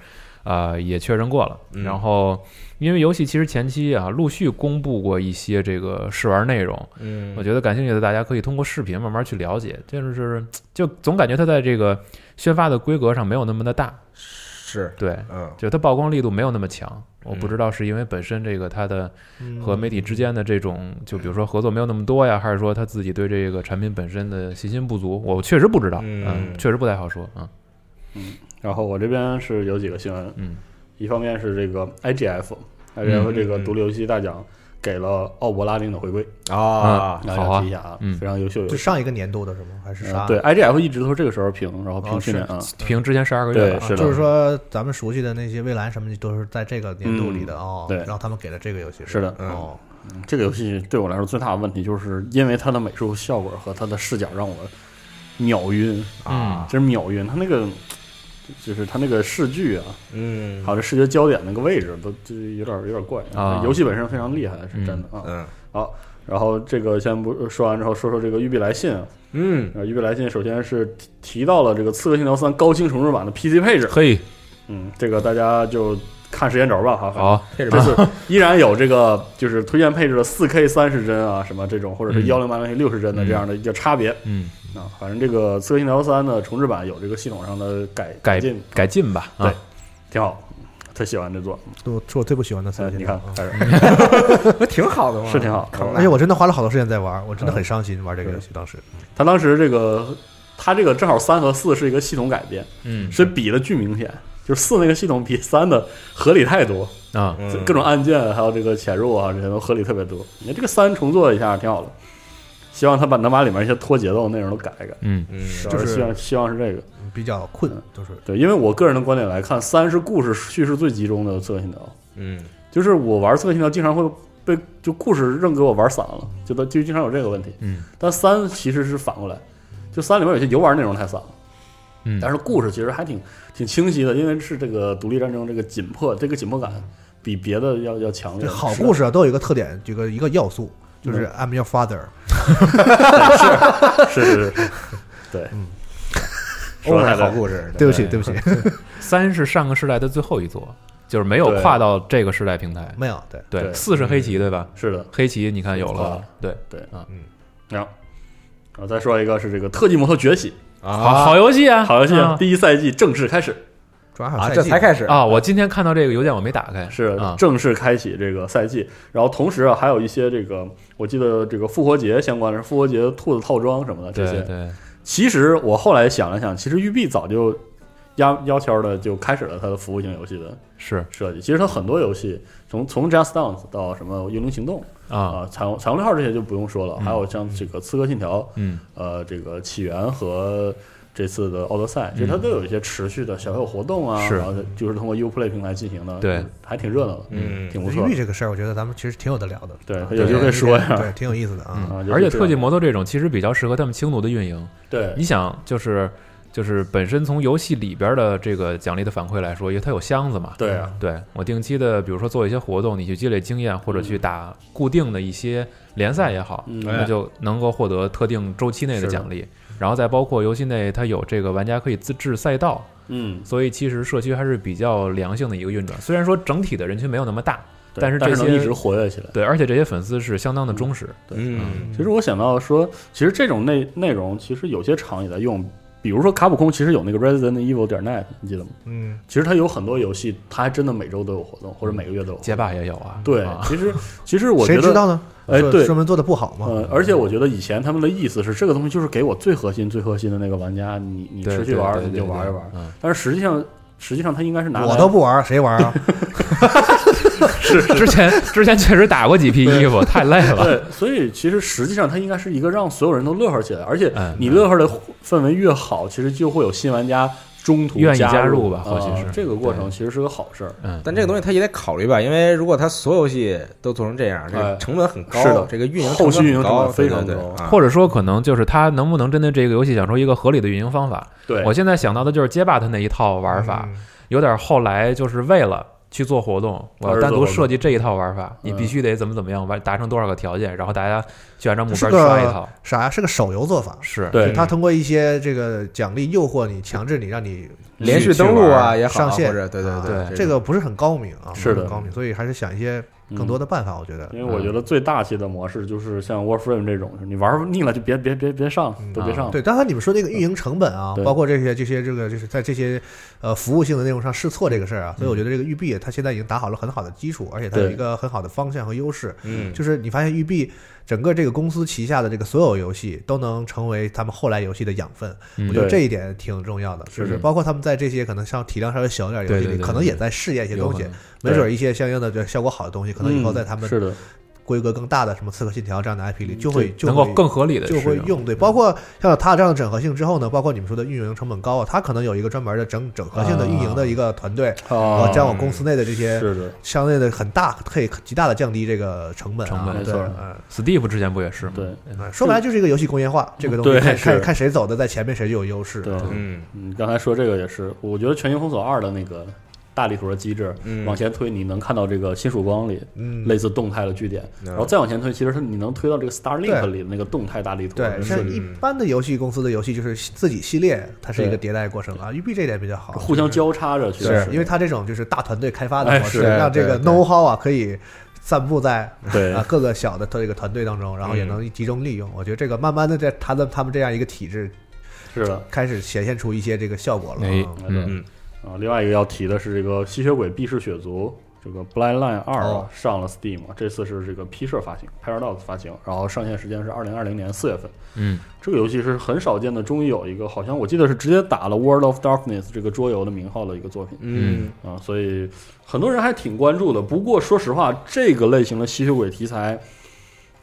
Speaker 2: 呃，也确认过了。
Speaker 1: 嗯
Speaker 2: 然后，因为游戏其实前期啊，陆续公布过一些这个试玩内容，
Speaker 1: 嗯，
Speaker 2: 我觉得感兴趣的大家可以通过视频慢慢去了解。就是，就总感觉它在这个宣发的规格上没有那么的大，
Speaker 1: 是，
Speaker 2: 对，
Speaker 1: 嗯
Speaker 2: 就它曝光力度没有那么强。我不
Speaker 1: 嗯
Speaker 2: 知道是因为本身这个它的
Speaker 3: 嗯
Speaker 2: 和媒体之间的这种，就比如说合作没有那么多呀，还是说他自己对这个产品本身的信心不足？我确实不知道，
Speaker 1: 嗯
Speaker 2: 嗯，确实不太好说，嗯
Speaker 4: 然后我这边是有几个新闻，
Speaker 2: 嗯，
Speaker 4: 一方面是这个 IGF，IGF
Speaker 2: 嗯
Speaker 4: 这个
Speaker 1: 嗯
Speaker 4: 独立游戏大奖给了奥博拉丁的回归，
Speaker 1: 啊，
Speaker 4: 大
Speaker 2: 嗯好
Speaker 4: 家
Speaker 2: 啊
Speaker 4: 提一下啊
Speaker 2: 嗯，
Speaker 4: 非常优秀游
Speaker 3: 就
Speaker 4: 戏。
Speaker 3: 上一个年度的是吗？还是啥？
Speaker 4: 呃对，IGF 一直都是这个时候评，然后
Speaker 3: 哦
Speaker 4: 评去
Speaker 3: 是
Speaker 4: 年啊，
Speaker 2: 凭之前十二个月
Speaker 4: 对
Speaker 2: 吧，
Speaker 3: 啊
Speaker 4: 是的
Speaker 3: 就是说咱们熟悉的那些蔚蓝什么的，都是在这个年度里的哦。
Speaker 4: 嗯对
Speaker 3: 然后他们给了这个游戏。
Speaker 4: 是的嗯
Speaker 3: 吧哦，
Speaker 4: 这个游戏对我来说最大的问题就是因为它的美术效果和它的视角让我秒晕，
Speaker 1: 啊
Speaker 2: 嗯，
Speaker 4: 真是秒晕。它那个就是它那个视距啊，
Speaker 1: 嗯
Speaker 4: 还有这视觉焦点那个位置都就有点有点怪
Speaker 2: 啊
Speaker 4: 游戏本身非常厉害，是真的啊。
Speaker 1: 嗯
Speaker 4: 然后这个先不说完之后，说说这个育碧来信啊，
Speaker 1: 嗯，
Speaker 4: 呃育碧来信首先是提提到了这个《刺客信条三》高清重置版的 PC 配置，
Speaker 2: 嘿，
Speaker 4: 嗯，这个大家就看时间轴吧哈。反正
Speaker 2: 好，
Speaker 1: 这
Speaker 4: 这
Speaker 1: 是
Speaker 4: 次依然有这个就是推荐配置的四 K 三十帧啊，什么这种，或者是
Speaker 2: 嗯
Speaker 4: 幺零八零六十帧的
Speaker 2: 嗯
Speaker 4: 这样的一个差别
Speaker 2: 嗯，
Speaker 4: 啊。反正这个《刺客信条三》的重置版有这个系统上的改
Speaker 2: 改
Speaker 4: 进，
Speaker 2: 改进吧，啊
Speaker 4: 对挺好，特喜欢这座。
Speaker 3: 我是我最不喜欢的刺
Speaker 4: 哎
Speaker 3: 客，信
Speaker 4: 你
Speaker 3: 条
Speaker 4: 看
Speaker 3: 啊，
Speaker 4: 开始
Speaker 1: 不挺好的吗？
Speaker 4: 是挺好。
Speaker 1: 扛
Speaker 3: 嗯而且我真的花了好哎多时间在玩，我真的很伤心玩这个
Speaker 4: 嗯
Speaker 3: 游戏。当时
Speaker 4: 他当时这个，他这个正好三和四是一个系统改变，
Speaker 2: 嗯
Speaker 4: 所以比的巨明显，就是四那个系统比三的合理太多，
Speaker 2: 啊，
Speaker 1: 嗯
Speaker 4: 各种按键还有这个潜入啊，这些都合理特别多。你看这个三重做一下挺好的，希望他把能把里面一些拖节奏的内容都改一改。
Speaker 2: 嗯
Speaker 1: 嗯
Speaker 3: 就
Speaker 4: 主要
Speaker 3: 是
Speaker 4: 希望希望是这个，
Speaker 3: 比较困
Speaker 4: 嗯，
Speaker 3: 就是
Speaker 4: 对，因为我个人的观点来看，三是故事叙事最集中的刺客信条，
Speaker 1: 嗯
Speaker 4: 就是我玩刺客信条经常会被就故事扔给我玩散了，就都就经常有这个问题。
Speaker 2: 嗯
Speaker 4: 但三其实是反过来，就三里面有些游玩内容太散了，
Speaker 2: 嗯，
Speaker 4: 但是故事其实还挺挺清晰的，因为是这个独立战争这个紧迫，这个紧迫感比别的要要强烈。
Speaker 3: 这好故
Speaker 4: 事
Speaker 3: 事啊，都有一个特点，这个一个要素，就是
Speaker 4: 嗯
Speaker 3: I'm your father。
Speaker 4: 是是是，对，
Speaker 3: 嗯
Speaker 4: 说得太
Speaker 1: 欧美好
Speaker 4: 对。
Speaker 1: 故事，
Speaker 3: 对不起，对不起，
Speaker 2: 三是上个世代的最后一座，就是没有
Speaker 4: 对
Speaker 2: 跨到这个世代平台，
Speaker 3: 没有对。
Speaker 2: 对，
Speaker 4: 对嗯
Speaker 2: 四是黑棋对吧？
Speaker 4: 是的，
Speaker 2: 黑棋你看有
Speaker 4: 跨了
Speaker 2: 了，对，
Speaker 4: 然后然啊后再说一个是这个特技摩托崛起，
Speaker 2: 好
Speaker 1: 啊
Speaker 2: 好游戏啊，
Speaker 4: 好游戏
Speaker 2: 啊
Speaker 4: 第一赛季正式开始，
Speaker 3: 主要还有
Speaker 1: 啊，
Speaker 3: 赛
Speaker 1: 这
Speaker 3: 季
Speaker 1: 才开始，
Speaker 2: 啊！我今天看到这个邮件我没打开，
Speaker 4: 是
Speaker 2: 啊，
Speaker 4: 正式开启这个赛季。然后同时啊，还有一些这个，我记得这个复活节相关的复活节兔子套装什么的这
Speaker 2: 对
Speaker 4: 些。
Speaker 2: 对，
Speaker 4: 其实我后来想了想，其实育碧早就压腰签的就开始了它的服务型游戏的
Speaker 2: 是
Speaker 4: 设计。其实它很多游戏，从从 Just Dance 到什么幽灵行动
Speaker 2: 啊，
Speaker 4: 啊、彩虹彩虹六号这些就不用说了，还有像这个刺客信条，
Speaker 2: 嗯
Speaker 4: 呃，这个起源和这次的奥德赛，其实它都有一些持续的小小活动啊，
Speaker 2: 是
Speaker 4: 然后就是通过 UPlay 平台进行的，
Speaker 2: 对，
Speaker 4: 还挺热闹的，
Speaker 1: 嗯
Speaker 4: 挺不
Speaker 3: 玉
Speaker 4: 错
Speaker 3: 律
Speaker 4: 的。
Speaker 3: 这个事儿，我觉得咱们其实挺有的聊的。
Speaker 4: 对
Speaker 3: 啊
Speaker 4: 有机会说呀
Speaker 3: 对，挺有意思的啊。
Speaker 4: 啊就是
Speaker 2: 嗯而且
Speaker 4: 这
Speaker 2: 特技
Speaker 4: 样
Speaker 2: 摩托这种其实比较适合他们轻度的运营。
Speaker 4: 对
Speaker 2: 你想，就是就是本身从游戏里边的这个奖励的反馈来说，因为它有箱子嘛，
Speaker 4: 对啊，
Speaker 2: 对我定期的，比如说做一些活动，你去积累经验，或者去打固定的一些联赛也好，
Speaker 4: 嗯
Speaker 2: 那就能够获得特定周期内的奖励。然后再包括游戏内，它有这个玩家可以自制赛道，
Speaker 4: 嗯，
Speaker 2: 所以其实社区还是比较良性的一个运转。虽然说整体的人群没有那么大，
Speaker 4: 对
Speaker 2: 但
Speaker 4: 但
Speaker 2: 是这
Speaker 4: 能一
Speaker 2: 些
Speaker 4: 直活跃起来。
Speaker 2: 对，而且这些粉丝是相当的忠实。
Speaker 1: 嗯
Speaker 4: 其实我想到说，其实这种内内容，其实有些厂也在用，比如说卡普空，其实有那个 Resident Evil 点 net，你记得吗？
Speaker 3: 嗯，
Speaker 4: 其实它有很多游戏，它还真的每周都有活动，或者每个月都有活
Speaker 2: 街
Speaker 4: 动。
Speaker 2: 霸也有啊，
Speaker 4: 对
Speaker 2: 啊，
Speaker 4: 其实其实我觉
Speaker 3: 谁
Speaker 4: 得
Speaker 3: 知道呢？
Speaker 4: 哎
Speaker 3: 说
Speaker 4: 对
Speaker 3: 说明做的不好嘛。
Speaker 4: 呃，而且我觉得以前他们的意思是，这个东西就是给我最核心、最核心的那个玩家，你你
Speaker 2: 对
Speaker 4: 持续玩儿
Speaker 2: 对对
Speaker 4: 你就
Speaker 2: 对
Speaker 4: 玩一
Speaker 2: 对
Speaker 4: 玩儿。
Speaker 2: 嗯
Speaker 4: 但是实际上，实际上他应该是拿来
Speaker 3: 我都不玩儿，谁玩 儿啊？
Speaker 2: 之前之前确实打过几批衣服，太累了。
Speaker 4: 对，所以其实实际上它应该是一个让所有人都乐呵起来，而且
Speaker 2: 嗯
Speaker 4: 你乐呵的氛围越好，其实就会有新玩家中途
Speaker 2: 愿意
Speaker 4: 加
Speaker 2: 加入吧或许
Speaker 4: 啊
Speaker 2: 是
Speaker 4: 这个过程其实是个好事儿。
Speaker 2: 嗯，
Speaker 1: 但这个东西他也得考虑吧，因为如果他所有游戏都做成这样，这
Speaker 4: 哎
Speaker 1: 个成本很高，
Speaker 4: 是的
Speaker 1: 这个运营
Speaker 4: 后续运营
Speaker 1: 很
Speaker 4: 成
Speaker 1: 高，
Speaker 4: 本非常
Speaker 1: 对对
Speaker 4: 高
Speaker 1: 对啊
Speaker 2: 或者说可能就是他能不能针对这个游戏想出一个合理的运营方法？
Speaker 4: 对，
Speaker 2: 我现在想到的就是街霸它那一套玩
Speaker 3: 嗯
Speaker 2: 法，有点后来就是为了去做活动，我要单独设计这一套玩法，
Speaker 4: 嗯
Speaker 2: 你必须得怎么怎么样完达成多少个条件，然后大家去按照目
Speaker 3: 是
Speaker 2: 标
Speaker 3: 个
Speaker 2: 刷一套，
Speaker 3: 啥呀？是个手游做法，
Speaker 2: 是
Speaker 4: 对
Speaker 3: 他通过一些这个奖励诱惑你，强制你，让你
Speaker 1: 连续登录啊也好啊，
Speaker 3: 上线
Speaker 1: 或者对对
Speaker 2: 啊
Speaker 1: 对，
Speaker 3: 这个不是很高明啊，
Speaker 4: 是的嗯
Speaker 3: 不很高明，所以还是想一些更多的办法，我觉得
Speaker 4: 因为我觉得最大气的模式就是像 Warframe 这种，就是你玩腻了就别别别别上了，都
Speaker 2: 嗯
Speaker 4: 别上了。
Speaker 3: 对，刚才你们说那个运营成本啊
Speaker 4: 对，
Speaker 3: 包括这些这些这个就是在这些呃服务性的内容上试错这个事儿啊，所以我觉得这个育碧它现在已经打好了很好的基础，而且它有
Speaker 4: 嗯对
Speaker 3: 一个很好的方向和优势。
Speaker 1: 嗯
Speaker 3: 就是你发现育碧整个这个公司旗下的这个所有游戏都能成为他们后来游戏的养分，
Speaker 2: 嗯
Speaker 3: 我觉得
Speaker 4: 对
Speaker 3: 这一点挺重要的，是不是？包括他们在这些可能像体量稍微小一点的游戏
Speaker 2: 对对
Speaker 3: 里，
Speaker 2: 对
Speaker 3: 可能也在试验一些
Speaker 2: 有
Speaker 3: 东
Speaker 2: 可
Speaker 3: 西
Speaker 2: 能，嗯
Speaker 3: 没准儿一些相应的这效果好的东西，可能以后在他们
Speaker 4: 嗯是的，
Speaker 3: 规格更大的什么《刺客信条》这样的 IP 里，就会就
Speaker 2: 嗯能够
Speaker 3: 会
Speaker 2: 更啊合理的
Speaker 3: 就会用对，包括像它这样的整合性之后呢，包括你们说的运营成本高啊，它可能有一个专门的整整合性的运营的一个团队，
Speaker 4: 啊
Speaker 3: 我将我公司内的这些
Speaker 4: 是的，
Speaker 3: 相对的很大，可以极大的降低这个成本啊，
Speaker 2: 成本
Speaker 4: 没
Speaker 3: 对，
Speaker 4: 错
Speaker 3: 嗯。
Speaker 2: Steve 之前不也是吗？
Speaker 4: 对，
Speaker 3: 嗯说白了就是一个游戏工业化，这个东西
Speaker 4: 对
Speaker 3: 看看
Speaker 4: 是
Speaker 3: 看谁走的在前面谁就有优势。啊
Speaker 4: 对
Speaker 1: 嗯
Speaker 4: 你刚才说这个也是，我觉得《全境封锁二》的那个大地图的机制、
Speaker 1: 嗯
Speaker 4: 往前推，你能看到这个新曙光里、
Speaker 3: 嗯
Speaker 4: 类似动态的据点，然后再往前推，其实是你能推到这个 Starlink
Speaker 3: 对
Speaker 4: 里的那个动态大地图。
Speaker 3: 对，像一般的游戏公司的游戏就是自己系列，它是一个迭代过程啊。育碧这一点比较好，
Speaker 4: 互相
Speaker 3: 就是
Speaker 4: 交叉着去，
Speaker 3: 是因为它这种就是大团队开发的
Speaker 4: 哎
Speaker 3: 模式，
Speaker 4: 是
Speaker 3: 让这个
Speaker 1: 对对
Speaker 3: know how 啊可以散布在
Speaker 4: 对嗯
Speaker 3: 啊各个小的这个团队当中，然后也能集中利用。我觉得这个慢慢的在他们他们这样一个体制
Speaker 4: 是的。
Speaker 3: 开始显现出一些这个效果了。
Speaker 2: 哎
Speaker 3: 嗯，
Speaker 4: 嗯
Speaker 2: 嗯，
Speaker 4: 啊，另外一个要提的是这个吸血鬼避世血族。这个《Blind Line 二》啊
Speaker 3: 哦
Speaker 4: 上了 Steam，这次是这个 P 社发行，Paradox 发行，然后上线时间是二零二零年四月份。
Speaker 2: 嗯，
Speaker 4: 这个游戏是很少见的，终于有一个好像我记得是直接打了《World of Darkness》这个桌游的名号的一个作品。
Speaker 1: 嗯
Speaker 4: 啊，所以很多人还挺关注的。不过说实话，这个类型的吸血鬼题材，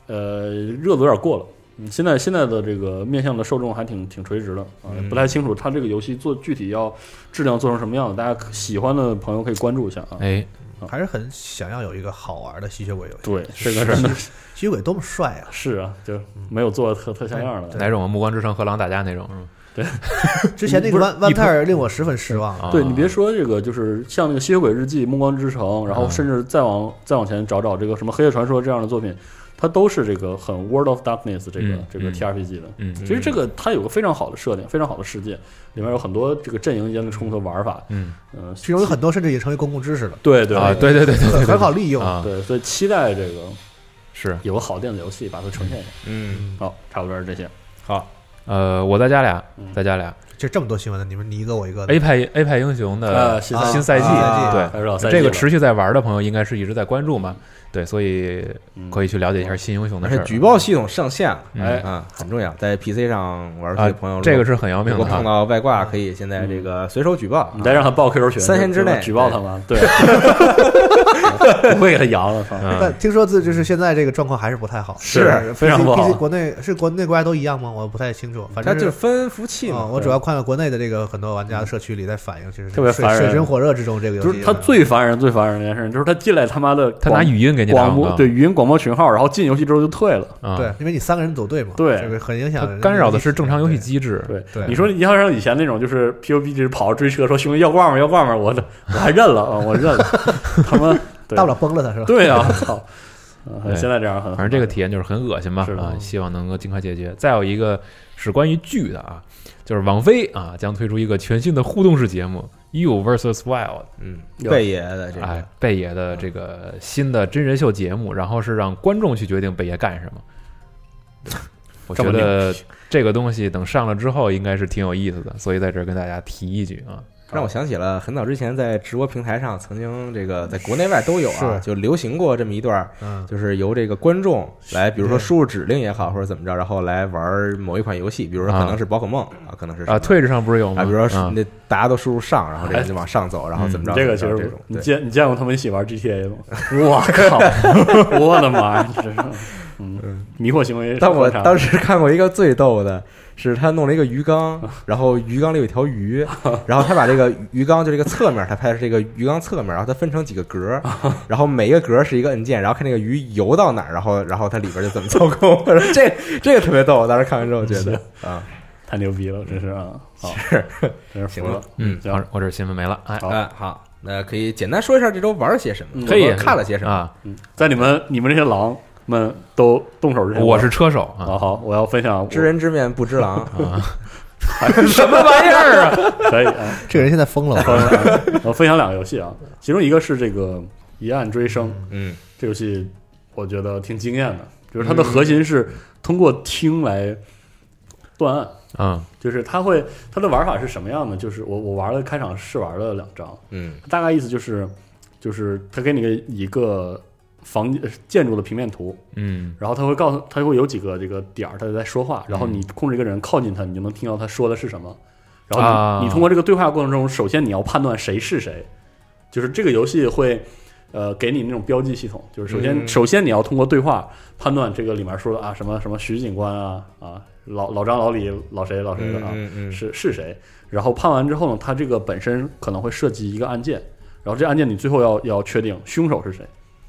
Speaker 4: 呃，热度有点过了。嗯，现在现在的这个面向的受众还挺挺垂直的啊，不太清楚它这个游戏做具体要质量做成什么样子。大家可喜欢的朋友可以关注一下啊。
Speaker 2: 哎，
Speaker 3: 还是很想要有一个好玩的吸血鬼游戏。
Speaker 4: 对，这个真的
Speaker 3: 吸血鬼多么帅 啊！
Speaker 4: 是啊，就没有做的特特像样的。
Speaker 2: 哪种啊？暮光之城、和狼打架那种是吗？
Speaker 3: 之前那个
Speaker 4: 不是
Speaker 3: 万万泰尔令我十分失望。
Speaker 2: 啊
Speaker 4: 对你别说这个，就是像那个《吸血鬼日记》《暮光之城》，然
Speaker 2: 嗯
Speaker 4: 后甚至再往再往前找找这个什么《黑夜传说》这样的作品，它都是这个很《World of Darkness》这个
Speaker 2: 嗯
Speaker 4: 这个
Speaker 2: 嗯
Speaker 4: TRPG 的。
Speaker 2: 嗯
Speaker 4: 其实这个它有个非常好的设定，非常好的世界，里面有很多这个阵营间的冲突玩法。
Speaker 2: 嗯
Speaker 4: 嗯，
Speaker 3: 其中有很多甚至已经成为公共知识了，
Speaker 4: 对对
Speaker 2: 啊，对对对对对对
Speaker 3: 很很好利用。
Speaker 2: 啊，
Speaker 4: 哎对，所以期待这个
Speaker 2: 是
Speaker 4: 有个好电子游戏把它呈现一下。
Speaker 1: 嗯，
Speaker 4: 好，差不多是这些。
Speaker 2: 呃，我再加俩
Speaker 4: 嗯，
Speaker 2: 再加俩
Speaker 3: 就这么多新闻呢，你们你一个我一个的
Speaker 4: 哎
Speaker 2: A 派 A 派英雄的
Speaker 4: 啊新
Speaker 2: 新赛季
Speaker 3: 啊，
Speaker 2: 对，
Speaker 4: 还是老赛季
Speaker 2: 这个
Speaker 4: 了
Speaker 2: 持续在玩的朋友应该是一直在关注嘛。对，所以可以去了解一下新英雄的
Speaker 1: 而
Speaker 2: 事
Speaker 1: 且
Speaker 2: 儿。
Speaker 1: 举报系统上线了，
Speaker 2: 嗯
Speaker 4: 嗯哎，
Speaker 1: 啊，很重要。在 PC 上玩游戏
Speaker 2: 啊
Speaker 1: 的朋友，，
Speaker 2: 这个是很要
Speaker 1: 如
Speaker 2: 命
Speaker 1: 果
Speaker 2: 的啊
Speaker 1: 碰
Speaker 2: 哈。
Speaker 1: 到外挂，可以现在这个随手
Speaker 2: 嗯
Speaker 1: 举报。啊
Speaker 4: 你再让他报 QQ 群，
Speaker 1: 三天之内
Speaker 4: 举报他嘛，对， 不会给他扬了，操！
Speaker 2: 嗯
Speaker 3: 但，听说这就是现在这个状况还是不太好，呃
Speaker 4: 是非常不好
Speaker 3: PC 国内是国内国外都一样吗？我不太清楚，反
Speaker 1: 它
Speaker 3: 正
Speaker 1: 就是
Speaker 3: 是。
Speaker 1: 分服器
Speaker 3: 啊、
Speaker 1: 嘛，
Speaker 3: 我主要看到国内的这个很多玩家的社区里在反映，其实
Speaker 4: 特别
Speaker 3: 水
Speaker 4: 烦人
Speaker 3: 水深火热之中，这个游戏
Speaker 4: 就是他最烦人、最烦人的一件事，就是他进来他妈的，
Speaker 2: 他拿语音给你打
Speaker 4: 广
Speaker 2: 广
Speaker 4: 播
Speaker 2: 告，
Speaker 4: 对语音广播群号，然后进游戏之后就退了。
Speaker 2: 啊，
Speaker 3: 对，因为你三个人组队嘛，
Speaker 4: 对
Speaker 3: 这个很影
Speaker 2: 它
Speaker 3: 响人
Speaker 2: 干扰的是正常游戏机制。
Speaker 4: 对，
Speaker 3: 对
Speaker 4: 你说你要让以前那种就是 PUB 就是跑着追车说兄弟要挂吗要挂吗，我的我还认了啊，我认了， 他妈
Speaker 3: 对
Speaker 4: 对
Speaker 3: 大不了崩了他是吧？
Speaker 4: 对啊， 操！
Speaker 2: 对
Speaker 4: 嗯现在这样很，
Speaker 2: 反正这个体验就是很恶心吧
Speaker 4: 是，的
Speaker 2: 啊，希望能够尽快解决。再有一个是关于剧的啊，就是网飞啊将推出一个全新的互动式节目《You vs Wild
Speaker 1: 嗯，
Speaker 4: 有
Speaker 1: 贝爷的这》，
Speaker 2: 哎
Speaker 1: 个，
Speaker 2: 贝爷的这个新的真人秀节目，然后是让观众去决定贝爷干什么。我
Speaker 4: 这
Speaker 2: 觉
Speaker 4: 么
Speaker 2: 得这个东西等上了之后应该是挺有意思的，所以在这儿跟大家提一句啊，
Speaker 1: 让我想起了很早之前在直播平台上曾经这个在国内外都有啊，
Speaker 3: 是
Speaker 1: 就流行过这么一段儿，
Speaker 3: 嗯，
Speaker 1: 就是由这个观众来，比如说
Speaker 3: 对
Speaker 1: 输入指令也好，或者怎么着，然后来玩某一款游戏，比如说可
Speaker 2: 啊
Speaker 1: 能是宝可梦啊，可能是什
Speaker 2: 啊，
Speaker 1: 么
Speaker 2: 退置上不是有吗？
Speaker 1: 啊，比如说
Speaker 2: 啊哎
Speaker 1: 那大家都输入上，然后这个就往上走，然后怎么着？
Speaker 4: 嗯这个
Speaker 1: 就
Speaker 4: 其
Speaker 1: 是
Speaker 4: 实
Speaker 1: 这种
Speaker 4: 你
Speaker 1: 对
Speaker 4: 见你见过他们一起玩 GTA 吗？ 我靠！ 我的妈呀！这是嗯，迷惑行 为是
Speaker 1: 但我
Speaker 4: 观察的。
Speaker 1: 当时看过一个最逗的，是他弄了一个鱼 缸，然后鱼缸里有一条鱼，然后他把这个鱼缸就这个侧面，他拍的是这个鱼缸侧面，然后他分成几个格 儿，然后每一个格儿是一个按键，然后看这个鱼游到哪儿，然后然后它里边就怎么操控。我说 这这个特别逗，我当时看完之后
Speaker 4: 嗯
Speaker 1: 觉得啊，
Speaker 4: 太牛逼了，真是啊！好，真是服
Speaker 1: 行
Speaker 4: 了
Speaker 1: 了。
Speaker 2: 嗯，
Speaker 4: 行
Speaker 2: 好，我这新闻没了，哎，
Speaker 4: 好
Speaker 1: 哎好，那可以简单说一下这周玩了些什么，
Speaker 4: 嗯
Speaker 2: 可以
Speaker 1: 我看了些什么。
Speaker 2: 啊，
Speaker 4: 嗯在你们你们这些狼们都动手之前，
Speaker 2: 我是车手啊
Speaker 4: 啊，好，我要分享我
Speaker 1: 知人知面不知狼，
Speaker 2: 啊，
Speaker 4: 什么玩意儿啊？ 可以啊，
Speaker 3: 这个人现在疯了，我
Speaker 4: 好 啊我分享两个游戏啊，其中一个是这个《一案追声》，
Speaker 1: 嗯，
Speaker 4: 这游戏我觉得挺惊艳的，就是它的核心是通过听来断案，
Speaker 2: 嗯
Speaker 4: 就是它会它的玩法是什么样的？就是我我玩了开场试玩了两张，
Speaker 1: 嗯
Speaker 4: 大概意思就是就是它给你个一个房间建筑的平面图，
Speaker 2: 嗯
Speaker 4: 然后他会告诉，他会有几个这个点儿，他在说话，然后你控制一个人靠近他，你就能听到他说的是什么。然后你,、
Speaker 2: 啊
Speaker 4: 你通过这个对话过程中，首先你要判断谁是谁，就是这个游戏会呃给你那种标记系统，就是首先、
Speaker 1: 嗯
Speaker 4: 首先你要通过对话判断这个里面说的啊什么什么徐警官啊啊老老张老李老谁老谁的
Speaker 1: 嗯
Speaker 4: 啊，
Speaker 1: 嗯嗯，
Speaker 4: 是是谁。然后判完之后呢，他这个本身可能会涉及一个案件，然后这案件你最后要要确定凶手是谁。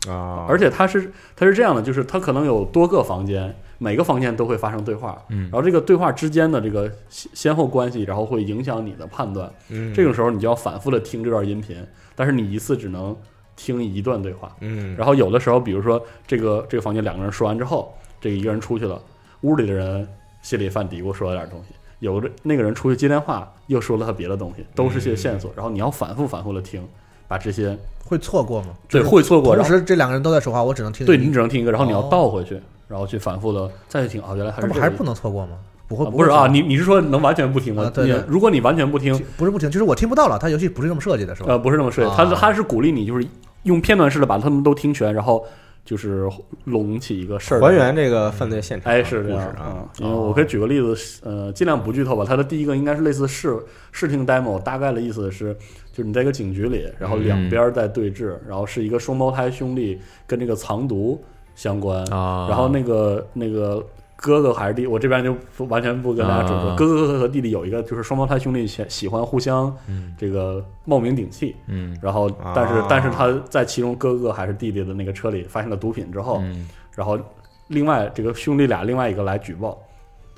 Speaker 1: 啊，
Speaker 4: 而且它是它是这样的，就是它可能有多个房间，每个房间都会发生对话，
Speaker 2: 嗯
Speaker 4: 然后这个对话之间的这个先先后关系，然后会影响你的判断。
Speaker 1: 嗯
Speaker 4: 这种时候你就要反复的听这段音频，但是你一次只能听一段对话。
Speaker 1: 嗯
Speaker 4: 然后有的时候，比如说这个这个房间两个人说完之后，这个一个人出去了，屋里的人心里犯嘀咕，说了点东西。有的那个人出去接电话，又说了他别的东西，都是些线索。然后你要反复反复的听，把这些
Speaker 3: 会错过吗？
Speaker 4: 对会错过，然
Speaker 3: 同
Speaker 4: 后
Speaker 3: 时这两个人都在说话，我只能听
Speaker 4: 对
Speaker 3: 一
Speaker 4: 你只能听一个，然后你要
Speaker 3: 哦
Speaker 4: 倒回去，然后去反复的再去听。哦，原来还
Speaker 3: 他
Speaker 4: 是
Speaker 3: 们
Speaker 4: 这
Speaker 3: 还是
Speaker 4: 个
Speaker 3: 不能错过吗？不会，
Speaker 4: 啊
Speaker 3: 会
Speaker 4: 不是
Speaker 3: 错过
Speaker 4: 啊？你你是说能完全不听吗？
Speaker 3: 啊对对
Speaker 4: 你如果你完全不听
Speaker 3: 其，不是不听，就是我听不到了，他游戏不是这么设计的，是吧？
Speaker 4: 呃，不是这么说，
Speaker 3: 啊
Speaker 4: 他他是鼓励你就是用片段式的把他们都听全，然后就是拢起一个事儿
Speaker 1: 还。原这个犯罪现场，
Speaker 4: 哎，是
Speaker 1: 故
Speaker 4: 这
Speaker 1: 事
Speaker 4: 样
Speaker 1: 啊，
Speaker 4: 嗯因为我可以举个例子，呃，尽量不剧透吧。它的第一个应该是类似试试听 demo，大概的意思是，就是你在一个警局里，然后两边儿在对峙，然后是一个双胞胎兄弟跟这个藏毒相关，
Speaker 2: 啊，
Speaker 4: 然后那个那个哥哥还是弟，我这边就不完全不跟大家准说，
Speaker 2: 啊
Speaker 4: 哥哥和弟弟有一个就是双胞胎兄弟喜喜欢互相这个冒名顶替，
Speaker 2: 嗯
Speaker 4: 然后但是
Speaker 1: 啊
Speaker 4: 但是他在其中哥哥还是弟弟的那个车里发现了毒品之后，
Speaker 2: 嗯
Speaker 4: 然后另外这个兄弟俩另外一个来举报，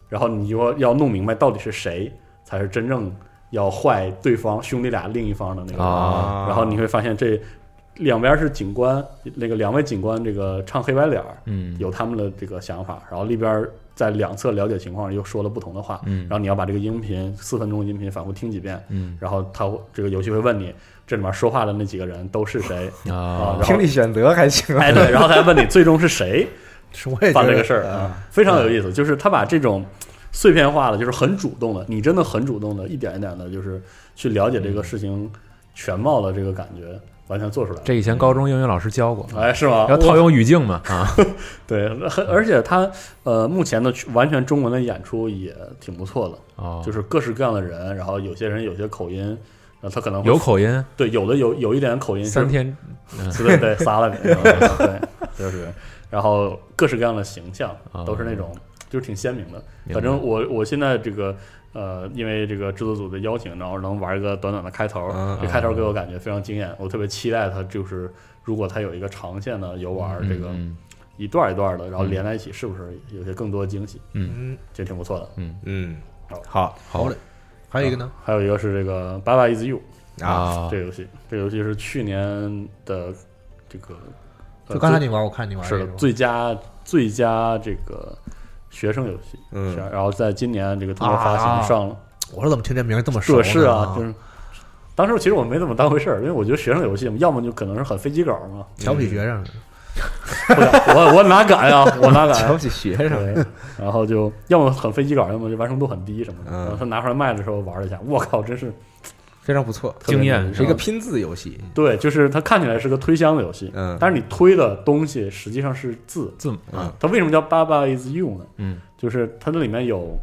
Speaker 4: 然后你就要弄明白到底是谁才是真正要坏对方兄弟俩另一方的那个人，
Speaker 2: 啊
Speaker 4: 然后你会发现这两边是警官，那个两位警官这个唱黑白脸儿。
Speaker 2: 嗯
Speaker 4: 有他们的这个想法，然后里边儿在两侧了解情况又说了不同的话，
Speaker 2: 嗯
Speaker 4: 然后你要把这个音频四分钟的音频反复听几遍，
Speaker 2: 嗯
Speaker 4: 然后他会这个游戏会问你这里面说话的那几个人都是 谁，
Speaker 2: 啊
Speaker 4: 然后
Speaker 1: 听力选择还行啊，
Speaker 4: 哎对，然后他还问你最终是 谁
Speaker 3: 是我也觉
Speaker 4: 犯
Speaker 3: 得
Speaker 4: 这个
Speaker 2: 哎
Speaker 4: 事儿
Speaker 3: 呃
Speaker 4: 啊，非常有意思，
Speaker 2: 嗯
Speaker 4: 就是他把这种碎
Speaker 2: 嗯
Speaker 4: 片化的，就是很主动的，你真的很主动的，一点一点的，就是去了解这个事情全貌的这个感觉完全做出来了。
Speaker 2: 这以前高中英语老师教过，
Speaker 4: 哎，是
Speaker 2: 嗯
Speaker 4: 吗？
Speaker 2: 要
Speaker 4: 我
Speaker 2: 套用语境嘛啊，
Speaker 4: 对，很而且他呃，目前的全完全中文的演出也挺不错的，
Speaker 2: 哦，
Speaker 4: 就是各式各样的人，然后有些人有些口音，然后他可能会
Speaker 2: 有口音，
Speaker 4: 对有的有有一点口音是
Speaker 2: 三天
Speaker 4: 对对，撒了你，对，就是，然后各式各样的形象
Speaker 2: 啊
Speaker 4: 都是那种就是挺鲜明的。
Speaker 2: 明白
Speaker 4: 反正我我现在这个呃，因为这个制作组的邀请，然后能玩一个短短的开头
Speaker 1: 嗯，
Speaker 4: 这开头给我感觉非常惊艳，我特别期待它就是如果它有一个长线的游玩，这个
Speaker 2: 嗯
Speaker 4: 一段一段的，然后连在一起，是不是有些更多惊喜？
Speaker 3: 嗯，
Speaker 4: 就挺不错的。
Speaker 1: 嗯，
Speaker 2: 好
Speaker 3: 好嘞。还有一个呢，
Speaker 4: 还有一个是这个《Baba Is You
Speaker 1: 啊，》
Speaker 2: 啊
Speaker 4: 这，个游戏，这个游戏是去年的这个呃
Speaker 3: 就刚才
Speaker 4: 最
Speaker 3: 你玩，我看你玩
Speaker 4: 是
Speaker 3: 这
Speaker 4: 的
Speaker 3: 个，
Speaker 4: 最佳最佳这个学生游戏，
Speaker 1: 嗯
Speaker 4: 是啊然后在今年这个中国发行上了，
Speaker 3: 我说怎么听这名儿这么熟
Speaker 4: 这
Speaker 3: 呢？
Speaker 4: 是啊，就是当时其实我没怎么当回事儿，因为我觉得学生游戏嘛，要么就可能是很飞机稿嘛，
Speaker 3: 瞧不起学生，
Speaker 4: 不是 我我哪敢呀，我哪敢 啊
Speaker 1: 瞧
Speaker 4: 呀
Speaker 1: 不。起学生，
Speaker 4: 对，然后就要么很飞机稿，要么就完成度很低什么的。
Speaker 1: 嗯
Speaker 4: 然后他拿出来卖的时候玩了一下，我靠，真是
Speaker 1: 非常不错，
Speaker 4: 特别
Speaker 2: 惊艳
Speaker 4: 牛
Speaker 1: 是一个拼字游戏，
Speaker 4: 对，就是它看起来是个推箱的游戏，
Speaker 1: 嗯
Speaker 4: 但是你推的东西实际上是字，
Speaker 2: 字母啊
Speaker 1: 嗯
Speaker 4: 它为什么叫 Baba is you 呢？
Speaker 2: 嗯，
Speaker 4: 就是它这里面有，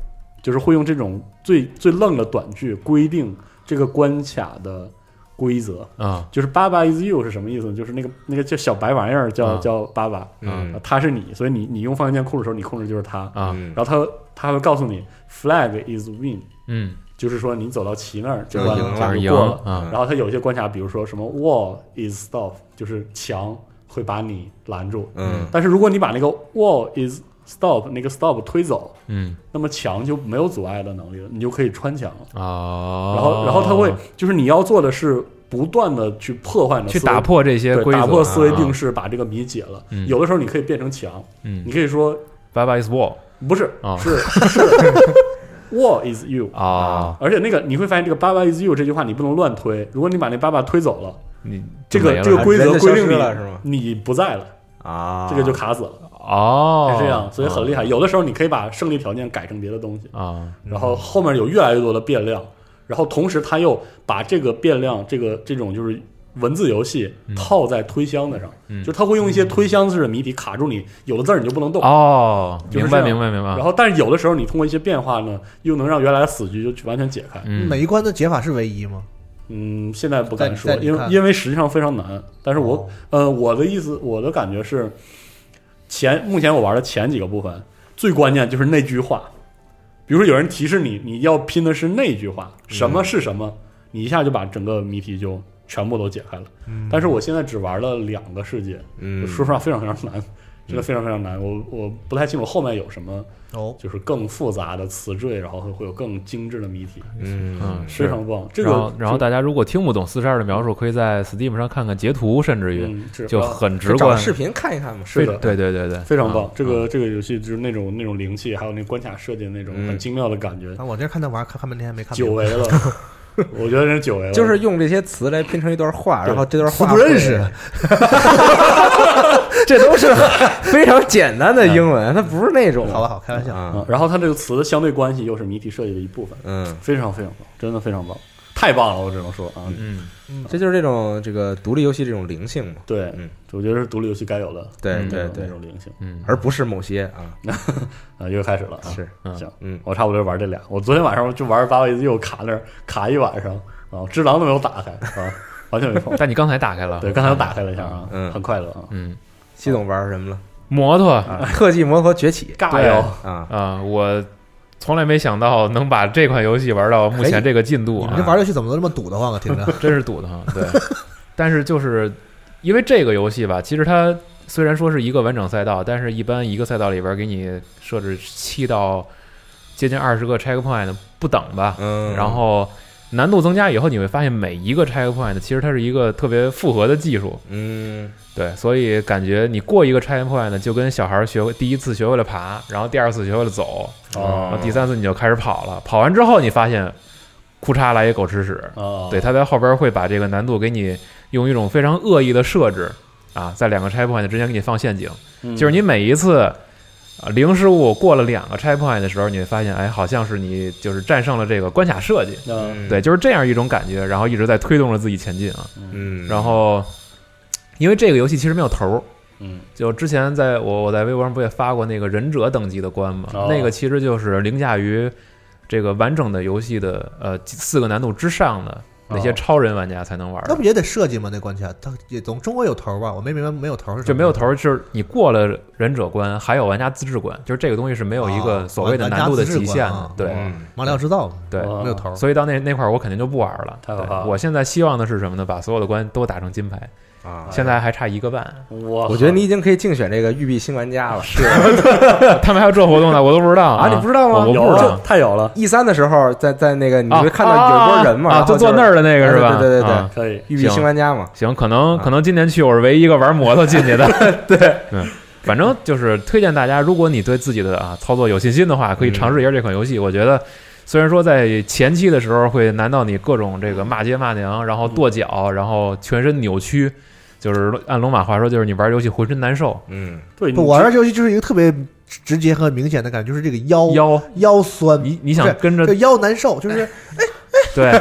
Speaker 4: 就是会用这种最最愣的短句规定这个关卡的规则。
Speaker 2: 啊，
Speaker 4: 就是 Baba is you 是什么意思呢？就是那个那个叫小白玩意儿叫、
Speaker 2: 啊
Speaker 4: 叫爸爸，
Speaker 1: 嗯
Speaker 4: 他是你，所以你你用方向键控制的时候，你控制就是他。
Speaker 2: 啊
Speaker 1: 嗯
Speaker 4: 然后他他会告诉你 flag is win，
Speaker 2: 嗯，
Speaker 4: 就是说你走到旗那儿
Speaker 1: 就
Speaker 4: 这关
Speaker 1: 赢
Speaker 4: 卡
Speaker 1: 了
Speaker 2: 就是
Speaker 4: 就
Speaker 2: 赢
Speaker 4: 过了。
Speaker 2: 啊，
Speaker 4: 然后它有一些关卡，比如说什么 wall is stop，就是墙会把你拦住。
Speaker 1: 嗯
Speaker 4: 但是如果你把那个 wall is stop 那个 stop 推走，
Speaker 2: 嗯
Speaker 4: 那么墙就没有阻碍的能力了，你就可以穿墙了。
Speaker 2: 啊，
Speaker 4: 嗯然后，然后它会就是你要做的是不断的去破坏你的
Speaker 2: 去
Speaker 4: 思维
Speaker 2: 打破这些
Speaker 4: 对
Speaker 2: 规则，啊
Speaker 4: 打破思维定
Speaker 2: 式。
Speaker 4: 式，把这个谜解了。
Speaker 2: 嗯
Speaker 4: 有的时候你可以变成墙，
Speaker 2: 嗯
Speaker 4: 你可以说
Speaker 2: b y b y is wall
Speaker 4: 不是
Speaker 2: 啊
Speaker 4: 是是 wall is you。
Speaker 2: 啊，
Speaker 4: 而且那个你会发现，这个“爸爸 is you” 这句话你不能乱推。如果你把那爸爸推走了，
Speaker 2: 你
Speaker 4: 这
Speaker 2: 就没
Speaker 4: 个
Speaker 2: 了
Speaker 4: 这个规则
Speaker 1: 人就
Speaker 4: 规
Speaker 1: 消
Speaker 4: 定
Speaker 1: 失
Speaker 4: 你
Speaker 1: 了是吗
Speaker 4: 你不在了，
Speaker 1: 啊，
Speaker 4: 这个就卡死了。
Speaker 2: 哦，
Speaker 4: 是这样，所以很厉害。有的时候你可以把胜利条件改成别的东西，
Speaker 2: 啊，
Speaker 4: 然后后面有越来越多的变量，然后同时他又把这个变量，这个这种就是文字游戏套在推箱子上，
Speaker 2: 嗯
Speaker 4: 就他会用一些推箱式的谜底卡住你，有的字儿你就不能动。
Speaker 2: 哦，
Speaker 4: 就是
Speaker 2: 明
Speaker 4: 这
Speaker 2: 白
Speaker 4: 样
Speaker 2: 明白明白
Speaker 4: 然。后，但是有的时候你通过一些变化呢，又能让原来的死局就去完全解开。
Speaker 2: 嗯，
Speaker 3: 每一关的解法是唯一吗？
Speaker 4: 嗯，现在不敢说
Speaker 3: 在，在你
Speaker 4: 因为
Speaker 3: 看
Speaker 4: 因为实际上非常难。但是我、
Speaker 3: 哦
Speaker 4: 呃，我的意思，我的感觉是，前目前我玩的前几个部分，最关键就是那句话。比如说有人提示你，你要拼的是那句话，什么是什么，你一下就把整个谜题就全部都解开了。但是我现在只玩了两个世界，
Speaker 1: 嗯
Speaker 4: 说实话非常非常难，真的非常非常难。我我不太清楚后面有什么，
Speaker 3: 哦，
Speaker 4: 就是更复杂的词缀，然后会有更精致的谜题，
Speaker 1: 嗯
Speaker 2: 嗯
Speaker 4: 非
Speaker 2: 是。
Speaker 4: 常棒。这
Speaker 2: 然后
Speaker 4: 个，
Speaker 2: 然后大家如果听不懂四十二的描述，可以在 Steam 上看看截图，甚至于
Speaker 4: 嗯，是
Speaker 2: 就
Speaker 4: 啊
Speaker 2: 很直
Speaker 1: 就找
Speaker 2: 观。
Speaker 1: 视频看一看嘛，
Speaker 4: 是的，
Speaker 2: 对对对对，
Speaker 4: 非常棒
Speaker 2: 啊。
Speaker 4: 这个这个游戏就是那种那种灵气，还有那关卡设计的那种
Speaker 1: 嗯
Speaker 4: 很精妙的感觉，
Speaker 3: 啊，我这看他玩看看半天没看
Speaker 4: 久
Speaker 3: 明白，
Speaker 4: 违了。 我觉得真是久违了，
Speaker 1: 就是用这些词来拼成一段话，
Speaker 4: 对
Speaker 1: 然后这段
Speaker 3: 词
Speaker 1: 话
Speaker 3: 不认识，
Speaker 1: 会， 这都是 非常简单的英文，它不是那种
Speaker 3: 好吧，好，开玩笑。
Speaker 1: 啊
Speaker 4: 嗯。，然后它这个词的相对关系又是谜题设计的一部分，
Speaker 1: 嗯，
Speaker 4: 非常非常棒，真的非常棒，太棒了，我只能说啊，
Speaker 2: 嗯，
Speaker 1: 这就是这种这个独立游戏这种灵性嘛，
Speaker 4: 对
Speaker 1: 嗯，
Speaker 4: 我觉得是独立游戏该有的
Speaker 1: 对
Speaker 2: 嗯
Speaker 4: 那
Speaker 1: 对
Speaker 4: 种那
Speaker 1: 对，
Speaker 4: 种灵性
Speaker 1: 而不是某些啊，
Speaker 4: 啊，又开始了啊，
Speaker 1: 是
Speaker 2: 嗯，
Speaker 4: 行，
Speaker 1: 嗯
Speaker 4: 我差不多玩这俩，我昨天晚上就玩八位又卡那儿卡一晚上啊，只狼都没有打开啊，完全没碰
Speaker 2: 但你刚才打开了，
Speaker 4: 对，刚才我打开了一下啊，
Speaker 1: 嗯
Speaker 4: 很快乐啊，
Speaker 2: 嗯，
Speaker 1: 系统玩什么了？
Speaker 2: 摩托
Speaker 1: 特技摩托崛起
Speaker 4: 尬
Speaker 2: 对
Speaker 4: 哟。
Speaker 1: 啊，
Speaker 2: 啊，我从来没想到能把这款游戏玩到目前这个进度
Speaker 3: 哎你
Speaker 2: 啊
Speaker 3: 们这，玩游戏怎么都这么堵得慌啊？听着，
Speaker 2: 真是堵得慌。对，但是就是因为这个游戏吧，其实它虽然说是一个完整赛道，但是一般一个赛道里边给你设置七到接近二十个 checkpoint 不等吧，
Speaker 1: 嗯，
Speaker 2: 然后难度增加以后，你会发现每一个 checkpoint 其实它是一个特别复合的技术，
Speaker 1: 嗯
Speaker 2: 对，所以感觉你过一个 checkpoint 呢，就跟小孩儿学会第一次学会了爬，然后第二次学会了走，然
Speaker 4: 哦
Speaker 2: 后第三次你就开始跑了。跑完之后，你发现，库嚓来一狗吃屎。
Speaker 4: 哦，
Speaker 2: 嗯对，他在后边会把这个难度给你用一种非常恶意的设置啊，在两个 checkpoint 之间给你放陷阱，
Speaker 4: 嗯
Speaker 2: 就是你每一次啊，零失误过了两个 checkpoint 的时候，你会发现，哎，好像是你就是战胜了这个关卡设计，
Speaker 4: 嗯
Speaker 2: 对，就是这样一种感觉，然后一直在推动着自己前进啊。
Speaker 1: 嗯，
Speaker 2: 然后，因为这个游戏其实没有头儿，
Speaker 4: 嗯
Speaker 2: 就之前在我我在微博上不也发过那个忍者等级的关嘛，
Speaker 4: 哦
Speaker 2: 那个其实就是凌驾于这个完整的游戏的呃四个难度之上的那些
Speaker 4: 哦
Speaker 2: 超人玩家才能玩的
Speaker 3: 那不也得设计吗？那关卡它也总中国有头吧？我没明白没有头是什么
Speaker 2: 就没有头儿，就是你过了忍者关，还有玩家自制关，就是这个东西是没有一个
Speaker 3: 哦
Speaker 2: 所谓的
Speaker 3: 玩
Speaker 2: 难度的
Speaker 3: 玩家自
Speaker 2: 极
Speaker 3: 制关
Speaker 2: 限的
Speaker 3: 啊，
Speaker 2: 对
Speaker 1: 嗯
Speaker 3: 马里奥制造嘛
Speaker 2: 对。
Speaker 4: 哦
Speaker 3: 没有头。
Speaker 2: 所以到那那块儿，我肯定就不玩了。
Speaker 4: 太可
Speaker 2: 对
Speaker 4: 怕了哎
Speaker 2: 我现在希望的是什么呢？把所有的关都打成金牌。
Speaker 1: 啊，
Speaker 2: 现在还差一个半，
Speaker 4: 我
Speaker 1: 我觉得你已经可以竞选这个育碧新玩 家了。是
Speaker 2: 他们还有这活动呢，我都不知道
Speaker 1: 啊，你不知道
Speaker 2: 我
Speaker 1: 吗
Speaker 2: 我
Speaker 4: 有
Speaker 2: 不知
Speaker 4: 了
Speaker 2: 道，
Speaker 4: 太有了，
Speaker 1: ？E 三的时候，在在那个你
Speaker 2: 啊
Speaker 1: 会看到有一波人嘛，
Speaker 2: 啊
Speaker 1: 然后
Speaker 2: 就坐那
Speaker 1: 是哎
Speaker 2: 儿的那个是吧？
Speaker 1: 对对对对啊
Speaker 2: 啊
Speaker 4: 可以
Speaker 1: 育碧新玩家嘛。
Speaker 2: 行，可能可能今年去我是唯一一个玩摩托进去 的。对，嗯， 反正就是推荐大家，如果你对自己的啊操作有信心的话，可以尝试一下这款游
Speaker 1: 嗯
Speaker 2: 戏。我觉得虽然说在前期的时候会难到你各种这个骂街骂娘，然后
Speaker 1: 嗯
Speaker 2: 跺脚，然后全身扭曲，就是按龙马话说，就是你玩游戏浑身难受，
Speaker 1: 嗯，
Speaker 4: 对，
Speaker 3: 不，
Speaker 4: 你
Speaker 3: 我玩这游戏就是一个特别直接和明显的感觉，就是这个腰
Speaker 1: 哦
Speaker 2: 腰，
Speaker 3: 腰酸，
Speaker 2: 你你想跟着
Speaker 3: 这腰难受，就是
Speaker 2: 对，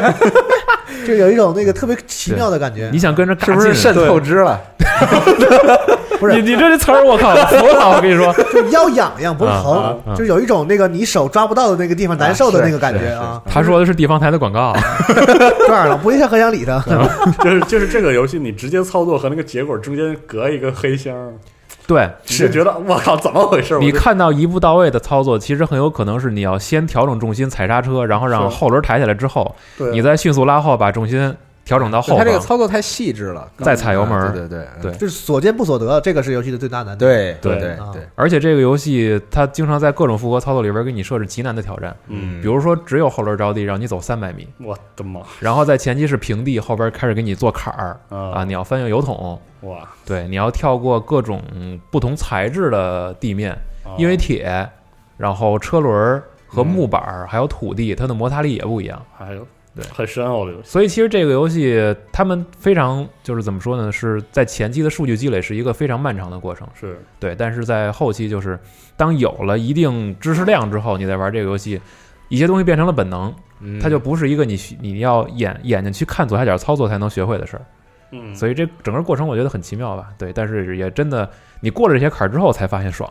Speaker 3: 就有一种那个特别奇妙的感觉。
Speaker 2: 你想跟着尬
Speaker 1: 是不
Speaker 2: 劲
Speaker 1: 是
Speaker 2: 儿
Speaker 1: 肾
Speaker 2: 对
Speaker 1: 透支了？
Speaker 3: 不是
Speaker 2: 你你这词儿，我靠，我服了！我跟你说，
Speaker 3: 就腰痒痒不是
Speaker 2: 啊
Speaker 3: 疼
Speaker 2: 啊，
Speaker 3: 就是有一种那个你手抓不到的那个地方难受的那个感觉啊。
Speaker 2: 他说的是地方台的广 告，
Speaker 3: 当然了，不一下很想理他。
Speaker 4: 就是就是这个游戏，你直接操作和那个结果中间隔一个黑箱儿，
Speaker 2: 对，
Speaker 4: 你就觉得我靠，怎么回事？我
Speaker 2: 你
Speaker 4: 这
Speaker 2: 看到一步到位的操作，其实很有可能是你要先调整重心踩刹车，然后让
Speaker 4: 是
Speaker 2: 后轮抬起来之后，
Speaker 4: 对
Speaker 2: 你再迅速拉后，把重心调整到后
Speaker 1: 他这个
Speaker 2: 方，
Speaker 1: 操作太细致了，
Speaker 2: 再踩油门
Speaker 1: 啊
Speaker 2: 儿。
Speaker 1: 对对
Speaker 2: 对
Speaker 3: 就是所见不所得，这个是游戏的最大难点。
Speaker 1: 对对
Speaker 2: 对
Speaker 1: 对
Speaker 3: 啊
Speaker 1: 对，
Speaker 2: 而且这个游戏它经常在各种复合操作里边给你设置极难的挑战，
Speaker 4: 嗯，
Speaker 2: 比如说只有后轮着地让你走三百米，
Speaker 4: 我的妈
Speaker 2: 然后在前期是平地，后边开始给你做坎儿啊，
Speaker 4: 啊
Speaker 2: 你要翻越油桶，
Speaker 4: 哇！
Speaker 2: 对，你要跳过各种不同材质的地面，
Speaker 4: 啊
Speaker 2: 因为铁，然后车轮儿和木板儿还有土地，它的摩擦力也不一样。
Speaker 4: 还有
Speaker 2: 对
Speaker 4: 很深奥的游戏，
Speaker 2: 所以其实这个游戏他们非常就是怎么说呢？是在前期的数据积累是一个非常漫长的过程，
Speaker 4: 是
Speaker 2: 对。但是在后期就是当有了一定知识量之后，你再玩这个游戏，一些东西变成了本能，
Speaker 1: 嗯
Speaker 2: 它就不是一个你需你要眼眼睛去看左下角操作才能学会的事儿。
Speaker 4: 嗯，
Speaker 2: 所以这整个过程我觉得很奇妙吧，对。但是也真的你过了这些坎儿之后才发现爽，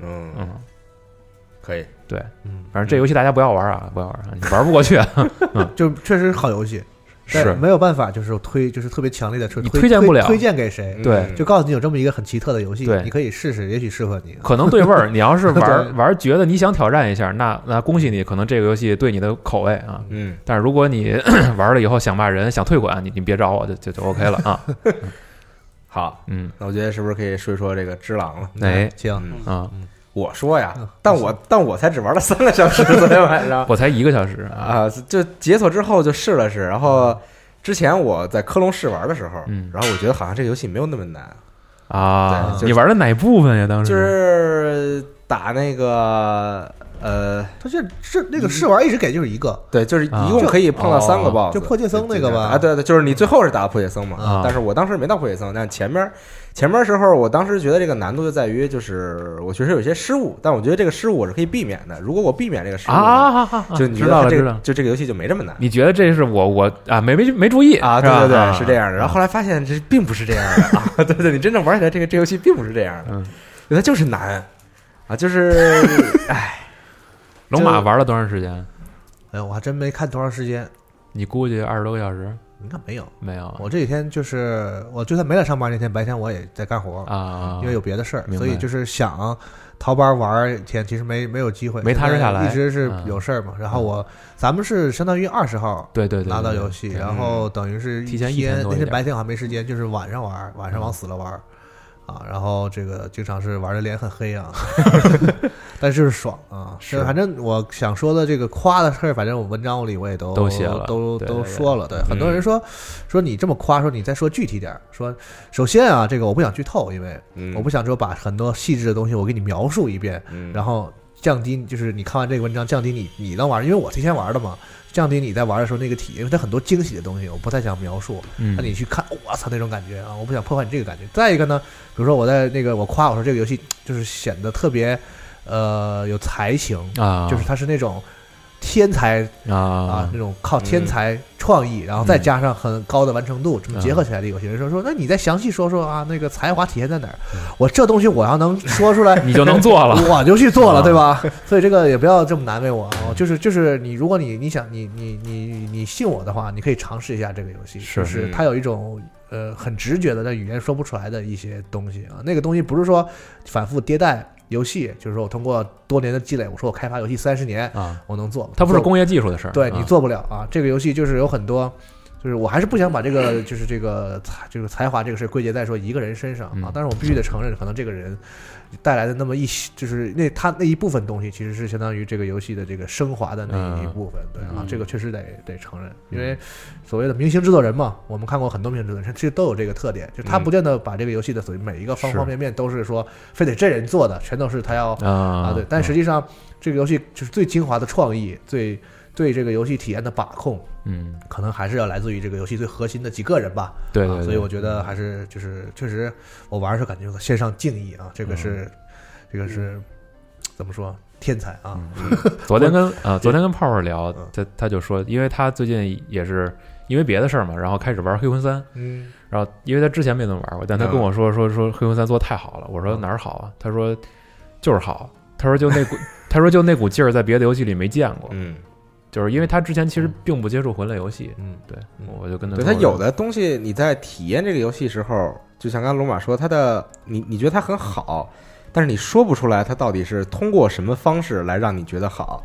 Speaker 1: 嗯，
Speaker 2: 嗯。
Speaker 1: 可以。
Speaker 2: 对，
Speaker 3: 嗯，
Speaker 2: 反正这游戏大家不要玩啊，不要玩啊，你玩不过去啊。
Speaker 3: 就确实是好游戏，但
Speaker 2: 是
Speaker 3: 没有办法，就是推，就是特别强烈的推，
Speaker 2: 你
Speaker 3: 推
Speaker 2: 推荐不了
Speaker 3: 推推荐给谁，
Speaker 2: 对
Speaker 1: 嗯
Speaker 3: 就告诉你有这么一个很奇特的游戏
Speaker 2: 对，
Speaker 3: 你可以试试，也许适合你。
Speaker 2: 可能对味儿，你要是
Speaker 3: 对
Speaker 2: 玩玩觉得你想挑战一下，那那恭喜你，可能这个游戏对你的口味啊。
Speaker 1: 嗯，
Speaker 2: 但是如果你 玩了以后想骂人、想退款，你你别找我，就就就 OK 了啊。
Speaker 1: 好，
Speaker 2: 嗯，
Speaker 1: 那我觉得是不是可以说一说这个《只狼》了？
Speaker 2: 哎
Speaker 3: 行，
Speaker 1: 嗯，
Speaker 2: 啊，
Speaker 1: 我说呀
Speaker 3: 嗯，
Speaker 1: 但我但我才只玩了三个小 时，昨天晚上
Speaker 2: 我才一个小时啊，
Speaker 1: 啊，就解锁之后就试了试，然后之前我在科隆试玩的时候，
Speaker 2: 嗯
Speaker 1: 然后我觉得好像这个游戏没有那么难，
Speaker 2: 啊
Speaker 1: 对就是
Speaker 2: 你玩的哪部分呀？当时
Speaker 1: 就是打那个呃，
Speaker 3: 他这这那个试玩一直给就是一个，
Speaker 1: 对，就是一
Speaker 2: 啊
Speaker 1: 共可以碰到三个
Speaker 2: 就
Speaker 1: BOSS，
Speaker 3: 就破戒僧那个吧
Speaker 1: 啊，对对，就是你最后是打破戒僧嘛，
Speaker 2: 啊
Speaker 1: 但是我当时没到破戒僧，但前面前面时候，我当时觉得这个难度就在于就是我确实有些失误，但我觉得这个失误我是可以避免的，如果我避免这个失误呢，
Speaker 2: 啊，啊啊
Speaker 1: 就你觉
Speaker 2: 知
Speaker 1: 得
Speaker 2: 道了，
Speaker 1: 它这
Speaker 2: 知
Speaker 1: 个
Speaker 2: 道。
Speaker 1: 就这个游戏就没这么难。
Speaker 2: 你觉得这是我我啊没没没注意
Speaker 1: 啊，对
Speaker 2: 吧
Speaker 1: 对对，
Speaker 2: 啊
Speaker 1: 是这样的。然后后来发现这并不是这样的啊， 对对，你真正玩起来，这个这游戏并不是这样的，
Speaker 2: 嗯
Speaker 1: 它就是难啊，就是
Speaker 2: 龙马玩了多长时间？
Speaker 3: 哎呦，我还真没看多长时间，
Speaker 2: 你估计二十多个小时
Speaker 3: 应该没有。
Speaker 2: 没有啊
Speaker 3: 我这几天就是，我就算没来上班那天，白天我也在干活，
Speaker 2: 啊？
Speaker 3: 因为有别的事儿，
Speaker 2: 明白
Speaker 3: 所以就是想逃班玩儿一天，其实没没有机会，
Speaker 2: 没踏实下来嗯
Speaker 3: 一直是有事儿嘛。然后我咱们是相当于二十号
Speaker 2: 对对对
Speaker 3: 拿到游
Speaker 2: 戏
Speaker 3: 戏，
Speaker 2: 对嗯
Speaker 3: 然后等于是
Speaker 2: 提前一天多一
Speaker 3: 天，那天
Speaker 2: 点嗯
Speaker 3: 白天好像没时间，就是晚上玩儿，晚上往死了玩儿啊。然后这个经常是玩的脸很黑 啊，但是就是爽啊。
Speaker 2: 是
Speaker 3: 反正我想说的这个夸的事儿，反正我文章里我也都
Speaker 2: 都写了
Speaker 3: 都
Speaker 2: 对
Speaker 3: 都
Speaker 2: 对对嗯
Speaker 3: 说了。对，很多人说说你这么夸，说你再说具体点儿，说首先啊，这个我不想剧透，因为。
Speaker 2: 嗯
Speaker 3: 我不想说把很多细致的东西我给你描述一遍，
Speaker 1: 嗯，
Speaker 3: 然后降低就是你看完这个文章降低你你能玩，因为我提前玩的嘛，降低你在玩的时候那个体验，因为它很多惊喜的东西我不太想描述，
Speaker 2: 嗯
Speaker 3: 那你去看，我操那种感觉啊，我不想破坏你这个感觉。再一个呢，比如说我在那个我夸我说这个游戏就是显得特别。呃有才情，
Speaker 2: 啊，
Speaker 3: 就是他是那种天才啊
Speaker 2: 啊，嗯
Speaker 3: 那种靠天才创意，然后再加上很高的完成度，这么结合起来的游戏。人说说，那你再详细说说啊，那个才华体现在哪儿？我这东西我要能说出来，
Speaker 2: 嗯 你就 能做了。
Speaker 3: 我就去做了，
Speaker 2: 啊
Speaker 3: 对吧？ 所以这个也不要这么难为我啊！我就是就是你，如果你你想你你你你你信我的话，你可以尝试一下这个游戏，
Speaker 2: 是
Speaker 3: 就是它有一种呃很直觉的，但语言说不出来的一些东西啊。那个东西不是说反复迭代游戏，就是说我通过多年的积累，我说我开发游戏三十年，
Speaker 2: 啊，
Speaker 3: 我能做，
Speaker 2: 它不是
Speaker 3: 做
Speaker 2: 工业技术的事儿。
Speaker 3: 对
Speaker 2: 啊
Speaker 3: 你做不了啊。这个游戏就是有很多，就是我还是不想把这个就是这个才就是才华这个事儿归结在说一个人身上啊
Speaker 2: 嗯。
Speaker 3: 但是我必须得承认，可能这个人带来的那么一些就是那他那一部分东西，其实是相当于这个游戏的这个升华的那
Speaker 2: 嗯
Speaker 3: 一部分。对啊
Speaker 4: 嗯，
Speaker 3: 这个确实得得承认，因为所谓的明星制作人嘛，我们看过很多明星制作人，其实都有这个特点，就他
Speaker 2: 嗯
Speaker 3: 不见得把这个游戏的所谓每一个方
Speaker 2: 是
Speaker 3: 方面面都是说非得这人做的，全都是他要
Speaker 2: 啊
Speaker 3: 啊，对，但实际上这个游戏就是最精华的创意，最对这个游戏体验的把控，
Speaker 2: 嗯，
Speaker 3: 可能还是要来自于这个游戏最核心的几个人吧。
Speaker 2: 对对
Speaker 3: 啊，
Speaker 2: 对，
Speaker 3: 所以我觉得还是就是确实，我玩的时候感觉有个线上敬意啊，这个是、这个是怎么说天才啊，
Speaker 2: 嗯昨天 跟啊，昨天跟泡泡聊
Speaker 3: 嗯，
Speaker 2: 他他就说，因为他最近也是因为别的事儿嘛，然后开始玩黑魂三，
Speaker 3: 嗯
Speaker 2: 然后因为他之前没怎么玩过，但他
Speaker 1: 嗯
Speaker 2: 跟我说说说黑魂三做得太好了，我说哪儿好啊？他说就是好，他说就那股 他说就那股劲儿在别的游戏里没见过，
Speaker 1: 嗯，
Speaker 2: 就是因为他之前其实并不接触魂类游戏，
Speaker 3: 嗯，
Speaker 2: 对
Speaker 3: 嗯，
Speaker 2: 我就跟他
Speaker 1: 对
Speaker 2: 说
Speaker 1: 它有的东西你在体验这个游戏时候，就像刚刚龙马说，它的你你觉得它很好，但是你说不出来它到底是通过什么方式来让你觉得好。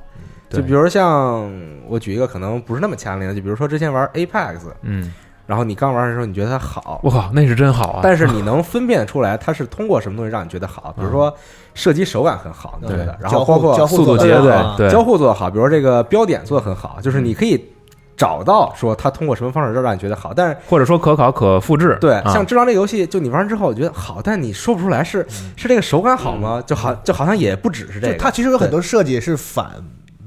Speaker 2: 对
Speaker 1: 就比如像我举一个可能不是那么强烈的，就比如说之前玩 Apex，
Speaker 2: 嗯，
Speaker 1: 然后你刚玩的时候你觉得它好，
Speaker 2: 我靠，那是真好啊！
Speaker 1: 但是你能分辨出来它是通过什么东西让你觉得 好，比如说射击手感很好，你觉得
Speaker 2: 对，
Speaker 1: 然后包括
Speaker 3: 交互
Speaker 2: 速度
Speaker 3: 做得
Speaker 2: 节
Speaker 3: 好
Speaker 2: 奏
Speaker 3: 啊嗯
Speaker 2: 对
Speaker 1: 交互做得好，比如这个标点做得很好，就是你可以找到说它通过什么方式让你觉得好，但是
Speaker 2: 或者说可考可复制，
Speaker 1: 对，
Speaker 2: 啊
Speaker 1: 像《智障》这个游戏，就你玩完之后，我觉得好，但你说不出来是是这个手感好吗？就好，就好像也不只是这
Speaker 3: 嗯就
Speaker 1: 个，
Speaker 3: 它其实有很多设计是反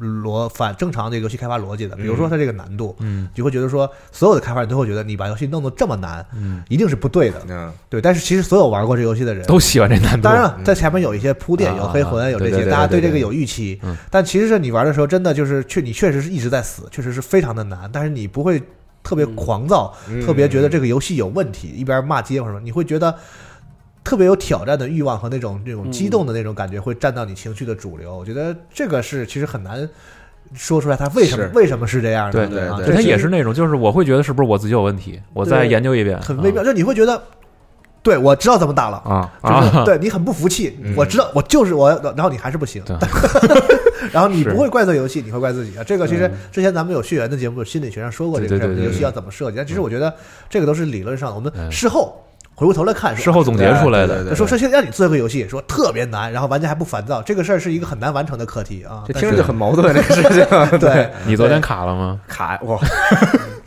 Speaker 3: 逻反正常的游戏开发逻辑的，比如说它这个难度，
Speaker 2: 嗯
Speaker 3: 就会觉得说所有的开发人都会觉得你把游戏弄得这么难，
Speaker 2: 嗯，
Speaker 3: 一定是不对的，
Speaker 1: 嗯，
Speaker 3: 对。但是其实所有玩过这游戏的人
Speaker 2: 都喜欢这难度，
Speaker 3: 当然了，
Speaker 1: 嗯
Speaker 3: 在前面有一些铺垫，
Speaker 2: 啊
Speaker 3: 有黑魂，有这
Speaker 2: 对对
Speaker 3: 些，
Speaker 2: 对
Speaker 3: 大家
Speaker 1: 对对
Speaker 3: 对这个有预期
Speaker 2: 嗯。
Speaker 3: 但其实是你玩的时候，真的就是确你确实是一直在死，确实是非常的难，但是你不会特别狂躁，
Speaker 1: 嗯
Speaker 3: 特别觉得这个游戏有问题，一边骂街或者什么，你会觉得。特别有挑战的欲望和那种那种激动的那种感觉，会占到你情绪的主流。我觉得这个是其实很难说出来，它为什么
Speaker 1: 是
Speaker 3: 为什么是这样的？
Speaker 2: 对
Speaker 1: 对
Speaker 3: 啊
Speaker 1: 对
Speaker 2: 对他嗯
Speaker 3: 这
Speaker 2: 也是那种，就是我会觉得是不是我自己有问题，我再
Speaker 3: 对
Speaker 2: 研究一遍，
Speaker 3: 很微妙，就你会觉得，对我知道怎么打了，
Speaker 2: 啊
Speaker 3: 就
Speaker 2: 啊
Speaker 3: 是，对你很不服气
Speaker 1: 嗯，
Speaker 3: 我知道我就是我，然后你还是不行
Speaker 2: 对，
Speaker 3: 然后你
Speaker 2: 是
Speaker 3: 不会怪罪游戏，你会怪自己啊。这个其实
Speaker 4: 嗯
Speaker 3: 之前咱们有血缘的节目，有心理学上说过这个
Speaker 2: 对
Speaker 3: 事
Speaker 2: 对
Speaker 3: 儿，
Speaker 2: 对对
Speaker 3: 游戏
Speaker 2: 对
Speaker 3: 要怎么设计。但其实我觉得这个都是理论上的，我们
Speaker 2: 嗯
Speaker 3: 事后回过头来看，
Speaker 2: 事后总结出来的，
Speaker 1: 对
Speaker 3: 说说现在让你做个游戏，说特别难，然后玩家还不烦躁，这个事儿是一个很难完成的课题啊。
Speaker 1: 这
Speaker 3: 但
Speaker 1: 听着
Speaker 3: 是
Speaker 1: 就很矛盾，这个事情
Speaker 3: 对，
Speaker 2: 你昨天卡了吗？
Speaker 1: 卡 哇，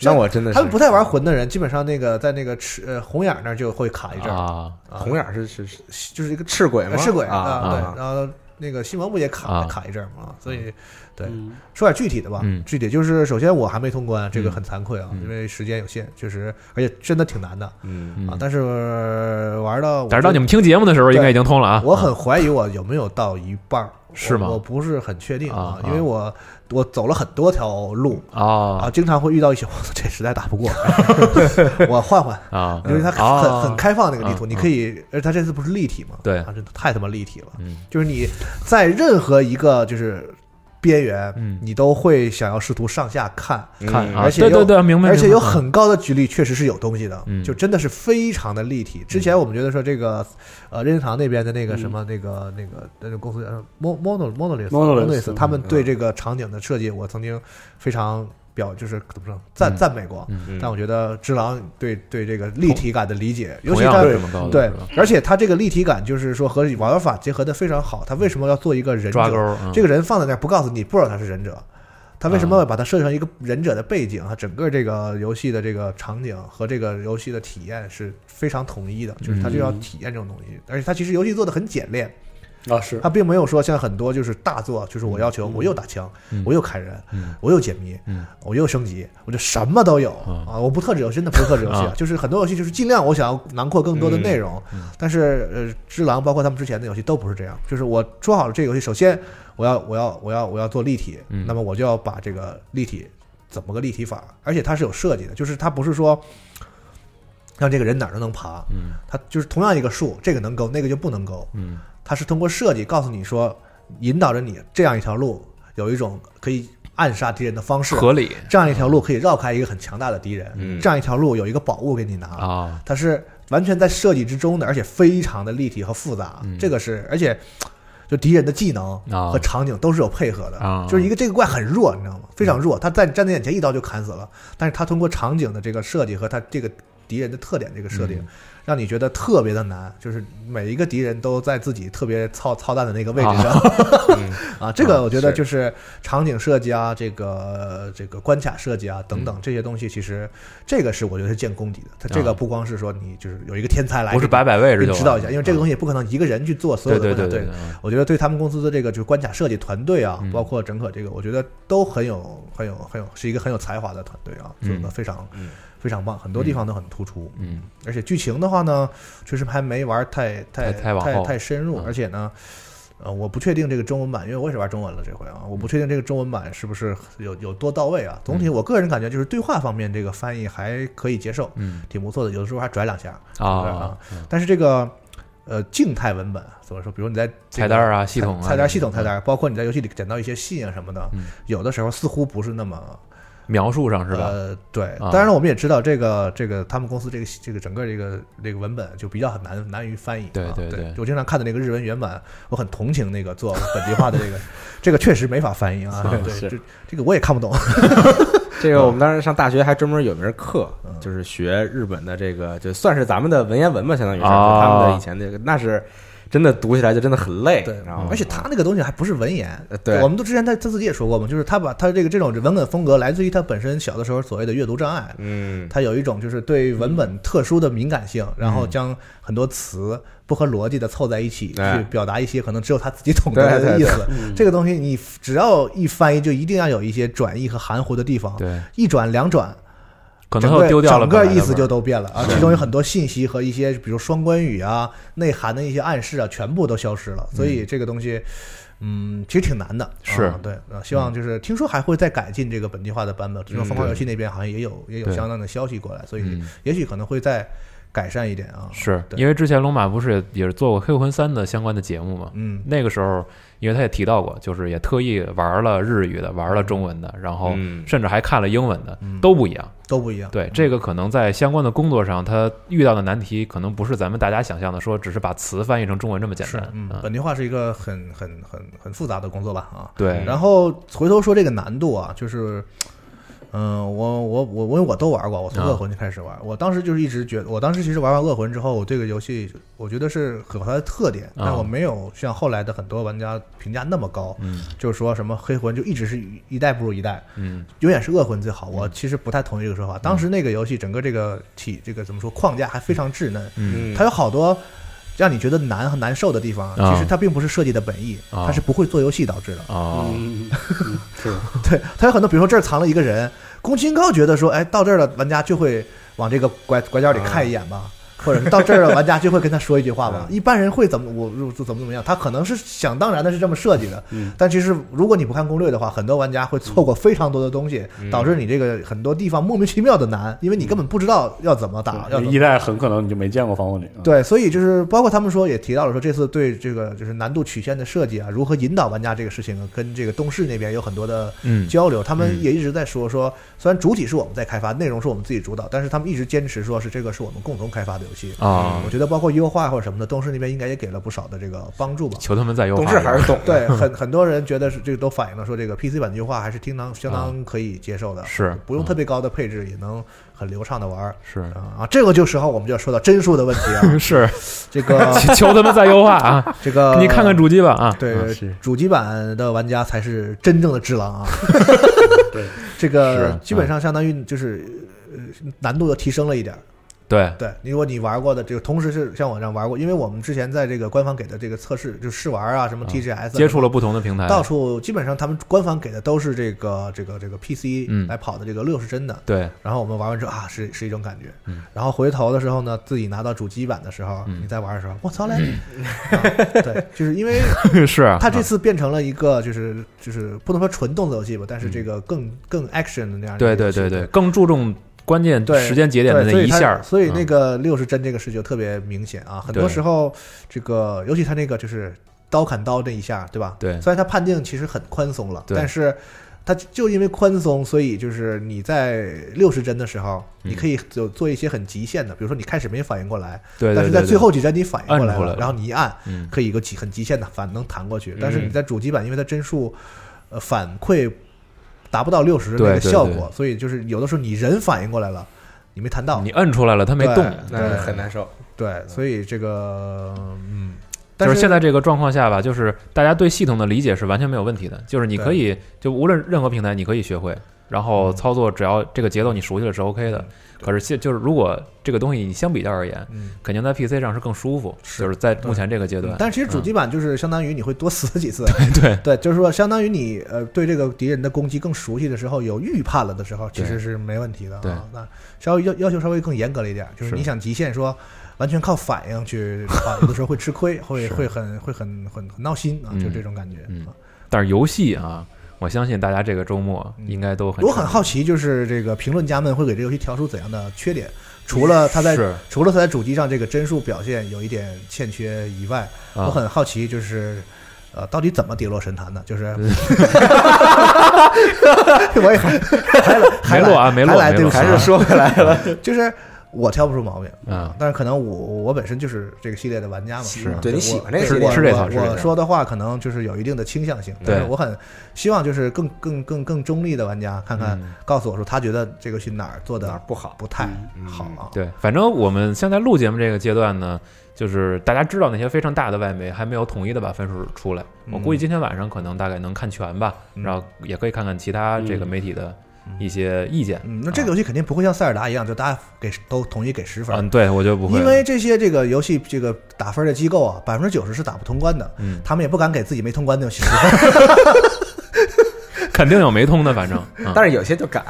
Speaker 1: 那我真的是
Speaker 3: 他们不太玩魂的人，基本上那个在那个吃呃红眼儿那儿就会卡一阵儿，
Speaker 2: 啊，
Speaker 3: 啊
Speaker 1: 红眼儿是是是
Speaker 3: 就是一个
Speaker 1: 赤鬼吗？
Speaker 3: 是呃鬼
Speaker 1: 啊，
Speaker 3: 对
Speaker 2: 啊，
Speaker 3: 然后那个西蒙不也卡
Speaker 2: 啊
Speaker 3: 卡一阵儿嘛，所以对，
Speaker 4: 嗯
Speaker 3: 说点具体的吧，
Speaker 2: 嗯
Speaker 3: 具体就是首先我还没通关，这个很惭愧啊，
Speaker 2: 嗯
Speaker 3: 因为时间有限，确实，而且真的挺难的啊。
Speaker 1: 嗯，
Speaker 2: 嗯
Speaker 3: 但是呃玩到我
Speaker 2: 但是到你们听节目的时候，应该已经通了啊。
Speaker 3: 我很怀疑我有没有到一半儿，
Speaker 2: 是吗
Speaker 3: 我我不是很确定
Speaker 2: 啊啊
Speaker 3: 因为我我走了很多条路
Speaker 2: 啊
Speaker 3: 啊，经常会遇到一些，我操，这实在 打不过， 我换换。
Speaker 2: 啊，
Speaker 3: 因为它
Speaker 2: 啊
Speaker 3: 很很开放那个地图，
Speaker 2: 嗯
Speaker 3: 你可以，而它这次不是立体嘛？
Speaker 2: 对
Speaker 3: 啊，真的太他妈立体了。
Speaker 2: 嗯
Speaker 3: 就是你在任何一个就是边缘，
Speaker 2: 嗯
Speaker 3: 你都会想要试图上下看，
Speaker 2: 看
Speaker 1: 嗯
Speaker 2: 啊，
Speaker 3: 而且
Speaker 2: 对
Speaker 3: 有
Speaker 2: 对对，明白，
Speaker 3: 而且
Speaker 2: 明白
Speaker 3: 有很高的几率确实是有东西的，
Speaker 2: 嗯
Speaker 3: 就真的是非常的立体。之前我们觉得说这个呃任天堂那边的那
Speaker 2: 嗯
Speaker 3: 个什么、那个那个那个公司呃 Mo- mono monolith
Speaker 4: Monolith，嗯
Speaker 3: 他们对这个场景的设计，我曾经非常表就是怎么说赞、
Speaker 2: 嗯
Speaker 3: 赞美过。
Speaker 2: 嗯
Speaker 1: 嗯
Speaker 3: 但我觉得只狼对对这个立体感的理解，尤
Speaker 2: 同
Speaker 3: 其
Speaker 2: 样
Speaker 3: 他
Speaker 2: 是这么高的，
Speaker 3: 对
Speaker 2: 是吧，
Speaker 3: 而且它这个立体感就是说和玩法结合的非常好。它为什么要做一个忍
Speaker 2: 抓钩
Speaker 3: 者？
Speaker 2: 儿，嗯
Speaker 3: 这个人放在那儿不告诉你，不知道他是忍者。他为什么要把它设计成一个忍者的背景啊？整个这个游戏的这个场景和这个游戏的体验是非常统一的，就是他就要体验这种东西。而且它其实游戏做的很简练，
Speaker 4: 啊，是
Speaker 3: 它并没有说像很多就是大作，就是我要求
Speaker 4: 嗯
Speaker 3: 我又打枪
Speaker 2: 嗯，
Speaker 3: 我又砍人
Speaker 2: 嗯，
Speaker 3: 我又解谜
Speaker 2: 嗯，
Speaker 3: 我又升级，我就什么都有
Speaker 2: 啊
Speaker 3: 啊！我不特指游戏，真的不是特指游戏啊
Speaker 2: 啊，
Speaker 3: 就是很多游戏就是尽量我想要囊括更多的内容
Speaker 2: 嗯嗯，
Speaker 3: 但是呃，只狼包括他们之前的游戏都不是这样，就是我说好了这个游戏，首先我要我要我要我要做立体，
Speaker 2: 嗯
Speaker 3: 那么我就要把这个立体怎么个立体法，而且它是有设计的，就是它不是说。让这个人哪儿都能爬，
Speaker 2: 嗯
Speaker 3: 它就是同样一个树，这个能勾，那个就不能勾，
Speaker 2: 嗯
Speaker 3: 它是通过设计告诉你说，引导着你这样一条路，有一种可以暗杀敌人的方式，
Speaker 2: 合理
Speaker 3: 这样一条路可以绕开一个很强大的敌人，
Speaker 1: 嗯
Speaker 3: 这样一条路有一个宝物给你拿，
Speaker 2: 啊，
Speaker 3: 它是完全在设计之中的，而且非常的立体和复杂，
Speaker 2: 嗯
Speaker 3: 这个是而且。就敌人的技能
Speaker 2: 啊
Speaker 3: 和场景都是有配合的，
Speaker 2: 啊嗯
Speaker 3: 就是一个这个怪很弱，你知道吗？非常弱，他在你站在眼前一刀就砍死了，但是他通过场景的这个设计和他这个敌人的特点这个设定，
Speaker 2: 嗯
Speaker 3: 让你觉得特别的难，就是每一个敌人都在自己特别操操蛋的那个位置上，
Speaker 1: 嗯
Speaker 3: 啊，这个我觉得
Speaker 1: 是
Speaker 3: 就是场景设计啊，这个这个关卡设计啊等等这些东西，其实这个是我觉得是见功底的。它这个
Speaker 2: 嗯啊
Speaker 3: 不光是说你就是有一个天才来，
Speaker 2: 不是摆摆位置
Speaker 3: 给
Speaker 2: 就
Speaker 3: 你指导一下，
Speaker 2: 完
Speaker 3: 因为这个东
Speaker 2: 了
Speaker 3: 西也不可能一个人去做所
Speaker 2: 对
Speaker 3: 有的
Speaker 2: 啊对
Speaker 3: 关卡。
Speaker 2: 对对
Speaker 3: 对，
Speaker 2: 对
Speaker 3: 我觉得对他们公司的这个就是关卡设计团队啊
Speaker 2: 嗯，
Speaker 3: 包括整个这个，我觉得都很有很有很有是一个很有才华的团队啊，做的
Speaker 2: 嗯
Speaker 3: 非常
Speaker 1: 嗯
Speaker 3: 非常棒，很多地方都很突出。
Speaker 2: 嗯
Speaker 3: 而且剧情的话呢，确实还没玩太太
Speaker 2: 太太往
Speaker 3: 太
Speaker 2: 后
Speaker 3: 太深入，
Speaker 2: 嗯
Speaker 3: 而且呢，呃，我不确定这个中文版，因为我也是玩中文了这回
Speaker 2: 嗯
Speaker 3: 啊，我不确定这个中文版是不是有有多到位啊。总体我个人感觉就是对话方面这个翻译还可以接受，
Speaker 2: 嗯
Speaker 3: 挺不错的，有的时候还拽两下
Speaker 2: 啊，
Speaker 3: 但是这个呃静态文本怎么说？比如你在这
Speaker 2: 菜
Speaker 3: 个
Speaker 2: 单啊，系统啊，
Speaker 3: 菜单系统菜单，包括你在游戏里捡到一些信啊什么的，
Speaker 2: 嗯
Speaker 3: 有的时候似乎不是那么
Speaker 2: 描述上是吧？
Speaker 3: 呃，对，
Speaker 2: 啊
Speaker 3: 当然了，我们也知道这个这个他们公司这个这个整个这个这个文本就比较很难难于翻译啊。
Speaker 2: 对
Speaker 3: 对
Speaker 2: 对对
Speaker 3: 我经常看的那个日文原版，我很同情那个做本地化的 这个，这个确实没法翻译啊。
Speaker 4: 嗯
Speaker 3: 对，
Speaker 4: 是
Speaker 3: 这这个我也看不懂。
Speaker 2: 嗯
Speaker 1: 这个我们当时上大学还专门有门课
Speaker 3: 嗯，
Speaker 1: 就是学日本的这个，就算是咱们的文言文吧，相当于是就
Speaker 3: 哦
Speaker 2: 啊
Speaker 1: 他们的以前这个，那是真的读起来就真的很累。
Speaker 3: 对
Speaker 1: 然后，
Speaker 3: 而且他那个东西还不是文言。
Speaker 1: 呃对
Speaker 3: 我们都之前他他自己也说过嘛，就是他把他这个这种文本风格来自于他本身小的时候所谓的阅读障碍。
Speaker 1: 嗯，
Speaker 3: 他有一种就是对文本特殊的敏感性，然后将很多词不合逻辑的凑在一起，
Speaker 1: 哎
Speaker 3: 去表达一些可能只有他自己懂得
Speaker 1: 对对
Speaker 3: 的
Speaker 1: 对
Speaker 3: 意思。这个东西你只要一翻译，就一定要有一些转译和含糊的地方，
Speaker 2: 对，
Speaker 3: 一转两转，
Speaker 2: 可能
Speaker 3: 整
Speaker 2: 又
Speaker 3: 个
Speaker 2: 丢掉了
Speaker 3: 整个
Speaker 2: 本来
Speaker 3: 意
Speaker 2: 的
Speaker 3: 思
Speaker 2: 味儿
Speaker 3: 就都变了啊。其中有很多信息和一些比如双关语啊、内涵的一些暗示啊，全部都消失了。所以这个东西。嗯，其实挺难的，
Speaker 2: 是嗯
Speaker 3: 啊对，啊希望就是听说还会再改进这个本地化的版本，只是说疯狂游戏那边好像也有也有
Speaker 2: 对
Speaker 3: 相当的消息过来，所以
Speaker 2: 嗯
Speaker 3: 也许可能会再改善一点啊。
Speaker 2: 是
Speaker 3: 对
Speaker 2: 因为之前龙马不是也也是做过《黑魂三》的相关的节目嘛？
Speaker 3: 嗯
Speaker 2: 那个时候，因为他也提到过，就是也特意玩了日语的，玩了中文的，然后
Speaker 1: 嗯
Speaker 2: 甚至还看了英文的
Speaker 3: 嗯，
Speaker 2: 都不一样。
Speaker 3: 都不一样。
Speaker 2: 对，这个可能在相关的工作上，他遇到的难题可能不是咱们大家想象的说只是把词翻译成中文这么简
Speaker 3: 是
Speaker 2: 单。，
Speaker 3: 嗯，本地化是一个很很很很复杂的工作吧啊。
Speaker 2: 对，
Speaker 3: 然后回头说这个难度啊，就是，嗯、我我我因为我都玩过，我从
Speaker 2: 啊
Speaker 3: 恶魂就开始玩，我当时就是一直觉得，我当时其实玩完恶魂之后，我对这个游戏我觉得是有它的特点，
Speaker 2: 啊
Speaker 3: 但我没有像后来的很多玩家评价那么高，
Speaker 2: 嗯
Speaker 3: 就是说什么黑魂就一直是一一代不如一代，
Speaker 2: 嗯
Speaker 3: 永远是恶魂最好。我其实不太同意这个说法，当时那个游戏整个这个体这个怎么说框架还非常稚嫩，
Speaker 2: 嗯
Speaker 3: 它有好多让你觉得难和难受的地方，
Speaker 2: 啊
Speaker 3: 其实它并不是设计的本意，
Speaker 2: 啊
Speaker 3: 它是不会做游戏导致的。
Speaker 2: 哦，
Speaker 4: 嗯，嗯是
Speaker 3: 对，它有很多，比如说这儿藏了一个人，宫崎英高觉得说，哎，到这儿了，玩家就会往这个拐拐角里看一眼吧。或者是到这儿了，玩家就会跟他说一句话吧。一般人会怎么我我怎么怎么样？他可能是想当然的是这么设计的，
Speaker 4: 嗯
Speaker 3: 但其实如果你不看攻略的话，很多玩家会错过非常多的东西，导致你这个很多地方莫名其妙的难，因为你根本不知道要怎么打，要怎么
Speaker 4: 一代嗯很可能你就没见过防火女，啊，
Speaker 3: 对，所以就是包括他们说也提到了说这次对这个就是难度曲线的设计啊，如何引导玩家这个事情啊，跟这个东市那边有很多的
Speaker 2: 嗯
Speaker 3: 交流，他们也一直在说说，虽然主体是我们在开发，内容是我们自己主导，但是他们一直坚持说是这个是我们共同开发的游戏。
Speaker 2: 啊
Speaker 3: 我，觉得包括优化或者什么的，东市那边应该也给了不少的这个帮助吧。
Speaker 2: 求他们再优化
Speaker 1: 懂
Speaker 2: 一
Speaker 1: 事
Speaker 2: 下。
Speaker 1: 还是懂。
Speaker 3: 对，很很多人觉得是这个都反映了说这个 PC 版的优化还是相当相当可以接受的，
Speaker 2: 是
Speaker 3: 不用特别高的配置也能很流畅的玩儿
Speaker 2: 是，
Speaker 3: 啊啊！这个就时候我们就要说到帧数的问题 啊
Speaker 2: 是，
Speaker 3: 这个
Speaker 2: 求求他们再优化啊！
Speaker 3: 这个
Speaker 2: 你看看主机吧啊，
Speaker 3: 对
Speaker 4: 是
Speaker 3: 主机版的玩家才是真正的只狼 啊！
Speaker 4: 对，
Speaker 3: 这
Speaker 2: 是
Speaker 3: 个
Speaker 2: 嗯
Speaker 3: 基本上相当于就是呃难度又提升了一点儿，
Speaker 2: 对，
Speaker 3: 对，如果你玩过的这个，同时是像我这样玩过，因为我们之前在这个官方给的这个测试，就试玩啊，什么
Speaker 2: 嗯
Speaker 3: TGS 啊、
Speaker 2: 接触了不哎同的平台，
Speaker 3: 到处基本上他们官方给的都是这个这个这个 PC
Speaker 2: 嗯
Speaker 3: 来跑的这个六十帧的，
Speaker 2: 对，
Speaker 3: 然后我们玩完之后啊，是是一种感觉
Speaker 2: 嗯。
Speaker 3: 然后回头的时候呢，自己拿到主机版的时候，
Speaker 2: 嗯
Speaker 3: 你再玩的时候，我操嘞！ 啊对，就是因为
Speaker 2: 是啊
Speaker 3: 它这次变成了一个就是就是不能说纯动作游戏吧，但是这个更更 action 的那
Speaker 2: 嗯
Speaker 3: 样的
Speaker 2: 对
Speaker 3: 一个游
Speaker 2: 对对
Speaker 3: 戏
Speaker 2: 对，更注重关键
Speaker 3: 对
Speaker 2: 时间节点的
Speaker 3: 对
Speaker 2: 那一下儿，
Speaker 3: 所以它所以那
Speaker 2: 嗯
Speaker 3: 个六十帧这个事就特别明显啊。很多
Speaker 2: 对
Speaker 3: 时候，这个尤其它那个就是刀砍刀那一下，对吧？
Speaker 2: 对
Speaker 3: 虽然它判定其实很宽松了，
Speaker 2: 对
Speaker 3: 但是它就因为宽松，所以就是你在六十帧的时候，
Speaker 2: 嗯
Speaker 3: 你可以就做一些很极限的，比如说你开始没反应过来，
Speaker 2: 对，对
Speaker 3: 但是
Speaker 2: 对
Speaker 3: 在
Speaker 2: 对
Speaker 3: 最后几帧你反应过来
Speaker 2: 按出来
Speaker 3: 了
Speaker 2: 了，
Speaker 3: 然后你一按，
Speaker 2: 嗯
Speaker 3: 可以一个极很极限的反能弹过去
Speaker 2: 嗯。
Speaker 3: 但是你在主机版，因为它帧数呃反馈达不到六十那
Speaker 2: 对
Speaker 3: 个
Speaker 2: 对
Speaker 3: 效
Speaker 2: 对
Speaker 3: 果，所以就是有的时候你人反应过来了，你没弹到，
Speaker 2: 你摁出来了，它没
Speaker 3: 对
Speaker 2: 动，
Speaker 1: 那
Speaker 3: 对
Speaker 1: 很难受。
Speaker 3: 对，所以这个嗯，但
Speaker 2: 就是是现在这个状况下吧，就是大家对系统的理解是完全没有问题的，就是你可以就无论任何平台你可以学会，然
Speaker 3: 嗯
Speaker 2: 后操作只要这个节奏你熟悉了是 OK 的。可是现就是如果这个东西你相比较而言，
Speaker 3: 嗯。
Speaker 2: 肯定在 PC 上是更舒服，
Speaker 3: 是嗯
Speaker 2: 就是在目前这个阶段。
Speaker 3: 但是其实主机版就是相当于你会多死几次，
Speaker 2: 嗯对
Speaker 3: 对，就是说相当于你呃对这个敌人的攻击更熟悉的时候，有预判了的时候，其实是没问题的
Speaker 2: 对
Speaker 3: 啊。那稍微要要求稍微更严格了一点，就是
Speaker 2: 是
Speaker 3: 你想极限说完全靠反应去的话，有的时候会吃亏，会
Speaker 2: 是
Speaker 3: 会很会很很很闹心啊，
Speaker 2: 嗯
Speaker 3: 就这种感觉
Speaker 2: 嗯
Speaker 3: 啊。
Speaker 2: 但是游戏啊，我相信大家这个周末应该都很
Speaker 3: 嗯我很好奇，就是这个评论家们会给这游戏调出怎样的缺点？除了它在
Speaker 2: 是
Speaker 3: 除了它在主机上这个帧数表现有一点欠缺以外，
Speaker 2: 啊
Speaker 3: 我很好奇，就是呃，到底怎么跌落神坛的？ 就是，我也还还
Speaker 2: 没
Speaker 3: 来还来
Speaker 2: 落啊，没落，
Speaker 3: 还来
Speaker 2: 没
Speaker 3: 对
Speaker 2: 落
Speaker 3: 不起啊
Speaker 1: 还是说回来了，
Speaker 3: 就是我挑不出毛病
Speaker 2: 啊，
Speaker 3: 但是可能我我本身就是这个系列的玩家嘛，是
Speaker 1: 对你喜欢这个系列
Speaker 3: 我
Speaker 2: 吃这套
Speaker 3: 我
Speaker 2: 吃这套
Speaker 3: 我说的话可能就是有一定的倾向性，但是
Speaker 2: 对
Speaker 3: 我很希望就是更更更更中立的玩家看看
Speaker 2: 嗯，
Speaker 3: 告诉我说他觉得这个是哪儿做
Speaker 1: 哪儿嗯
Speaker 3: 的
Speaker 1: 不好？
Speaker 3: 不太好啊，
Speaker 2: 对，反正我们现在录节目这个阶段呢，就是大家知道那些非常大的外媒还没有统一的把分数出来，我估计今天晚上可能大概能看全吧，
Speaker 3: 嗯
Speaker 2: 然后也可以看看其他这个媒体的一些意见。
Speaker 3: 嗯，
Speaker 1: 啊
Speaker 3: 那这个游戏肯定不会像塞尔达一样，就大家给都统一给十分儿，
Speaker 2: 嗯，对，我觉得不会，
Speaker 3: 因为这些这个游戏这个打分的机构啊，百分之九十是打不通关的，
Speaker 2: 嗯，
Speaker 3: 他们也不敢给自己没通关的游戏十分，
Speaker 2: 肯定有没通的，反 正，嗯
Speaker 1: 但是有些就敢，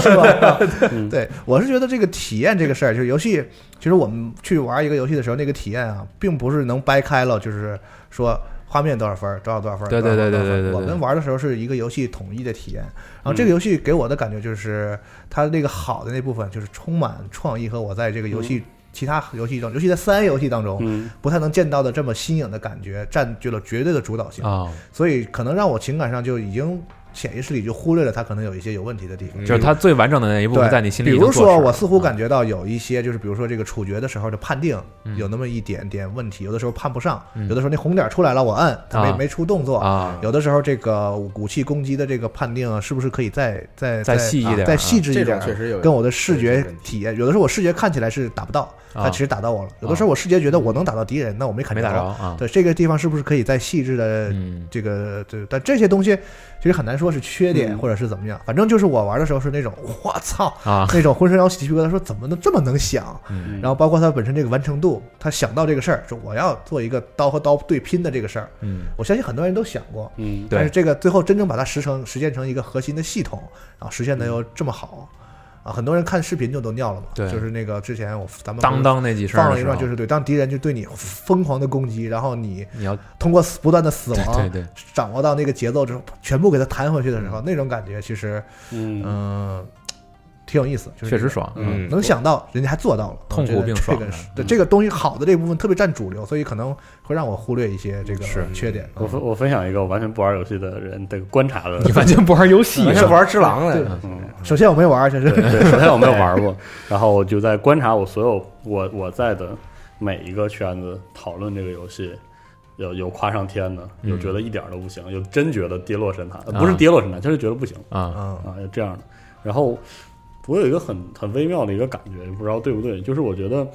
Speaker 3: 是吧？
Speaker 4: 嗯
Speaker 3: 对，我是觉得这个体验这个事儿，就是游戏，其实我们去玩一个游戏的时候，那个体验啊，并不是能掰开了，就是说。画面多少分儿？多少多少分儿？
Speaker 2: 对对对
Speaker 3: 多少多少分
Speaker 2: 对
Speaker 3: 儿
Speaker 2: 对对对嗯
Speaker 3: 我们玩的时候是一个游戏统一的体验，然后这个游戏给我的感觉就是，它那个好的那部分就是充满创意和我在这个游
Speaker 2: 嗯
Speaker 3: 戏、其他游戏中，尤其在三 A 游戏当中，
Speaker 4: 嗯
Speaker 3: 不太能见到的这么新颖的感觉，占据了绝对的主导性，
Speaker 2: 啊，
Speaker 3: 所以可能让我情感上就已经潜意识里就忽略了它可能有一些有问题的地方。
Speaker 2: 就是它最完整的那一部分
Speaker 3: 嗯对，
Speaker 2: 在你心里已
Speaker 3: 比
Speaker 2: 经
Speaker 3: 如
Speaker 2: 做事了。啊
Speaker 3: 说，我似乎感觉到有一些，就是比如说这个处决的时候的判定
Speaker 2: 嗯
Speaker 3: 有那么一点点问题，有的时候判不上，有的时候那红点出来了，我摁它没
Speaker 2: 啊
Speaker 3: 没出动作，
Speaker 2: 啊，
Speaker 3: 有的时候这个武器攻击的这个判定啊是不是可以再再
Speaker 2: 再细一
Speaker 3: 啊
Speaker 2: 点
Speaker 3: 再
Speaker 2: 啊
Speaker 3: 细致一
Speaker 1: 这
Speaker 3: 点
Speaker 1: 种
Speaker 3: 儿？
Speaker 1: 确实有
Speaker 3: 跟我的视
Speaker 1: 有
Speaker 3: 觉
Speaker 1: 这个问题
Speaker 3: 体验，有的时候我视觉看起来是打不到，
Speaker 2: 啊
Speaker 3: 但其实打到我了。有的时候我视觉觉得我能打到敌人，那我没砍哦
Speaker 2: 没打着啊
Speaker 3: 对，这个地方是不是可以再细致的
Speaker 2: 嗯
Speaker 3: 这个？对，但这些东西其实很难说是缺点
Speaker 4: 嗯
Speaker 3: 或者是怎么样。反正就是我玩的时候是那种我操
Speaker 2: 啊，
Speaker 3: 那种浑身摇起鸡皮疙瘩，说怎么能这么能想？
Speaker 2: 嗯
Speaker 3: 然后包括他本身这个完成度，他想到这个事儿，说我要做一个刀和刀对拼的这个事儿，
Speaker 2: 嗯，
Speaker 3: 我相信很多人都想过。
Speaker 4: 嗯，
Speaker 2: 对
Speaker 3: 但是这个最后真正把它实成实践成一个核心的系统，然后实现的
Speaker 2: 嗯
Speaker 3: 又这么好，啊，很多人看视频就都尿了嘛。
Speaker 2: 对
Speaker 3: 就是那个之前我咱们
Speaker 2: 当当那几声
Speaker 3: 放
Speaker 2: 儿
Speaker 3: 了
Speaker 2: 的
Speaker 3: 一
Speaker 2: 时候，
Speaker 3: 段，就是对，当敌人就对你疯狂的攻击，然后你
Speaker 2: 你要
Speaker 3: 通过死不断的死亡，
Speaker 2: 对嗯对对
Speaker 3: 掌握到那个节奏之后，全部给它弹回去的时候，那种感觉其实，嗯、
Speaker 4: 嗯
Speaker 3: 挺有意思，就
Speaker 2: 确
Speaker 3: 是这
Speaker 2: 实
Speaker 3: 个。
Speaker 2: 爽，
Speaker 1: 嗯
Speaker 3: 能想到人家还做到了，
Speaker 2: 痛苦
Speaker 3: 我觉得
Speaker 2: 并爽啊
Speaker 3: 这个
Speaker 2: 的
Speaker 3: 是对这个东西好的这部分特别占主流，所以可能会让我忽略一些这个
Speaker 2: 是
Speaker 3: 缺点。啊
Speaker 4: 我分我分享一个我完全不玩游戏的人的观察的，
Speaker 2: 嗯你完全不玩游 戏
Speaker 1: 你
Speaker 2: 是
Speaker 1: 是
Speaker 2: 吧？
Speaker 1: 玩只狼的，
Speaker 4: 嗯，
Speaker 3: 首先我没玩，就是
Speaker 4: 对，首先我没有玩过，然后我就在观察我所有我我在的每一个圈子讨论这个游戏，有有夸上天的，有觉得一点儿都不行，有真觉得跌落神坛，呃不是
Speaker 2: 啊
Speaker 4: 跌落神坛，就是觉得不行
Speaker 2: 啊，
Speaker 3: 嗯
Speaker 4: 啊，有这样的。然后我有一个很很微妙的一个感觉，不知道对不对，就是我觉得《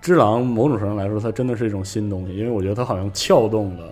Speaker 4: 只狼》某种程度来说，它真的是一种新东西，因为我觉得它好像撬动了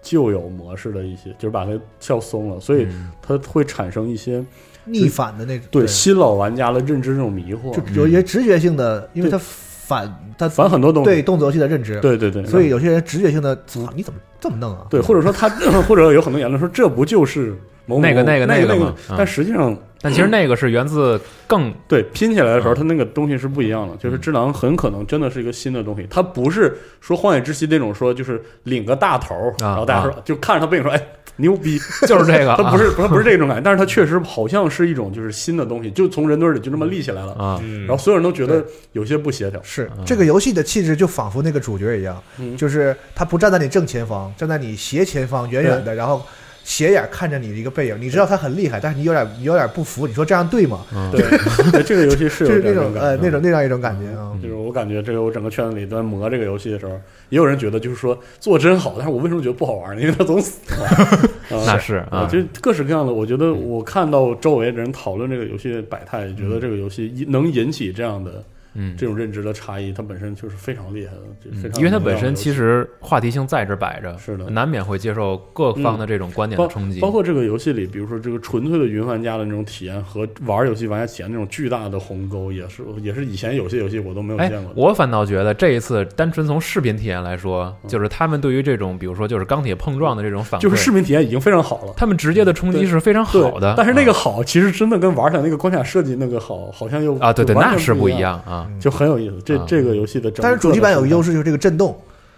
Speaker 4: 旧有模式的一些，就是把它撬松了，所以它会产生一些
Speaker 3: 逆反的那种，
Speaker 4: 对新老玩家的认知这种迷惑，
Speaker 3: 就
Speaker 2: 嗯
Speaker 3: 有一些直觉性的，因为他反他
Speaker 4: 反很多东西。
Speaker 3: 对动作游戏的认知，
Speaker 4: 对对对，
Speaker 3: 所以有些人直觉性的，操你怎么这么弄啊？
Speaker 4: 对，或者说他 或者有很多言论说这不就是某某
Speaker 2: 那个那
Speaker 4: 那
Speaker 2: 个
Speaker 4: 那
Speaker 2: 那个
Speaker 4: 那
Speaker 2: 嘛嗯
Speaker 4: 但实际上
Speaker 2: 但其实那个是源自更
Speaker 4: 对拼起来的时候，
Speaker 2: 嗯
Speaker 4: 它那个东西是不一样的。就是《只狼》很可能真的是一个新的东西，它不是说《荒野之息》那种说就是领个大头，
Speaker 2: 啊
Speaker 4: 然后大家说就看着他背影说哎牛逼，
Speaker 2: 就是这个啊
Speaker 4: 它不是它不是这种感觉，但是它确实好像是一种就是新的东西，就从人堆里就这么立起来了，
Speaker 2: 啊
Speaker 1: 嗯
Speaker 4: 然后所有人都觉得有些 不协调。
Speaker 3: 是
Speaker 2: 嗯
Speaker 3: 这个游戏的气质就仿佛那个主角一样，
Speaker 4: 嗯
Speaker 3: 就是他不站在你正前方，站在你斜前方，远远的，然后斜眼看着你的一个背影。你知道他很厉害，但是你有点有点不服，你说这样对吗？
Speaker 2: 嗯
Speaker 4: 对，对这个游戏 是
Speaker 3: 就
Speaker 4: 有
Speaker 3: 是那
Speaker 4: 这
Speaker 3: 种
Speaker 4: 感
Speaker 3: 呃
Speaker 4: 觉。
Speaker 3: 那种那样一种感觉啊。
Speaker 4: 就是我感觉这个我整个圈子里在磨这个游戏的时候，也有人觉得就是说做真好，但是我为什么觉得不好玩呢？因为它总死。 啊
Speaker 2: 那是
Speaker 4: 啊，
Speaker 2: 啊
Speaker 4: 就各式各样的。我觉得
Speaker 2: 嗯
Speaker 4: 我看到周围的人讨论这个游戏的百态，觉得这个游戏一能引起这样的
Speaker 2: 嗯，
Speaker 4: 这种认知的差异，它本身就是非常厉害的，就非
Speaker 2: 嗯
Speaker 4: 常。
Speaker 2: 因为它本身其。实话题性在这摆着，
Speaker 4: 是的嗯
Speaker 2: 难免会接受各方的这种观点的
Speaker 4: 包
Speaker 2: 冲击，
Speaker 4: 包括这个游戏里，比如说这个纯粹的云玩家的那种体验和玩游戏玩家体验那种巨大的鸿沟，也是也是以前有些游戏我都没有
Speaker 2: 哎
Speaker 4: 见过，的。
Speaker 2: 我反倒觉得这一次单纯从视频体验来说，
Speaker 4: 嗯
Speaker 2: 就是他们对于这种比如说就是钢铁碰撞的这种反馈，
Speaker 4: 就是视频体验已经非常好了。
Speaker 2: 他们直接的冲击是非常
Speaker 4: 对
Speaker 2: 好的。
Speaker 4: 但是那
Speaker 2: 啊
Speaker 4: 个好，其实真的跟玩起来那个关卡设计那个好，好像又
Speaker 2: 啊，对对，
Speaker 4: 完全
Speaker 2: 那是
Speaker 4: 不
Speaker 2: 不
Speaker 4: 一
Speaker 2: 一，样啊
Speaker 4: 就很有意思。这
Speaker 2: 啊
Speaker 4: 这个游戏的整个的，
Speaker 3: 但是主机版有个优势就是这个震动，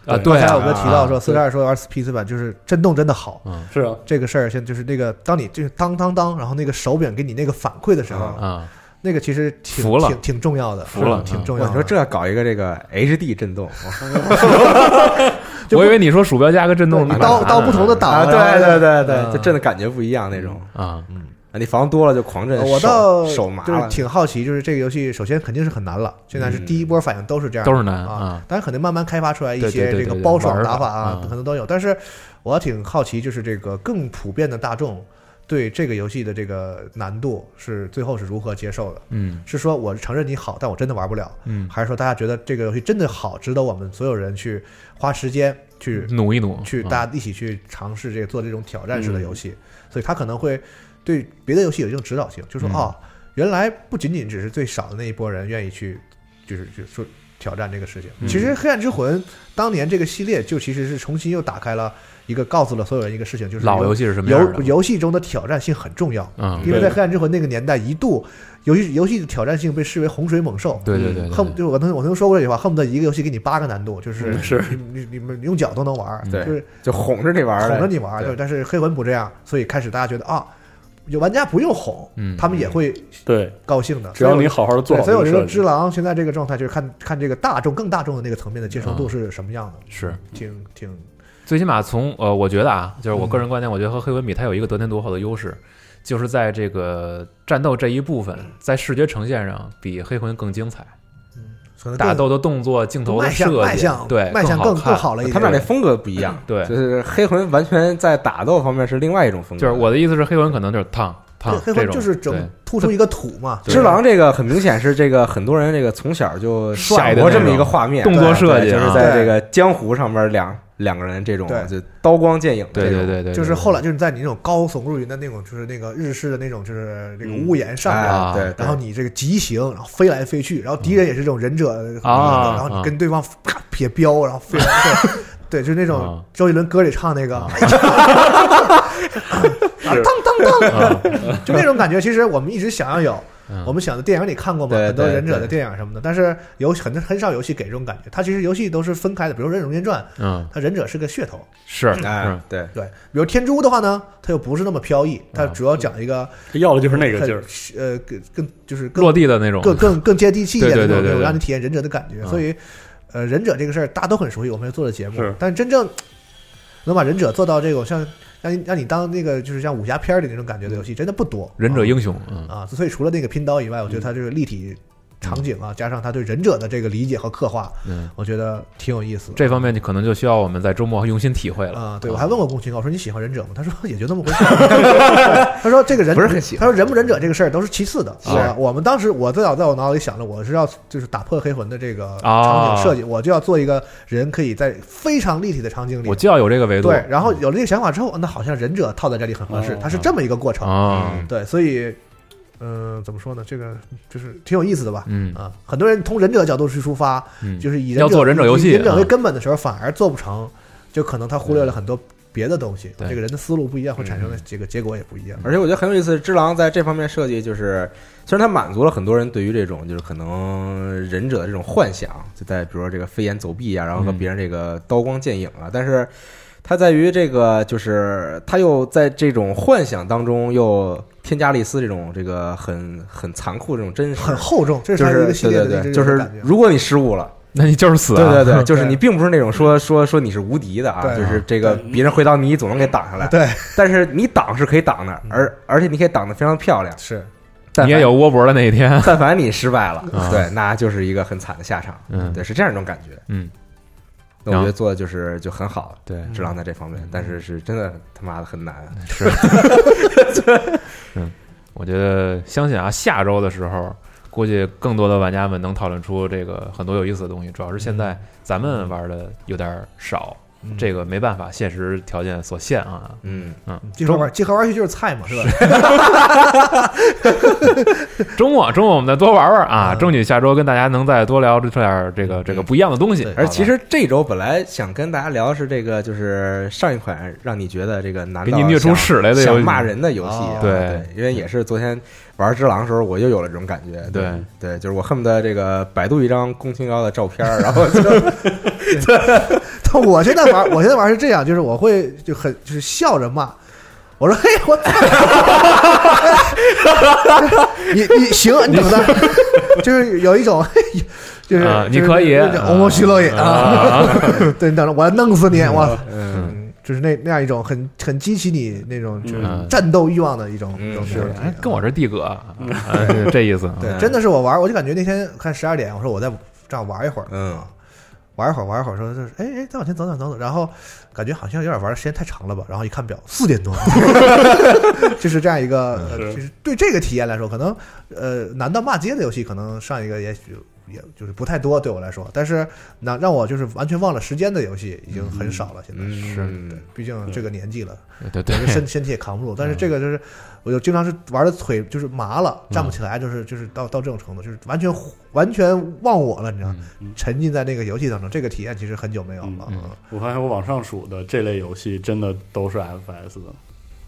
Speaker 2: 啊！
Speaker 4: 对
Speaker 2: 对啊，
Speaker 3: 刚才我们提到
Speaker 2: 啊
Speaker 3: 说四十二说玩 PC 版就是震动真的好。
Speaker 4: 是啊，
Speaker 3: 这个事儿，现在就是那个，当你就是当当当，然后那个手柄给你那个反馈的时候，
Speaker 2: 啊，
Speaker 3: 那个其实挺
Speaker 2: 服了
Speaker 3: 挺挺重要的，嗯
Speaker 2: 服了
Speaker 3: 挺重要
Speaker 1: 我
Speaker 3: 的。
Speaker 1: 说这要搞一个这个 HD 震 动，
Speaker 3: 就不
Speaker 2: 我以为你说鼠标加个震动，
Speaker 3: 你
Speaker 2: 把
Speaker 3: 到
Speaker 2: 它
Speaker 3: 到不同的档，
Speaker 1: 啊，
Speaker 3: 然后
Speaker 1: 对对对
Speaker 3: 嗯
Speaker 1: 对，就震的感觉不一样那种。
Speaker 2: 啊，
Speaker 1: 啊，你防多了就狂震，
Speaker 3: 呃我
Speaker 1: 手
Speaker 3: 倒
Speaker 1: 手麻
Speaker 3: 就是
Speaker 1: 了。
Speaker 3: 挺好奇，就是这个游戏首先肯定是很难了，现在是
Speaker 1: 嗯
Speaker 3: 第一波反应都是这样的，
Speaker 2: 都是难
Speaker 3: 啊
Speaker 2: 啊，
Speaker 3: 但是可能慢慢开发出来一
Speaker 2: 对
Speaker 3: 些
Speaker 2: 对对
Speaker 3: 这个
Speaker 2: 对对
Speaker 3: 包爽
Speaker 2: 玩法
Speaker 3: 打法啊
Speaker 2: 啊，
Speaker 3: 可能都有。但是我挺好奇，就是这个更普遍的大众对这个游戏的这个难度是最后是如何接受的？
Speaker 2: 嗯
Speaker 3: 是说我承认你好，但我真的玩不了，
Speaker 2: 嗯，
Speaker 3: 还是说大家觉得这个游戏真的好，值得我们所有人去花时间去
Speaker 2: 努一努，
Speaker 3: 去
Speaker 2: 啊
Speaker 3: 大家一起去尝试这个做这种挑战式
Speaker 2: 嗯
Speaker 3: 的游戏，所以他可能会对别的游戏有一定指导性，就说
Speaker 2: 嗯
Speaker 3: 哦，原来不仅仅只是最少的那一波人愿意去，就是就是说挑战这个事情。
Speaker 2: 嗯
Speaker 3: 其实《黑暗之魂》当年这个系列就其实是重新又打开了一个告诉了所有人一个事情，就是
Speaker 2: 老游
Speaker 3: 游
Speaker 2: 戏是什么样
Speaker 3: 游
Speaker 2: 的？
Speaker 3: 游戏中的挑战性很重要，
Speaker 2: 嗯，
Speaker 3: 因为在
Speaker 4: 对
Speaker 3: 《黑暗之魂》那个年代一度游戏游戏的挑战性被视为洪水猛兽，
Speaker 2: 对对
Speaker 4: 嗯
Speaker 2: 对，对
Speaker 3: 恨不就我曾我曾经说过这句话，恨不得一个游戏给你八个难度，就是
Speaker 4: 嗯是
Speaker 3: 你你你们用脚都能玩儿，
Speaker 1: 对
Speaker 3: 就是
Speaker 1: 就哄着你玩儿
Speaker 3: 哄着
Speaker 1: 呗，
Speaker 3: 你玩儿，
Speaker 1: 对
Speaker 3: 对。但是黑魂不这样，所以开始大家觉得啊，有玩家不用哄，
Speaker 2: 嗯
Speaker 3: 他们也会
Speaker 4: 对，
Speaker 3: 高兴的。
Speaker 4: 只要
Speaker 3: 所以
Speaker 4: 你
Speaker 3: 我
Speaker 4: 好好的做
Speaker 3: 对
Speaker 4: 好
Speaker 3: 所
Speaker 4: 这
Speaker 3: 以我
Speaker 4: 个
Speaker 3: 觉
Speaker 4: 设
Speaker 3: 得《
Speaker 4: 计
Speaker 3: 只，狼》现在这个状态就是看看这个大众更大众的那个层面的接受度是什么样的，
Speaker 2: 是
Speaker 3: 挺挺
Speaker 2: 最起码从呃，我觉得啊，就是我个人观点，我觉得和黑文比，它有一个得天独厚的优势，就是在这个战斗这一部分，
Speaker 3: 嗯
Speaker 2: 在视觉呈现上比黑魂更精彩，
Speaker 3: 可能更
Speaker 2: 打斗的动作、镜头的
Speaker 3: 迈向
Speaker 2: 设
Speaker 3: 迈
Speaker 2: 计
Speaker 3: 向，
Speaker 2: 对，
Speaker 3: 迈向
Speaker 2: 更
Speaker 3: 更
Speaker 2: 好看。
Speaker 3: 好了一点。
Speaker 1: 他们俩那风格不一样，
Speaker 2: 对
Speaker 1: 就是黑魂完全在打斗方面是另外一种风
Speaker 2: 就
Speaker 1: 格。
Speaker 2: 是我的意思是，黑魂可能就是烫烫
Speaker 3: 对
Speaker 2: 这
Speaker 3: 黑魂
Speaker 2: 种，
Speaker 3: 就是
Speaker 2: 对
Speaker 3: 整突出一个土嘛，
Speaker 1: 只狼这个很明显是这个很多人这个从小就
Speaker 2: 晒
Speaker 1: 想
Speaker 2: 的
Speaker 1: 过
Speaker 2: 那
Speaker 1: 这么
Speaker 2: 种
Speaker 1: 一个画面，
Speaker 2: 动作
Speaker 1: 对
Speaker 2: 设计
Speaker 1: 对就是
Speaker 2: 啊
Speaker 1: 在
Speaker 3: 对
Speaker 1: 这个江湖上面两两个人这种哎
Speaker 3: 对
Speaker 1: 就刀光剑影的
Speaker 2: 对
Speaker 1: 这
Speaker 2: 对
Speaker 1: 种，
Speaker 2: 对对，
Speaker 3: 就是
Speaker 2: 对
Speaker 3: 后来就是在你那种高耸入云的那种，就是那个日式的那种，就是那个屋檐上面，
Speaker 2: 啊
Speaker 1: 哎对，对
Speaker 3: 然后你这个疾行，然后飞来飞去，然后敌人也是这种忍者
Speaker 2: 啊
Speaker 3: 然后你跟对方啪撇镖，然后飞来飞去， 对，就是那种
Speaker 2: 啊
Speaker 3: 周杰伦歌里唱那 个，
Speaker 2: 啊
Speaker 3: 哎呀啊当当当，就那种感觉。其实我们一直想要有，
Speaker 2: 嗯
Speaker 3: 我们想的电影里看过嘛，
Speaker 1: 对
Speaker 3: 很多
Speaker 1: 对
Speaker 3: 忍者的
Speaker 1: 对
Speaker 3: 电影什么的，但是游很多很少游戏给这种感觉。它其实游戏都是分开的，比如《忍者龙剑传》，
Speaker 2: 嗯
Speaker 3: 它忍者是个噱头。
Speaker 2: 是嗯
Speaker 1: 哎
Speaker 2: 是，
Speaker 1: 对，
Speaker 3: 对，比如天珠的话呢，它又不是那么飘逸，它
Speaker 2: 啊
Speaker 3: 主要讲一个
Speaker 4: 要的就是那个
Speaker 3: 很
Speaker 4: 劲儿。
Speaker 3: 呃更更就是更
Speaker 2: 落地的那种，
Speaker 3: 更更更接地气一点
Speaker 2: 对
Speaker 3: 的
Speaker 2: 对
Speaker 3: 那
Speaker 2: 对
Speaker 3: 种，
Speaker 2: 对
Speaker 3: 那种
Speaker 2: 对
Speaker 3: 让你体验忍者的感觉。
Speaker 2: 啊
Speaker 3: 所以，呃，忍者这个事儿大家都很熟悉，我们也做了节目
Speaker 4: 是，
Speaker 3: 但真正能把忍者做到这种像让你让你当那个就是像武侠片儿里那种感觉的游戏，真的不多。
Speaker 2: 嗯忍者
Speaker 3: 啊
Speaker 2: 英嗯雄，嗯
Speaker 3: 啊，所以除了那个拼刀以外，我觉得它这个立体场景啊，加上他对忍者的这个理解和刻画，
Speaker 2: 嗯，
Speaker 3: 我觉得挺有意思的。
Speaker 2: 这方面就可能就需要我们在周末用心体会了
Speaker 3: 啊、对，我还问过共情，我说你喜欢忍者吗？他说也就那么回事儿。他说这个忍
Speaker 1: 不是很喜欢
Speaker 3: 他说忍不忍者这个事儿都是其次的。啊
Speaker 2: 是
Speaker 3: 我我们当时我最早在我脑里想的，我是要就是打破黑魂的这个场
Speaker 2: 啊
Speaker 3: 景设计，我就要做一个人可以在非常立体的场景里
Speaker 2: 我。就要有这个维度，
Speaker 3: 对，然后有了这个想法之后，那好像忍者套在这里很合适
Speaker 4: 哦，
Speaker 2: 嗯
Speaker 3: 它是这么一个过程。
Speaker 2: 啊，
Speaker 3: 对，所以嗯、怎么说呢？这个就是挺有意思的吧？
Speaker 2: 嗯
Speaker 3: 啊，很多人从忍者角度去出发，
Speaker 2: 嗯，
Speaker 3: 就是以
Speaker 2: 要做忍者游戏
Speaker 3: 以忍者为
Speaker 2: 啊
Speaker 3: 根本的时候，反而做不成，就可能他忽略了很多别的东西。
Speaker 2: 对
Speaker 3: 这个人的思路不一样，会产生的这个结果也不一样。
Speaker 1: 而且我觉得很有意思，只狼在这方面设计就是，虽然它满足了很多人对于这种就是可能忍者的这种幻想，就在比如说这个飞檐走壁啊，然后和
Speaker 2: 嗯
Speaker 1: 别人这个刀光剑影啊，但是它在于这个就是它又在这种幻想当中又添加了一丝这种这个很很残酷的这种真实，
Speaker 3: 很厚重，这
Speaker 1: 就是
Speaker 3: 它的一个
Speaker 1: 是
Speaker 3: 系
Speaker 1: 对
Speaker 3: 列
Speaker 1: 对
Speaker 3: 的
Speaker 1: 对，
Speaker 3: 这
Speaker 1: 就
Speaker 3: 种
Speaker 1: 是
Speaker 3: 感觉。
Speaker 1: 如果你失误了。
Speaker 2: 那你就是死、啊，
Speaker 1: 对对对，就是
Speaker 3: 对嗯
Speaker 1: 你并不是那种说说说你是无敌的啊，
Speaker 3: 对
Speaker 1: 就是这个别人回到你总能给挡下来，
Speaker 3: 对，
Speaker 1: 但是你挡是可以挡的，而而且你可以挡的非常漂亮。
Speaker 3: 是
Speaker 1: 但凡
Speaker 2: 你也有，窝脖的那一天。
Speaker 1: 但凡你失败了
Speaker 2: 啊，
Speaker 1: 对，那就是一个很惨的下场。
Speaker 2: 嗯
Speaker 1: 对，是这样一种感觉。
Speaker 2: 嗯，
Speaker 1: 那我觉得做的就是就很好，
Speaker 2: 对，嗯
Speaker 1: 智狼在这方面，但是是真的他妈的很难。
Speaker 2: 是。嗯，我觉得相信啊，下周的时候，估计更多的玩家们能讨论出这个很多有意思的东西。主要是现在咱们玩的有点少，这个没办法，现实条件所限啊。
Speaker 1: 嗯，
Speaker 2: 嗯，
Speaker 3: 集合玩集合玩去就是菜嘛，是吧？
Speaker 2: 周末周末啊我们再多玩玩啊，
Speaker 3: 嗯
Speaker 2: 争取下周跟大家能再多聊这点儿这个这个不一样的东西
Speaker 3: 对。
Speaker 1: 而其实这周本来想跟大家聊的是这个，就是上一款让你觉得这个难到
Speaker 2: 给你虐出
Speaker 1: 想
Speaker 2: 屎来的游
Speaker 1: 想
Speaker 2: 戏
Speaker 1: 骂人的游戏啊
Speaker 3: 哦，
Speaker 2: 对
Speaker 1: 因为也是昨天玩《只狼》的时候，我又有了这种感觉，
Speaker 2: 对
Speaker 1: 对，就是我恨不得这个百度一张宫清高的照片儿，然后就
Speaker 3: 但我现在玩，我现在玩是这样，就是我会就很就是笑着骂，我说：“嘿，我操！ 你你行，你等着。” 就是有一种，嘿就是、
Speaker 2: 啊
Speaker 3: 就是
Speaker 2: 你可以
Speaker 3: 欧莫西洛伊啊， 对你等着，我要弄死你，我
Speaker 1: 嗯，
Speaker 3: 嗯，就是那那样一种很很激起你那种就是
Speaker 2: 嗯
Speaker 3: 战斗欲望的一种
Speaker 1: 嗯
Speaker 3: 一种
Speaker 1: 是
Speaker 3: 东西
Speaker 2: 哎，跟我是地哥，啊哎这意思啊。
Speaker 3: 对，真的是我玩，我就感觉那天看十二点，我说我再这样玩一会儿，
Speaker 1: 嗯
Speaker 3: 啊，玩一会儿，玩一会儿，说就是，哎哎，再往前走走走走，然后感觉好像有点玩的时间太长了吧，然后一看表，四点多， 就是这样一个，呃
Speaker 4: 是
Speaker 3: 就是对这个体验来说，可能呃，难到骂街的游戏，可能上一个也许也就是不太多对我来说，但是那让我就是完全忘了时间的游戏已经很少了，现在
Speaker 1: 嗯
Speaker 3: 对，毕竟这个年纪了，
Speaker 2: 对对
Speaker 3: 这身身体也扛不住。但是这
Speaker 4: 嗯
Speaker 3: 个就是，我就经常是玩的腿就是麻了，站不起来，就是就是到到这种程度，就是完全完全忘我了，你知道，
Speaker 4: 嗯
Speaker 3: 沉浸在那个游戏当中，这个体验其实很久没有了。
Speaker 2: 嗯
Speaker 3: 嗯
Speaker 4: 我发现我往上数的这类游戏，真的都是 FPS 的。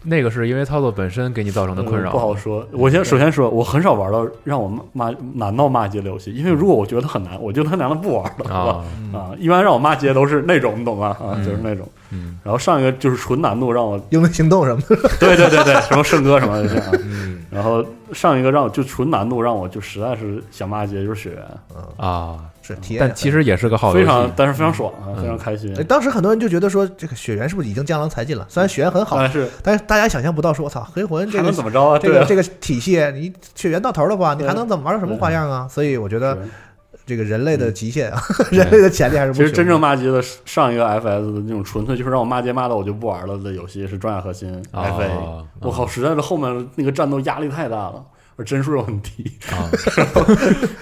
Speaker 2: 那个是因为操作本身给你造成的困
Speaker 4: 嗯
Speaker 2: 扰，啊
Speaker 4: 不好说。我先首先说，我很少玩到让我骂难到骂街的游戏，因为如果我觉得很难，我觉得很难了不玩了
Speaker 2: 啊。
Speaker 4: 啊啊。一般让我骂街都是那种，你懂吗？啊，就是那种。
Speaker 2: 嗯，
Speaker 4: 然后上一个就是纯难度让我，
Speaker 3: 因为行动什么的，
Speaker 4: 对对对对，什么圣歌什么的这样。
Speaker 1: 嗯
Speaker 4: 然后上一个让我就纯难度让我就实在是想骂街，就是血缘，
Speaker 3: 嗯，
Speaker 2: 啊，
Speaker 3: 是体验很。
Speaker 2: 但其实也是个好游
Speaker 4: 非
Speaker 2: 戏。
Speaker 4: 常但是非常爽啊，
Speaker 2: 嗯
Speaker 4: 非常开心
Speaker 3: 哎。当时很多人就觉得说，这个血缘是不是已经江郎才尽了？虽然血缘很好，
Speaker 4: 但是
Speaker 3: 但是大家想象不到说，我操，黑魂这
Speaker 4: 嗯还能
Speaker 3: 个
Speaker 4: 怎么着啊？
Speaker 3: 这
Speaker 4: 对
Speaker 3: 个
Speaker 4: 啊
Speaker 3: 这个体系，你血缘到头了吧？你
Speaker 4: 对
Speaker 3: 还能怎么玩出什么花样啊？所以我觉得
Speaker 4: 是嗯
Speaker 3: 这个人类的极限啊， 人类的潜力还是不
Speaker 4: 其实
Speaker 3: 朽
Speaker 4: 真
Speaker 3: 的
Speaker 4: 正骂街的上一个 FS 的那种纯粹就是让我骂街骂到我就不玩了的游戏是《专业核心》FA，、
Speaker 2: 哦
Speaker 4: 我 靠，实在是后面那个战斗压力太大了。而帧数又很低，
Speaker 2: 啊，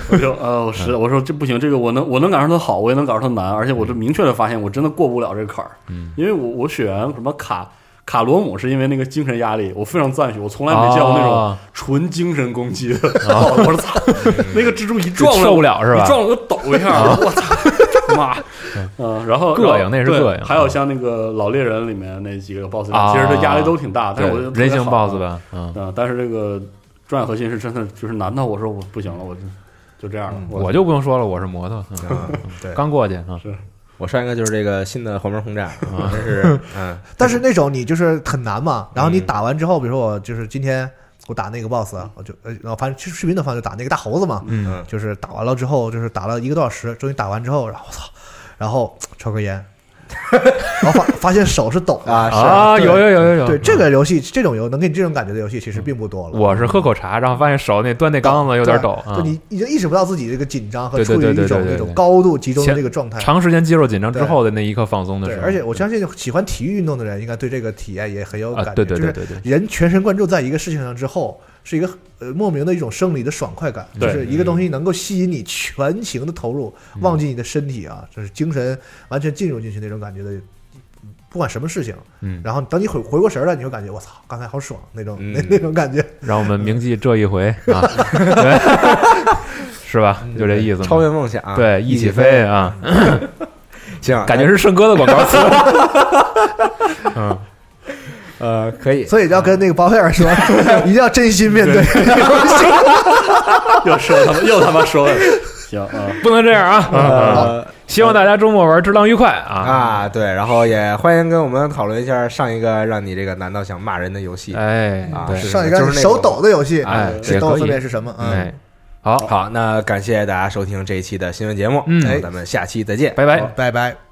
Speaker 4: 我就呃，我实我说这不行，这个我能我能感受它好，我也能感受它难，而且我就明确的发现我真的过不了这个坎儿，
Speaker 2: 嗯，
Speaker 4: 因为我我血缘什么卡卡罗姆是因为那个精神压力，我非常赞许，我从来没见过那种
Speaker 2: 哦
Speaker 4: 纯精神攻击的， 我说操，那个蜘蛛一撞
Speaker 2: 受不了是吧啊
Speaker 4: 一撞我就抖一下，我 操，妈，嗯，然后
Speaker 2: 膈应
Speaker 4: 然后
Speaker 2: 那是
Speaker 4: 对
Speaker 2: 膈应
Speaker 4: 还有像那个老猎人里面那几个 boss，
Speaker 2: 啊
Speaker 4: 其实它压力都挺大，
Speaker 2: 对
Speaker 4: 但是我就
Speaker 2: 人形
Speaker 4: 特别好
Speaker 2: BOSS 吧，嗯，
Speaker 4: 嗯，但是这个转核心是真的，就是难道我说我不行了，我就就这样了，
Speaker 2: 嗯我就不用说了，我是摩托，嗯
Speaker 1: 啊
Speaker 3: 对
Speaker 2: 刚过去啊，
Speaker 1: 我上一个就是这个新的黄门轰炸，啊，真 是嗯
Speaker 3: 但是那种你就是很难嘛，
Speaker 2: 嗯
Speaker 3: 然后你打完之后，比如说我就是今天我打那个 boss，我就呃，然后反正其实视频的话就打那个大猴子嘛，
Speaker 2: 嗯，
Speaker 1: 嗯
Speaker 3: 就是打完了之后，就是打了一个多小时，终于打完之后，然后我操，然后抽 根烟，然后发发现手是抖的。
Speaker 1: 啊是
Speaker 2: 啊，
Speaker 3: 对
Speaker 2: 有有有有有，
Speaker 3: 对这个游戏，这种游能给你这种感觉的游戏其实并不多了。
Speaker 2: 我是喝口茶，然后发现手那端那缸子有点抖啊
Speaker 3: 就，你已经意识不到自己这个紧张和
Speaker 2: 对对
Speaker 3: 处于
Speaker 2: 对对
Speaker 3: 一种
Speaker 2: 对对
Speaker 3: 那种
Speaker 2: 对
Speaker 3: 高度集中的
Speaker 2: 前
Speaker 3: 这个状态。
Speaker 2: 长时间肌肉紧张之后的那一刻放松的
Speaker 3: 对，
Speaker 2: 时候，
Speaker 3: 而且我相信喜欢体育运动的人，应该对这个体验也很有
Speaker 2: 啊
Speaker 3: 感觉。，
Speaker 2: 对对
Speaker 3: 就是
Speaker 2: 对对对，
Speaker 3: 人全神贯注在一个事情上之后，是一个呃莫名的一种生理的爽快感，就
Speaker 4: 对
Speaker 3: 是一个东西能够吸引你全情的投入，忘记你的身体啊，就是精神完全进入进去那种感觉的不管什么事情，
Speaker 2: 嗯，
Speaker 3: 然后等你回回过神儿来，你会感觉我操，刚才好爽那种那
Speaker 1: 嗯
Speaker 3: 那种感觉。
Speaker 2: 让我们铭记这一 回啊，是吧？就这意思嘛。
Speaker 1: 嗯超越梦想，
Speaker 2: 对，一
Speaker 1: 一
Speaker 2: 起
Speaker 1: 起
Speaker 2: 飞，啊，
Speaker 1: 行，啊
Speaker 3: 啊
Speaker 2: 感觉是圣哥的广 告词。 嗯，
Speaker 1: 呃可以，
Speaker 3: 所以要跟那个包贝尔说，一定要真心面对。
Speaker 4: 又说他妈又他妈说了，行啊，
Speaker 2: 不能这样 啊！啊
Speaker 1: 呃
Speaker 2: 希望大家周末玩只浪愉快啊！
Speaker 1: 啊对，然后也欢迎跟我们讨论一下上一个让你这个难道想骂人的游戏。
Speaker 2: 哎，
Speaker 1: 啊
Speaker 2: 对
Speaker 1: 是
Speaker 3: 上一
Speaker 1: 就
Speaker 3: 个
Speaker 1: 那种
Speaker 3: 手抖的游戏，
Speaker 2: 哎
Speaker 3: 手
Speaker 2: 也
Speaker 3: 抖
Speaker 2: 可
Speaker 3: 分别
Speaker 2: 以，
Speaker 3: 是什么？嗯
Speaker 2: 哎，，好，
Speaker 1: 好，那感谢大家收听这一期的新闻节目，
Speaker 2: 嗯
Speaker 1: 然后咱们下期再见。
Speaker 2: 拜拜。
Speaker 3: 拜拜。